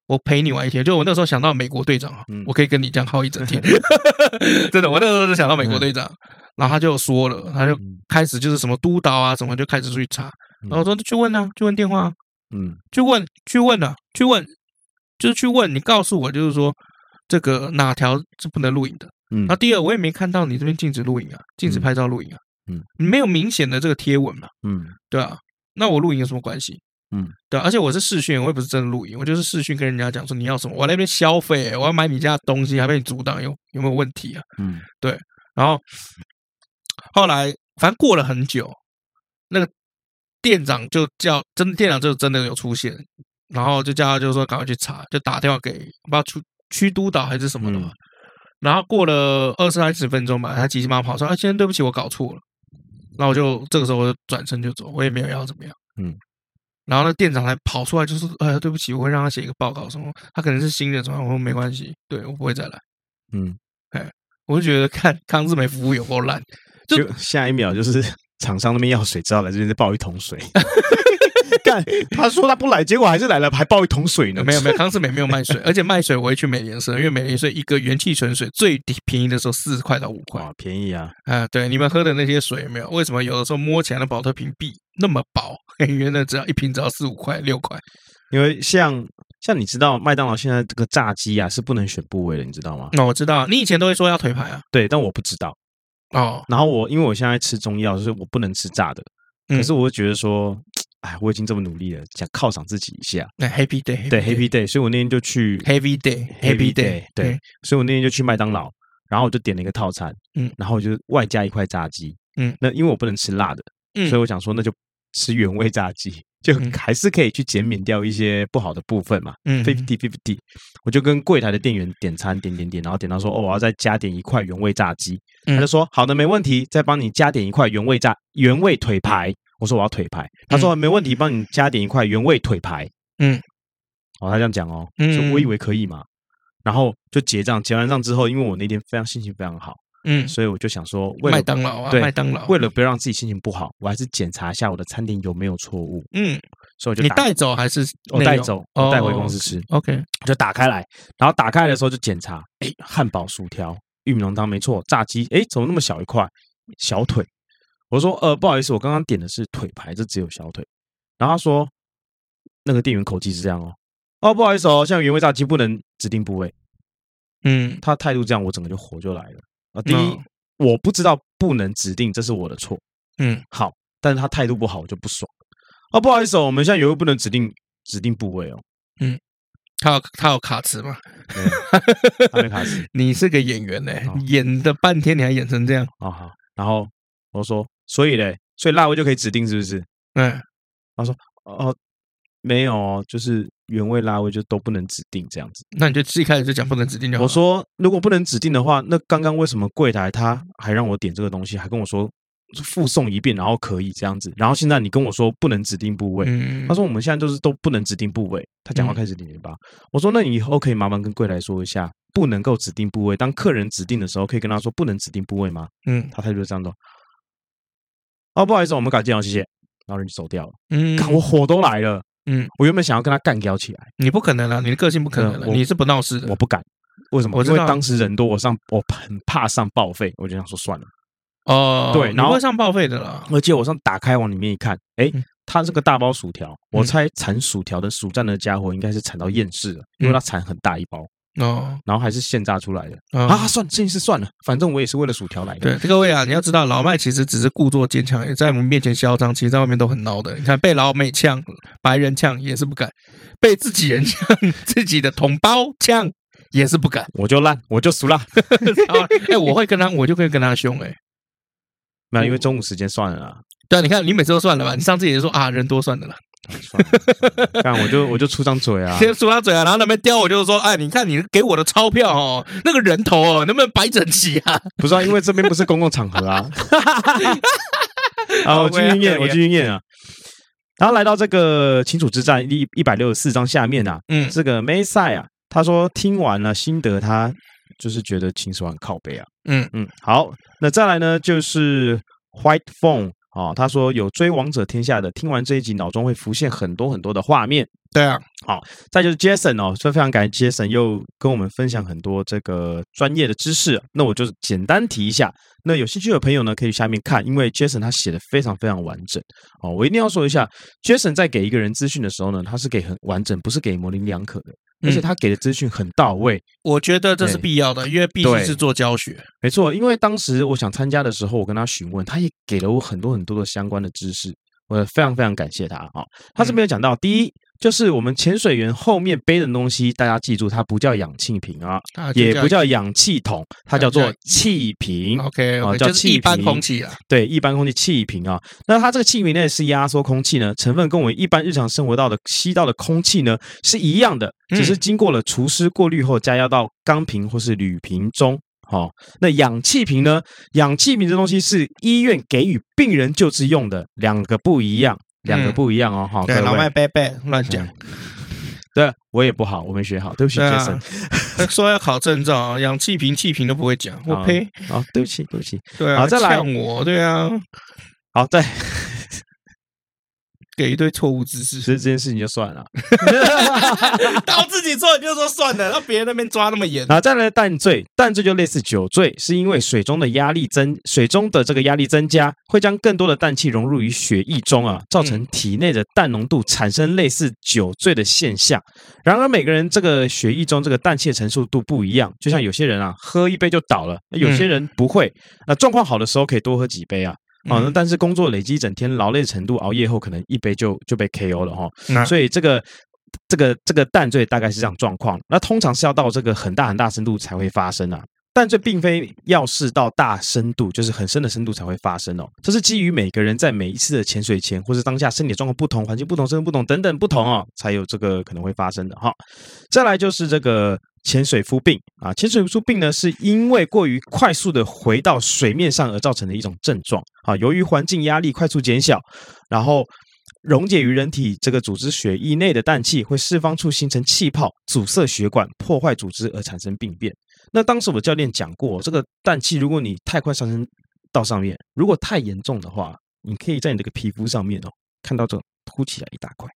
Speaker 1: 我陪你玩一天。就我那时候想到美国队长啊
Speaker 2: 嗯，
Speaker 1: 我可以跟你这样耗一
Speaker 2: (laughs)
Speaker 1: 整天， (laughs) 真的，我那时候就想到美国队长。然后他就说了，他就
Speaker 2: 嗯
Speaker 1: 开始就是什么督导啊什么，就开始出去查。
Speaker 2: 嗯
Speaker 1: 然后我说去问啊，去问电话啊、
Speaker 2: 嗯
Speaker 1: 去问去问啊，去问，就是去问你告诉我，就是说这个哪条是不能录影的。
Speaker 2: 嗯
Speaker 1: 然后第二，我也没看到你这边禁止录影啊，禁止
Speaker 2: 嗯
Speaker 1: 拍照录影啊，
Speaker 2: 嗯，
Speaker 1: 没有明显的这个贴文嘛，
Speaker 2: 嗯
Speaker 1: 对啊，那我录影有什么关系？
Speaker 2: 嗯，
Speaker 1: 对啊、而且我是视讯，我也不是真的录影，我就是视讯跟人家讲说你要什么，我在那边消费、我要买你家的东西，还被你阻挡，有有没有问题啊？
Speaker 2: 嗯
Speaker 1: 然后后来反正过了很久，那个店长就叫真的店长就真的有出现，然后就叫他就说赶快去查，就打电话给不知道区区督导还是什么的嘛。
Speaker 2: 嗯
Speaker 1: 然后过了二十三十分钟吧，他急急忙忙跑说：“啊，先生，对不起，我搞错了。”那我就这个时候我就转身就走，我也没有要怎么样。
Speaker 2: 嗯。
Speaker 1: 然后那店长还跑出来就说：“哎呀，对不起，我会让他写一个报告什么，他可能是新人什么。”我说：“没关系，对我不会再来。
Speaker 2: 嗯，”
Speaker 1: 我就觉得看康志梅服务有够烂，就
Speaker 2: 就下一秒就是 (laughs) 厂商那边要水，只好来这边再爆一桶
Speaker 1: (laughs)
Speaker 2: 水。干，他说他不来，结果还是来了，还爆一桶水呢。
Speaker 1: 没有没有，康志美没有卖水，而且卖水我会去美联社，因为美联社一个元气纯水最低便宜的时候四块到五块
Speaker 2: 哇，便宜啊！
Speaker 1: 啊。对，你们喝的那些水有没有？为什么有的时候摸起来的保特瓶壁那么薄？ (laughs) 因为那只要一瓶只要四五块六块。
Speaker 2: 因为像像你知道，麦当劳现在这个炸鸡啊是不能选部位的，你知道吗？
Speaker 1: 哦那、我知道，你以前都会说要腿牌啊。
Speaker 2: 对，但我不知道。
Speaker 1: 哦，
Speaker 2: 然后我因为我现在吃中药，所以我不能吃炸的。
Speaker 1: 嗯
Speaker 2: 可是我会觉得说，哎，我已经这么努力了，想犒赏自己一下。
Speaker 1: 那 Happy Day， (laughs)
Speaker 2: 对，Happy Day，所以我那天就去
Speaker 1: Happy Day，Happy Day，嗯
Speaker 2: 对，所以我那天就去麦当劳，然后我就点了一个套餐，
Speaker 1: 嗯
Speaker 2: 然后我就外加一块炸鸡，
Speaker 1: 嗯
Speaker 2: 那因为我不能吃辣的，
Speaker 1: 嗯
Speaker 2: 所以我想说那就吃原味炸鸡，就
Speaker 1: 嗯
Speaker 2: 还是可以去减免掉一些不好的部分嘛
Speaker 1: 嗯，嗯
Speaker 2: ，fifty fifty，我就跟柜台的店员点餐，点点点，然后点到说哦，我要再加点一块原味炸鸡，
Speaker 1: 嗯
Speaker 2: 他就说好的，没问题，再帮你加点一块原味炸原味腿排，我说我要腿排，他说没问题，帮你加点一块原味腿排，
Speaker 1: 嗯，
Speaker 2: 哦，他这样讲哦，
Speaker 1: 嗯
Speaker 2: 所以我以为可以嘛，然后就结账，结完账之后，因为我那天非常心情非常好，
Speaker 1: 嗯，
Speaker 2: 所以我就想说，为
Speaker 1: 麦
Speaker 2: 了
Speaker 1: 当劳啊，
Speaker 2: 对
Speaker 1: 麦当劳，
Speaker 2: 为了不要让自己心情不好，我还是检查一下我的餐点有没有错误，
Speaker 1: 嗯，
Speaker 2: 所以我就
Speaker 1: 你
Speaker 2: 打
Speaker 1: 带走还是
Speaker 2: 我
Speaker 1: 内
Speaker 2: 带
Speaker 1: 用
Speaker 2: 走，
Speaker 1: 哦
Speaker 2: 我带回公司吃，
Speaker 1: ？OK，
Speaker 2: 我就打开来，然后打开的时候就检查，哎，汉堡、薯条、玉米浓汤没错，炸鸡，哎，怎么那么小一块小腿？我说呃，不好意思，我刚刚点的是腿排，这只有小腿。然后他说，那个店员口气是这样哦，哦，不好意思哦，像原味炸鸡不能指定部位。
Speaker 1: 嗯
Speaker 2: 他态度这样，我整个就火就来了啊！第一，
Speaker 1: 嗯
Speaker 2: 我不知道不能指定，这是我的错。
Speaker 1: 嗯
Speaker 2: 好，但是他态度不好，我就不爽啊！不好意思、哦，我们现在有又不能指定指定部位哦，
Speaker 1: 他有他有卡词吗？
Speaker 2: 没有他没卡死
Speaker 1: (laughs) 你是个演员呢、
Speaker 2: 哦
Speaker 1: 演的半天你还演成这样，
Speaker 2: 啊、好，然后我说，所以嘞，所以辣味就可以指定是不是？
Speaker 1: 嗯，
Speaker 2: 哦、没有哦，就是原味辣味就都不能指定这样子。
Speaker 1: 那你就一开始就讲不能指定就好了。
Speaker 2: 我说，如果不能指定的话，那刚刚为什么柜台他还让我点这个东西，还跟我说附送一遍，然后可以这样子，然后现在你跟我说不能指定部位，
Speaker 1: 嗯，
Speaker 2: 他说我们现在就是都不能指定部位。他讲话
Speaker 1: 嗯
Speaker 2: 开始零零八，我说那你以后可以麻烦跟柜台说一下，不能够指定部位。当客人指定的时候，可以跟他说不能指定部位吗？
Speaker 1: 嗯
Speaker 2: 他态度就这样的。哦，不好意思，我们改进了，谢谢。然后人就走掉了，
Speaker 1: 嗯
Speaker 2: 看我火都来了。
Speaker 1: 嗯，
Speaker 2: 我原本想要跟他干掉起来，
Speaker 1: 你不可能啊，你的个性不可能、啊
Speaker 2: 对，我
Speaker 1: 你是不闹事的
Speaker 2: 我。不敢。为什么？
Speaker 1: 我知
Speaker 2: 因为
Speaker 1: 道啊
Speaker 2: 当时人多，我上我很怕上报废，我就想说算了。
Speaker 1: 哦，
Speaker 2: 对
Speaker 1: 你
Speaker 2: 然后
Speaker 1: 不会上报废的啦。
Speaker 2: 而且我上打开往里面一看，诶，
Speaker 1: 嗯
Speaker 2: 它是个大包薯条，我
Speaker 1: 嗯
Speaker 2: 猜产薯条的薯站的家伙应该是产到厌世了，因为
Speaker 1: 嗯
Speaker 2: 它产很大一包，
Speaker 1: 哦，
Speaker 2: 然后还是现榨出来的。
Speaker 1: 嗯
Speaker 2: 啊，算了，这件事算了，反正我也是为了薯条来的。
Speaker 1: 对，各位啊，你要知道，老麦其实只是故作坚强，也在我们面前嚣张，其实在外面都很孬的。你看，被老美呛，白人呛也是不敢；被自己人呛， (laughs) 自己的同胞呛也是不敢。
Speaker 2: 我就烂，我就熟
Speaker 1: (laughs)
Speaker 2: 啦。
Speaker 1: 然后哎、我会跟他，我就可以跟他凶哎、
Speaker 2: 没有，因为中午时间算了啦，
Speaker 1: 对啊，你看，你每次都算了吧？你上次也是说啊，人多算了啦。
Speaker 2: 算了，
Speaker 1: (laughs)
Speaker 2: 但我就我就出张嘴啊。
Speaker 1: 先说他嘴啊，然后那边叼我就是说，哎，你看你给我的钞票哦，那个人头哦，能不能摆整齐啊？ (laughs)
Speaker 2: 不是啊，因为这边不是公共场合啊。啊，我去
Speaker 1: 好
Speaker 2: 运验，
Speaker 1: 我
Speaker 2: 我
Speaker 1: 要
Speaker 2: 去运验啊。然后来到这个秦楚之战一一百六十四章下面啊，
Speaker 1: 嗯
Speaker 2: 这个梅赛啊，他说听完了心得，他就是觉得秦始皇靠背啊。
Speaker 1: 嗯
Speaker 2: 嗯，好，那再来呢就是 White Phone 啊、他说有追王者天下的，听完这一集脑中会浮现很多很多的画面。
Speaker 1: 对啊，
Speaker 2: 再就是 Jason 哦，所以非常感谢 Jason 又跟我们分享很多这个专业的知识。那我就简单提一下，那有兴趣的朋友呢，可以下面看，因为 Jason 他写的非常非常完整哦。我一定要说一下，Jason 在给一个人资讯的时候呢，他是给很完整，不是给模棱两可的，而且他给的资讯很到位。
Speaker 1: 我觉得这是必要的，因为毕竟
Speaker 2: 对
Speaker 1: 是做教学。
Speaker 2: 没错，因为当时我想参加的时候，我跟他询问，他也给了我很多很多的相关的知识，我非常非常感谢他啊、他这边有讲到，第一就是我们潜水员后面背的东西，大家记住，它不叫氧气瓶啊，
Speaker 1: 啊就
Speaker 2: 也
Speaker 1: 这样
Speaker 2: 不叫氧气筒，它叫做
Speaker 1: 叫
Speaker 2: 气瓶。
Speaker 1: OK，,
Speaker 2: 啊
Speaker 1: o
Speaker 2: 叫
Speaker 1: 就是一
Speaker 2: 气
Speaker 1: 般
Speaker 2: 瓶
Speaker 1: 空气啦。
Speaker 2: 对，一般空气气瓶啊。那它这个气瓶内是压缩空气呢，成分跟我们一般日常生活到的吸到的空气呢是一样的，
Speaker 1: 嗯
Speaker 2: 只是经过了除湿过滤后加压到钢瓶或是铝瓶中。好、那氧气瓶呢？氧气瓶这东西是医院给予病人救治用的，两个不一样，两个
Speaker 1: 嗯
Speaker 2: 不一样哦。哈、
Speaker 1: 对，
Speaker 2: 各
Speaker 1: 老
Speaker 2: 位
Speaker 1: 麦拜拜乱讲，
Speaker 2: 对我也不好，我没学好，对不起
Speaker 1: 对啊
Speaker 2: ，Jason
Speaker 1: (laughs) 说要考证照，啊氧气瓶、气瓶都不会讲，
Speaker 2: 嗯
Speaker 1: 我
Speaker 2: 好
Speaker 1: 呸！
Speaker 2: 啊，对不起，对不起。
Speaker 1: 对啊，
Speaker 2: 好再来
Speaker 1: 呛我，对啊，
Speaker 2: 好，再
Speaker 1: 给一堆错误知
Speaker 2: 其
Speaker 1: (laughs) 识，
Speaker 2: 实这件事情就算了。
Speaker 1: 到自己错你就说算了，让别人那边抓那么严，
Speaker 2: 然后再来淡醉，淡醉就类似酒醉，是因为水中的压力增，水中的这个压力增加，会将更多的氮气融入于血液中啊，造成体内的氮浓度产生类似酒醉的现象。然而每个人这个血液中这个氮气的成熟度不一样，就像有些人啊喝一杯就倒了，那有些人不会，那状况好的时候可以多喝几杯啊。哦，那
Speaker 1: 嗯
Speaker 2: 但是工作累积一整天劳累程度，熬夜后可能一杯就就被 KO 了哈、
Speaker 1: 那
Speaker 2: 所以这个这个这个淡醉大概是这样状况。那通常是要到这个很大很大深度才会发生啊。淡醉并非要是到大深度，就是很深的深度才会发生哦。这是基于每个人在每一次的潜水前，或是当下身体状况不同、环境不同、身份不同等等不同哦，才有这个可能会发生的哈。再来就是这个潜水夫病啊，潜水夫病呢是因为过于快速的回到水面上而造成的一种症状啊。由于环境压力快速减小，然后溶解于人体这个组织血液内的氮气会释放出形成气泡，阻塞血管，破坏组织而产生病变。那当时我教练讲过，这个氮气如果你太快上升到上面，如果太严重的话，你可以在你这个皮肤上面哦看到这种凸起来一大块，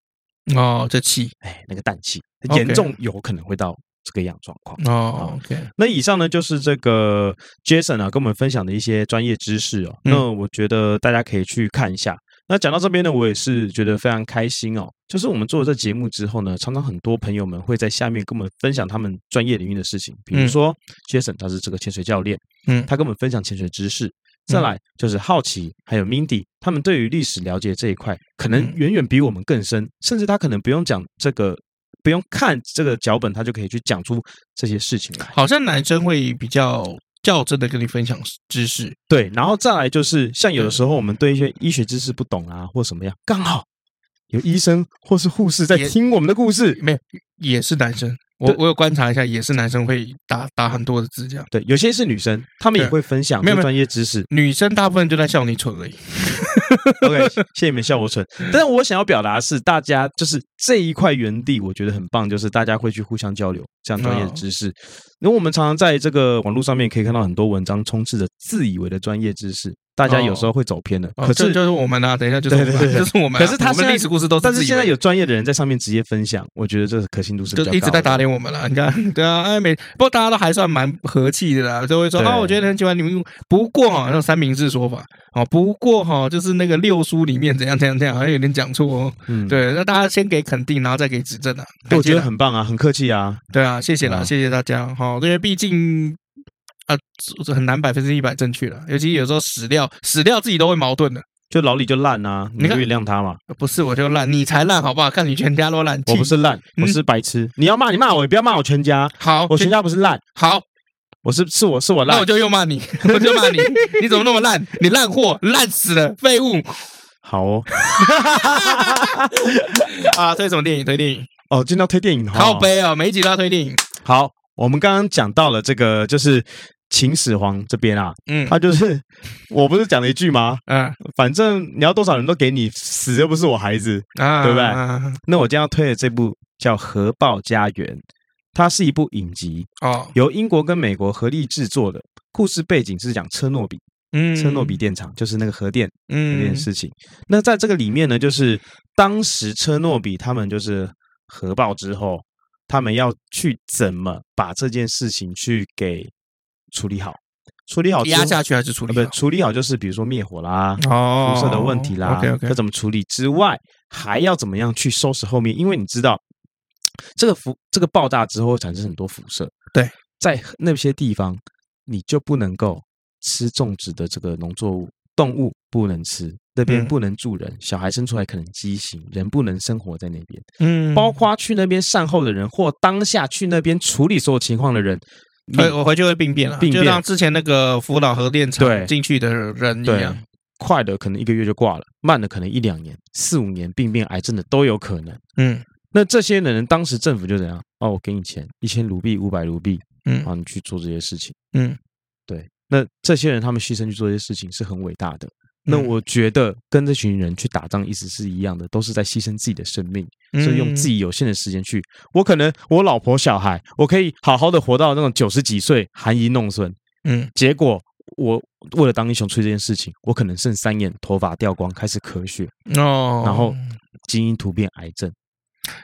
Speaker 1: 哦，这气
Speaker 2: 哎，那个氮气
Speaker 1: OK
Speaker 2: 严重有可能会到这个样状况。
Speaker 1: 哦，OK，
Speaker 2: 那以上呢，就是这个 Jason 啊，跟我们分享的一些专业知识哦。
Speaker 1: 嗯
Speaker 2: 那我觉得大家可以去看一下。那讲到这边呢，我也是觉得非常开心哦。就是我们做了这节目之后呢，常常很多朋友们会在下面跟我们分享他们专业领域的事情，比如
Speaker 1: 嗯
Speaker 2: 说 Jason 他是这个潜水教练，
Speaker 1: 嗯
Speaker 2: 他跟我们分享潜水知识。再来就是好奇，还有 Mindy，他们对于历史了解这一块，可能
Speaker 1: 嗯
Speaker 2: 远远比我们更深，甚至他可能不用讲这个，不用看这个脚本，他就可以去讲出这些事情来。
Speaker 1: 好像男生会比较较真的跟你分享知识，
Speaker 2: 对，然后再来就是像
Speaker 1: 嗯
Speaker 2: 有的时候我们对一些医学知识不懂啊，或什么样，刚好有医生或是护士在
Speaker 1: 也
Speaker 2: 听我们的故事。
Speaker 1: 没有也是男生，我
Speaker 2: 对
Speaker 1: 我有观察一下，也是男生会打打很多的字这样。
Speaker 2: 对，有些是女生，她们也
Speaker 1: 对
Speaker 2: 会分享
Speaker 1: 没
Speaker 2: 这
Speaker 1: 有没有
Speaker 2: 专业知识。
Speaker 1: 女生大部分就在笑你蠢而已。
Speaker 2: OK，谢谢你们笑我
Speaker 1: (laughs)
Speaker 2: 蠢。但是我想要表达的是，大家就是这一块园地，我觉得很棒，就是大家会去互相交流这样
Speaker 1: 哦
Speaker 2: 专业的知识。因为我们常常在这个网络上面可以看到很多文章充斥着自以为的专业知识，大家有时候会走偏的。
Speaker 1: 哦
Speaker 2: 可
Speaker 1: 这
Speaker 2: 是
Speaker 1: 就是我们啊，等一下就是我们啊，
Speaker 2: 对对对对
Speaker 1: 就是我们啊。
Speaker 2: 可是他
Speaker 1: 我
Speaker 2: 现
Speaker 1: 们
Speaker 2: 在
Speaker 1: 历史故事都
Speaker 2: 但是
Speaker 1: 自己
Speaker 2: 现在
Speaker 1: 为
Speaker 2: 有专业的人在上面直接分享，我觉得这可信度是比
Speaker 1: 就
Speaker 2: 较
Speaker 1: 一直
Speaker 2: 高
Speaker 1: 在
Speaker 2: 的
Speaker 1: 打脸我们了。你看， (laughs) 对啊，哎，每不过大家都还算蛮和气的啦，都会说
Speaker 2: 对
Speaker 1: 啊，我觉得很喜欢你们。不过哈，那种三明治说法哦，不过哈，就是那个六书里面怎样怎样怎样，好像有点讲错哦。
Speaker 2: 嗯，
Speaker 1: 对，那大家先给肯定，然后再给指正啊。
Speaker 2: 对，我觉
Speaker 1: 感谢
Speaker 2: 得
Speaker 1: 啦
Speaker 2: 很棒啊，很客气啊。
Speaker 1: 对啊，谢谢啦，
Speaker 2: 啊
Speaker 1: 谢谢大家。好，因为毕竟啊，这很难百分之一百正确了，尤其有时候史料，史料自己都会矛盾的。
Speaker 2: 就老李就烂啊，你
Speaker 1: 你
Speaker 2: 就
Speaker 1: 看
Speaker 2: 原谅他嘛。
Speaker 1: 呃不是我就烂，你才烂好不好？看你全家都烂，
Speaker 2: 我不
Speaker 1: 气
Speaker 2: 是烂，
Speaker 1: 嗯
Speaker 2: 我是白痴。你要骂你骂我，也不要骂我全家。
Speaker 1: 好，
Speaker 2: 我
Speaker 1: 去
Speaker 2: 全家不是烂，
Speaker 1: 好，
Speaker 2: 我是是我是我
Speaker 1: 哦那
Speaker 2: 烂
Speaker 1: 我。就又骂你，我
Speaker 2: (laughs)
Speaker 1: 就骂你，你怎么那么烂？你烂货，烂死了，废物
Speaker 2: 好哦，
Speaker 1: 啊！推什么电影？推电影，
Speaker 2: 哦，今天要推电影哦
Speaker 1: 好悲哦，每一集都要推电影。
Speaker 2: 好，我们刚刚讲到了这个，就是秦始皇这边啊，
Speaker 1: 嗯
Speaker 2: 他就是我不是讲了一句吗？
Speaker 1: 啊
Speaker 2: 反正你要多少人都给你，死又不是我孩子。
Speaker 1: 啊，
Speaker 2: 对不对
Speaker 1: 啊
Speaker 2: 那我今天要推的这部叫《核爆家园》，它是一部影集，
Speaker 1: 哦，
Speaker 2: 由英国跟美国合力制作的。故事背景是讲车诺比，
Speaker 1: 嗯，
Speaker 2: 车诺比，电厂就是那个核电那
Speaker 1: 嗯
Speaker 2: 件，事情。那在这个里面呢，就是当时车诺比他们就是核爆之后，他们要去怎么把这件事情去给处理好？处理好之后
Speaker 1: 压下去还是处
Speaker 2: 呃
Speaker 1: 理
Speaker 2: 不
Speaker 1: 好？
Speaker 2: 处理好就是比如说灭火啦、
Speaker 1: 哦，
Speaker 2: 辐射的问题啦
Speaker 1: OK，OK，
Speaker 2: 要怎么处理之外，还要怎么样去收拾后面？因为你知道，这个辐这个爆炸之后会产生很多辐射，
Speaker 1: 对，
Speaker 2: 在那些地方你就不能够吃种植的这个农作物，动物不能吃，那边
Speaker 1: 嗯
Speaker 2: 不能住人，小孩生出来可能畸形，人不能生活在那边，
Speaker 1: 嗯，
Speaker 2: 包括去那边善后的人或当下去那边处理所有情况的人，你
Speaker 1: 哎回我回去会病变了，
Speaker 2: 病
Speaker 1: 就
Speaker 2: 变
Speaker 1: 让之前那个福岛核电
Speaker 2: 对
Speaker 1: 厂进去的人一
Speaker 2: 对
Speaker 1: 样。，
Speaker 2: 快的可能一个月就挂了，慢的可能一两年、四五年病变、癌症的都有可能。
Speaker 1: 嗯
Speaker 2: 那这些人当时政府就怎样？哦，我给你钱，一千卢币、五百卢币，
Speaker 1: 嗯
Speaker 2: 然后你去做这些事情。
Speaker 1: 嗯，
Speaker 2: 对，那这些人他们牺牲去做这些事情是很伟大的。
Speaker 1: 嗯
Speaker 2: 那我觉得跟这群人去打仗意思是一样的，都是在牺牲自己的生命，
Speaker 1: 嗯
Speaker 2: 所以用自己有限的时间去。我可能我老婆小孩，我可以好好的活到那种九十几岁含饴弄孙，
Speaker 1: 嗯
Speaker 2: 结果我为了当英雄出这件事情，我可能剩三眼，头发掉光，开始咳血，
Speaker 1: 嗯哦，
Speaker 2: 然后基因突变、癌症。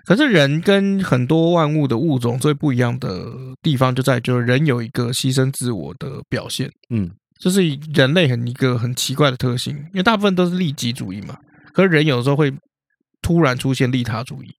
Speaker 1: 可是人跟很多万物的物种最不一样的地方就在于，就是人有一个牺牲自我的表现，
Speaker 2: 嗯，
Speaker 1: 这是人类很一个很奇怪的特性，因为大部分都是利己主义嘛，可是人有时候会突然出现利他主义，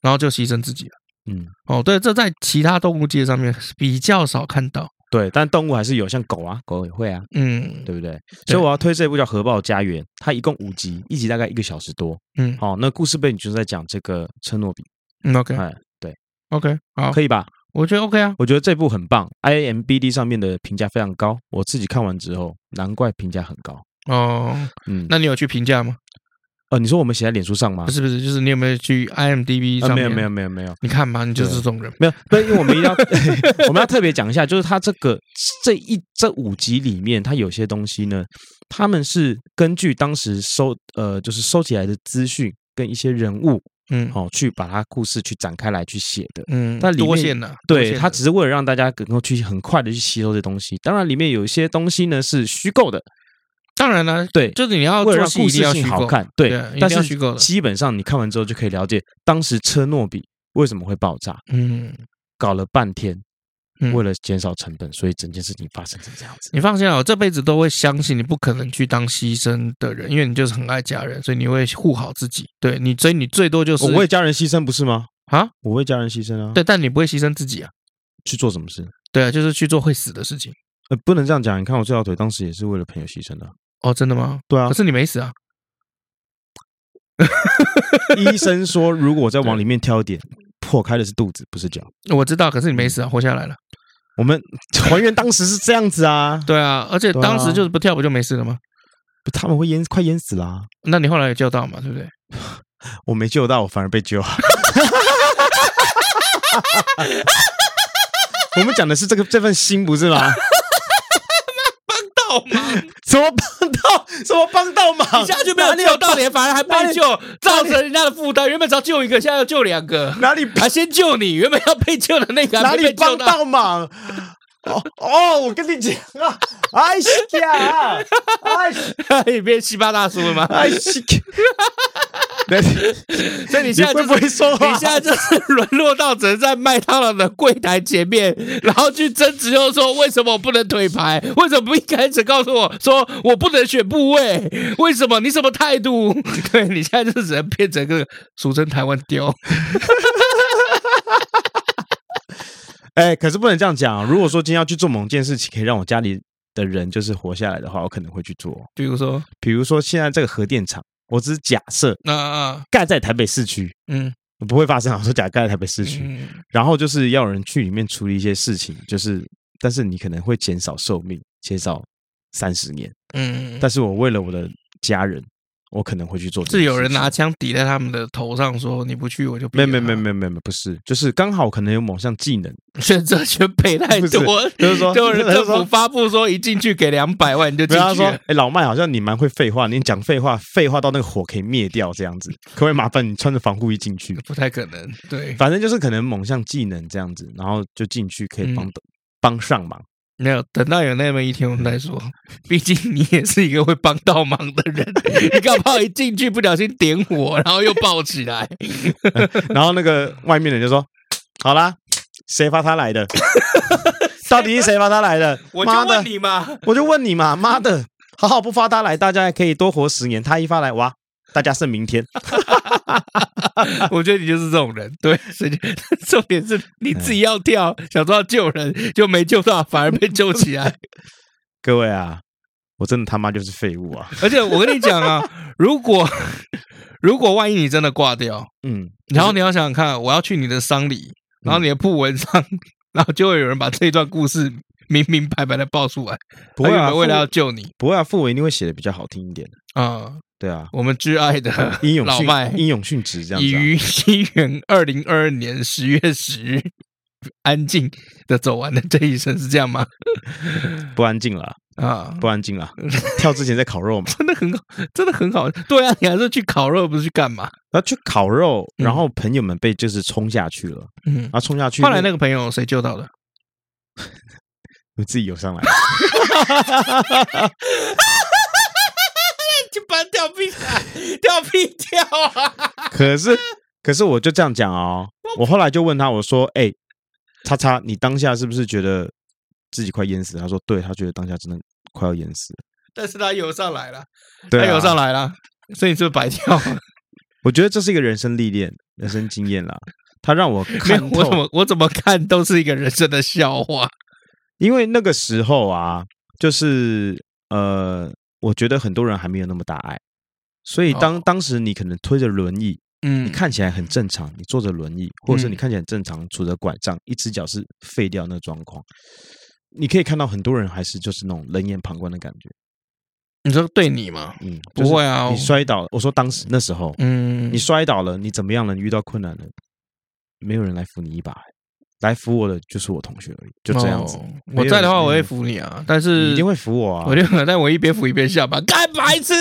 Speaker 1: 然后就牺牲自己了。
Speaker 2: 嗯，
Speaker 1: 哦，对，这在其他动物界上面比较少看到。
Speaker 2: 对，但动物还是有，像狗啊，狗也会啊，
Speaker 1: 嗯
Speaker 2: 对不对？所以我要推这部叫《核爆家园》，它一共五集，一集大概一个小时多。
Speaker 1: 嗯
Speaker 2: 好、那故事背景就是在讲这个车诺比，
Speaker 1: 嗯，OK
Speaker 2: 哎，对，
Speaker 1: OK，好，
Speaker 2: 可以吧？
Speaker 1: 我觉得 OK 啊。
Speaker 2: 我觉得这部很棒，IMBD 上面的评价非常高，我自己看完之后，难怪评价很高。
Speaker 1: 哦，
Speaker 2: 嗯，
Speaker 1: 那你有去评价吗？
Speaker 2: 呃，你说我们写在脸书上吗
Speaker 1: 不？是不是，就是你有没有去 IMDB
Speaker 2: 啊，
Speaker 1: 上
Speaker 2: 没
Speaker 1: 面？
Speaker 2: 有没有没有没有
Speaker 1: 你看嘛，你就是这种人。
Speaker 2: 没有，不，因为我们一定要 (laughs) 我们要特别讲一下，就是它这个这一这五集里面，它有些东西呢，他们是根据当时收呃就是收集来的资讯跟一些人物，
Speaker 1: 嗯
Speaker 2: 哦，去把它故事去展开来去写的。
Speaker 1: 嗯，
Speaker 2: 但里面
Speaker 1: 多线呐，
Speaker 2: 对，
Speaker 1: 多
Speaker 2: 它
Speaker 1: 线的
Speaker 2: 只是为了让大家能够去很快的去吸收这东西。当然，里面有一些东西呢是虚构的，
Speaker 1: 当然了，
Speaker 2: 对，
Speaker 1: 就是你要
Speaker 2: 为
Speaker 1: 做
Speaker 2: 了让
Speaker 1: 戏
Speaker 2: 故
Speaker 1: 一定
Speaker 2: 事
Speaker 1: 要
Speaker 2: 性
Speaker 1: 虚
Speaker 2: 好
Speaker 1: 构，
Speaker 2: 看，对
Speaker 1: 对一定
Speaker 2: 但
Speaker 1: 要
Speaker 2: 是
Speaker 1: 虚构的
Speaker 2: 基本上你看完之后就可以了解当时车诺比为什么会爆炸，
Speaker 1: 嗯，
Speaker 2: 搞了半天，
Speaker 1: 嗯
Speaker 2: 为了减少成本，所以整件事情发生成这样子。
Speaker 1: 你放心啊，我这辈子都会相信你不可能去当牺牲的人，因为你就是很爱家人，所以你会护好自己。对你，所以你最多就是
Speaker 2: 我为家人牺牲不是吗？
Speaker 1: 啊，
Speaker 2: 我为家人牺牲啊，
Speaker 1: 对，但你不会牺牲自己啊。
Speaker 2: 去做什么事？
Speaker 1: 对啊，就是去做会死的事情。
Speaker 2: 呃，不能这样讲。你看我这条腿当时也是为了朋友牺牲的啊，
Speaker 1: 哦，真的吗？
Speaker 2: 对啊
Speaker 1: 可。是你没死啊。
Speaker 2: 医生说，如果我再往里面挑一点，破开的是肚子，不是脚。
Speaker 1: 我知道，可是你没死啊，活下来了。
Speaker 2: 我们 (laughs) 还原当时是这样子啊，
Speaker 1: 对啊，而且
Speaker 2: 对啊
Speaker 1: 当时就是不跳不就没事了吗？
Speaker 2: 他们会淹，快淹死啦、
Speaker 1: 那你后来有救到嘛？对不对？
Speaker 2: 我没救到，我反而被救。 (laughs) 我们讲的是这个这份心，不是吗？
Speaker 1: 到嘛，
Speaker 2: 什么帮到，什么帮到忙？哪里有
Speaker 1: 到连，反而还
Speaker 2: 哪里
Speaker 1: 救，造成人家的负担。原本只要救一个，现在要救两个。
Speaker 2: 哪里
Speaker 1: 还先救你，原本要被救的那个
Speaker 2: 哪
Speaker 1: 还没
Speaker 2: 里
Speaker 1: 被
Speaker 2: 帮
Speaker 1: 救到，
Speaker 2: 到忙？哦哦，我跟你讲啊，哎呀，哎
Speaker 1: (laughs) 你变西巴大叔了吗？
Speaker 2: 哎呀，
Speaker 1: 所以你
Speaker 2: 你
Speaker 1: 现在
Speaker 2: 会
Speaker 1: 就
Speaker 2: 不
Speaker 1: 是。
Speaker 2: 会说
Speaker 1: (laughs) 你
Speaker 2: 话
Speaker 1: 现？在就是沦落到只能在麦当劳的柜台前面， (laughs) 然后去争执，又说为什么我不能腿牌？为什么不一开始告诉我说我不能选部位？为什么？你什么态度？ (laughs) 对你现在就只能变成个俗称台湾雕。
Speaker 2: 哎，可是不能这样讲。如果说今天要去做某件事情，可以让我家里的人就是活下来的话，我可能会去做。
Speaker 1: 比如说，
Speaker 2: 比如说现在这个核电厂，我只是假设
Speaker 1: 那、啊、
Speaker 2: 盖在台北市区，
Speaker 1: 嗯
Speaker 2: 不会发生啊。我说假盖在台北市区，
Speaker 1: 嗯
Speaker 2: 然后就是要有人去里面处理一些事情，就是但是你可能会减少寿命，减少三十年。
Speaker 1: 嗯，
Speaker 2: 但是我为了我的家人，我可能会去做这件
Speaker 1: 是
Speaker 2: 事情。
Speaker 1: 有人拿枪抵在他们的头上说你不去我就
Speaker 2: 没有？没有没有没有没有没有，不是，就是刚好可能有某项技能，
Speaker 1: 有选择权赔太多，
Speaker 2: 就是说，
Speaker 1: (laughs) 就是
Speaker 2: (laughs) 就
Speaker 1: 政
Speaker 2: 是
Speaker 1: 府
Speaker 2: 说，
Speaker 1: 发布说一进去给两百万你就
Speaker 2: 不
Speaker 1: 进
Speaker 2: 要
Speaker 1: 去
Speaker 2: 说，
Speaker 1: 了
Speaker 2: 哎。、老麦好像你蛮会废话，你讲废话，废话到那个火可以灭掉这样子，可不可以麻烦你穿着防护衣进去？
Speaker 1: 不太可能，对，
Speaker 2: 反正就是可能某项技能这样子，然后就进去可以
Speaker 1: 嗯
Speaker 2: 帮、帮上忙。
Speaker 1: 没有等到有那么一天我们再说。 (laughs) 毕竟你也是一个会帮倒忙的 (laughs) 人，你搞不好一进去不小心点火，然后又爆起来。
Speaker 2: 然后那个外面的人就说：“好啦，谁发他来的？ (laughs) 到底是谁发他来的？
Speaker 1: (laughs) 我就
Speaker 2: 妈的
Speaker 1: 问，你嘛，
Speaker 2: 我就问你嘛，妈的，好好不发他来，大家还可以多活十年。他一发来，哇，大家剩明天。
Speaker 1: (laughs)
Speaker 2: (laughs)
Speaker 1: 我觉得你就是这种人， (laughs) 对，所以重点是你自己要跳，想说要救人就没救到，反而被救起 (laughs) 来。
Speaker 2: 各位啊，我真的他妈就是废物啊！
Speaker 1: 而且我跟你讲啊，如果如果万一你真的挂掉，
Speaker 2: 嗯，
Speaker 1: 然后你要想想看，我要去你的丧礼，然后你的铺文上，然后就会有人把这一段故事明明白白的爆出来，
Speaker 2: 不会
Speaker 1: 他
Speaker 2: 啊，
Speaker 1: 原本为了要
Speaker 2: 傅
Speaker 1: 救你
Speaker 2: 不会啊，傅伟一定会写的比较好听一点的。
Speaker 1: 啊、
Speaker 2: 对啊，
Speaker 1: 我们挚爱的
Speaker 2: 英勇
Speaker 1: 老
Speaker 2: 殉
Speaker 1: 麦，啊
Speaker 2: 英勇殉职这样
Speaker 1: 已
Speaker 2: 子、啊。
Speaker 1: 于西元二零二二年十月十日安静的走完了这一生，是这样吗？
Speaker 2: 不安静了，
Speaker 1: 啊，
Speaker 2: 不安静
Speaker 1: (laughs)
Speaker 2: 了。跳之前在烤肉嘛，
Speaker 1: 真的很好，真的很好。对啊，你还是去烤肉，不是去干嘛？
Speaker 2: 然后去烤肉，
Speaker 1: 嗯
Speaker 2: 然后朋友们被就是冲下去了，
Speaker 1: 嗯
Speaker 2: 然，后冲下去，
Speaker 1: 后来那个朋友谁救到 (laughs) 的？
Speaker 2: 我自己游上来，
Speaker 1: 就把他掉屁啊，掉屁掉啊！ (laughs)
Speaker 2: 可是可是我就这样讲哦，我后来就问他，我说，哎、叉叉，你当下是不是觉得自己快淹死了？他说，对，他觉得当下真的快要淹死了。
Speaker 1: 但是他游上来了，
Speaker 2: 对、
Speaker 1: 他
Speaker 2: 啊，
Speaker 1: 游上来了，所以你是不是白跳 (laughs) 了？
Speaker 2: 我觉得这是一个人生历练、人生经验啦。他让我
Speaker 1: (laughs) 没
Speaker 2: 看
Speaker 1: 有，我怎
Speaker 2: 透，
Speaker 1: 么我怎么看都是一个人生的笑话。
Speaker 2: 因为那个时候啊，就是呃，我觉得很多人还没有那么大爱，所以当、
Speaker 1: 哦
Speaker 2: 当时你可能推着轮椅，你
Speaker 1: 嗯，
Speaker 2: 看起来很正常，你坐着轮椅，或者是
Speaker 1: 嗯
Speaker 2: 你看起来很正常，拄着拐杖，一只脚是废掉那个状况，你可以看到很多人还是就是那种冷眼旁观的感觉。
Speaker 1: 你说对你吗？
Speaker 2: 嗯，就
Speaker 1: 不
Speaker 2: 是
Speaker 1: 会啊
Speaker 2: 你，摔倒，我说当时那时候，
Speaker 1: 嗯，
Speaker 2: 你摔倒了，你怎么样了？你遇到困难了，没有人来扶你一把，欸来扶我的就是我同学而已，就这样子
Speaker 1: 哦。
Speaker 2: 没有
Speaker 1: 我在的话，
Speaker 2: 没有
Speaker 1: 我会扶你啊，但
Speaker 2: 你
Speaker 1: 是
Speaker 2: 一定会扶我啊！
Speaker 1: 我就可能在我一边扶一边笑吧，干白痴，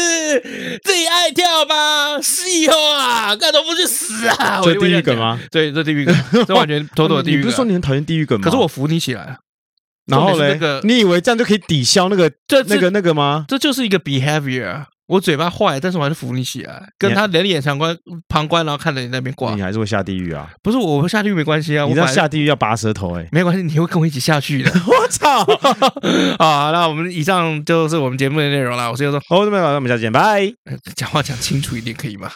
Speaker 1: 自己爱跳吗？是以后啊，干都不去死啊！
Speaker 2: 这
Speaker 1: 我就
Speaker 2: 地
Speaker 1: 会这
Speaker 2: 狱
Speaker 1: 样
Speaker 2: 梗吗？哦
Speaker 1: 讲？ (laughs) 对，这地狱梗，这完全妥妥的地
Speaker 2: 你
Speaker 1: 狱
Speaker 2: 不
Speaker 1: 梗
Speaker 2: 是说
Speaker 1: 啊。
Speaker 2: 你嗯很讨厌地狱梗吗？
Speaker 1: 可是我扶你起来啊了，
Speaker 2: 然后
Speaker 1: 重点
Speaker 2: 嘞
Speaker 1: 是那个，
Speaker 2: 你以为这样就可以抵消那个
Speaker 1: 这
Speaker 2: 那个那个吗？
Speaker 1: 这就是一个 behavior 啊。我嘴巴坏，但是我还是扶你起来，啊跟他冷眼旁观旁观，然后看着你那边挂
Speaker 2: 你。还是会下地狱啊！
Speaker 1: 不是我下去没关系啊，
Speaker 2: 你
Speaker 1: 我
Speaker 2: 知道
Speaker 1: 反正
Speaker 2: 下地狱要拔舌头哎！
Speaker 1: 没关系，你会 (laughs) 跟我一起下
Speaker 2: (laughs)
Speaker 1: 去的。
Speaker 2: 我操！
Speaker 1: 啊，那我们以上就是我们节目的内容啦。我是又说，
Speaker 2: 好，那么我们下次见，拜。
Speaker 1: 讲话讲清楚一点可以吗？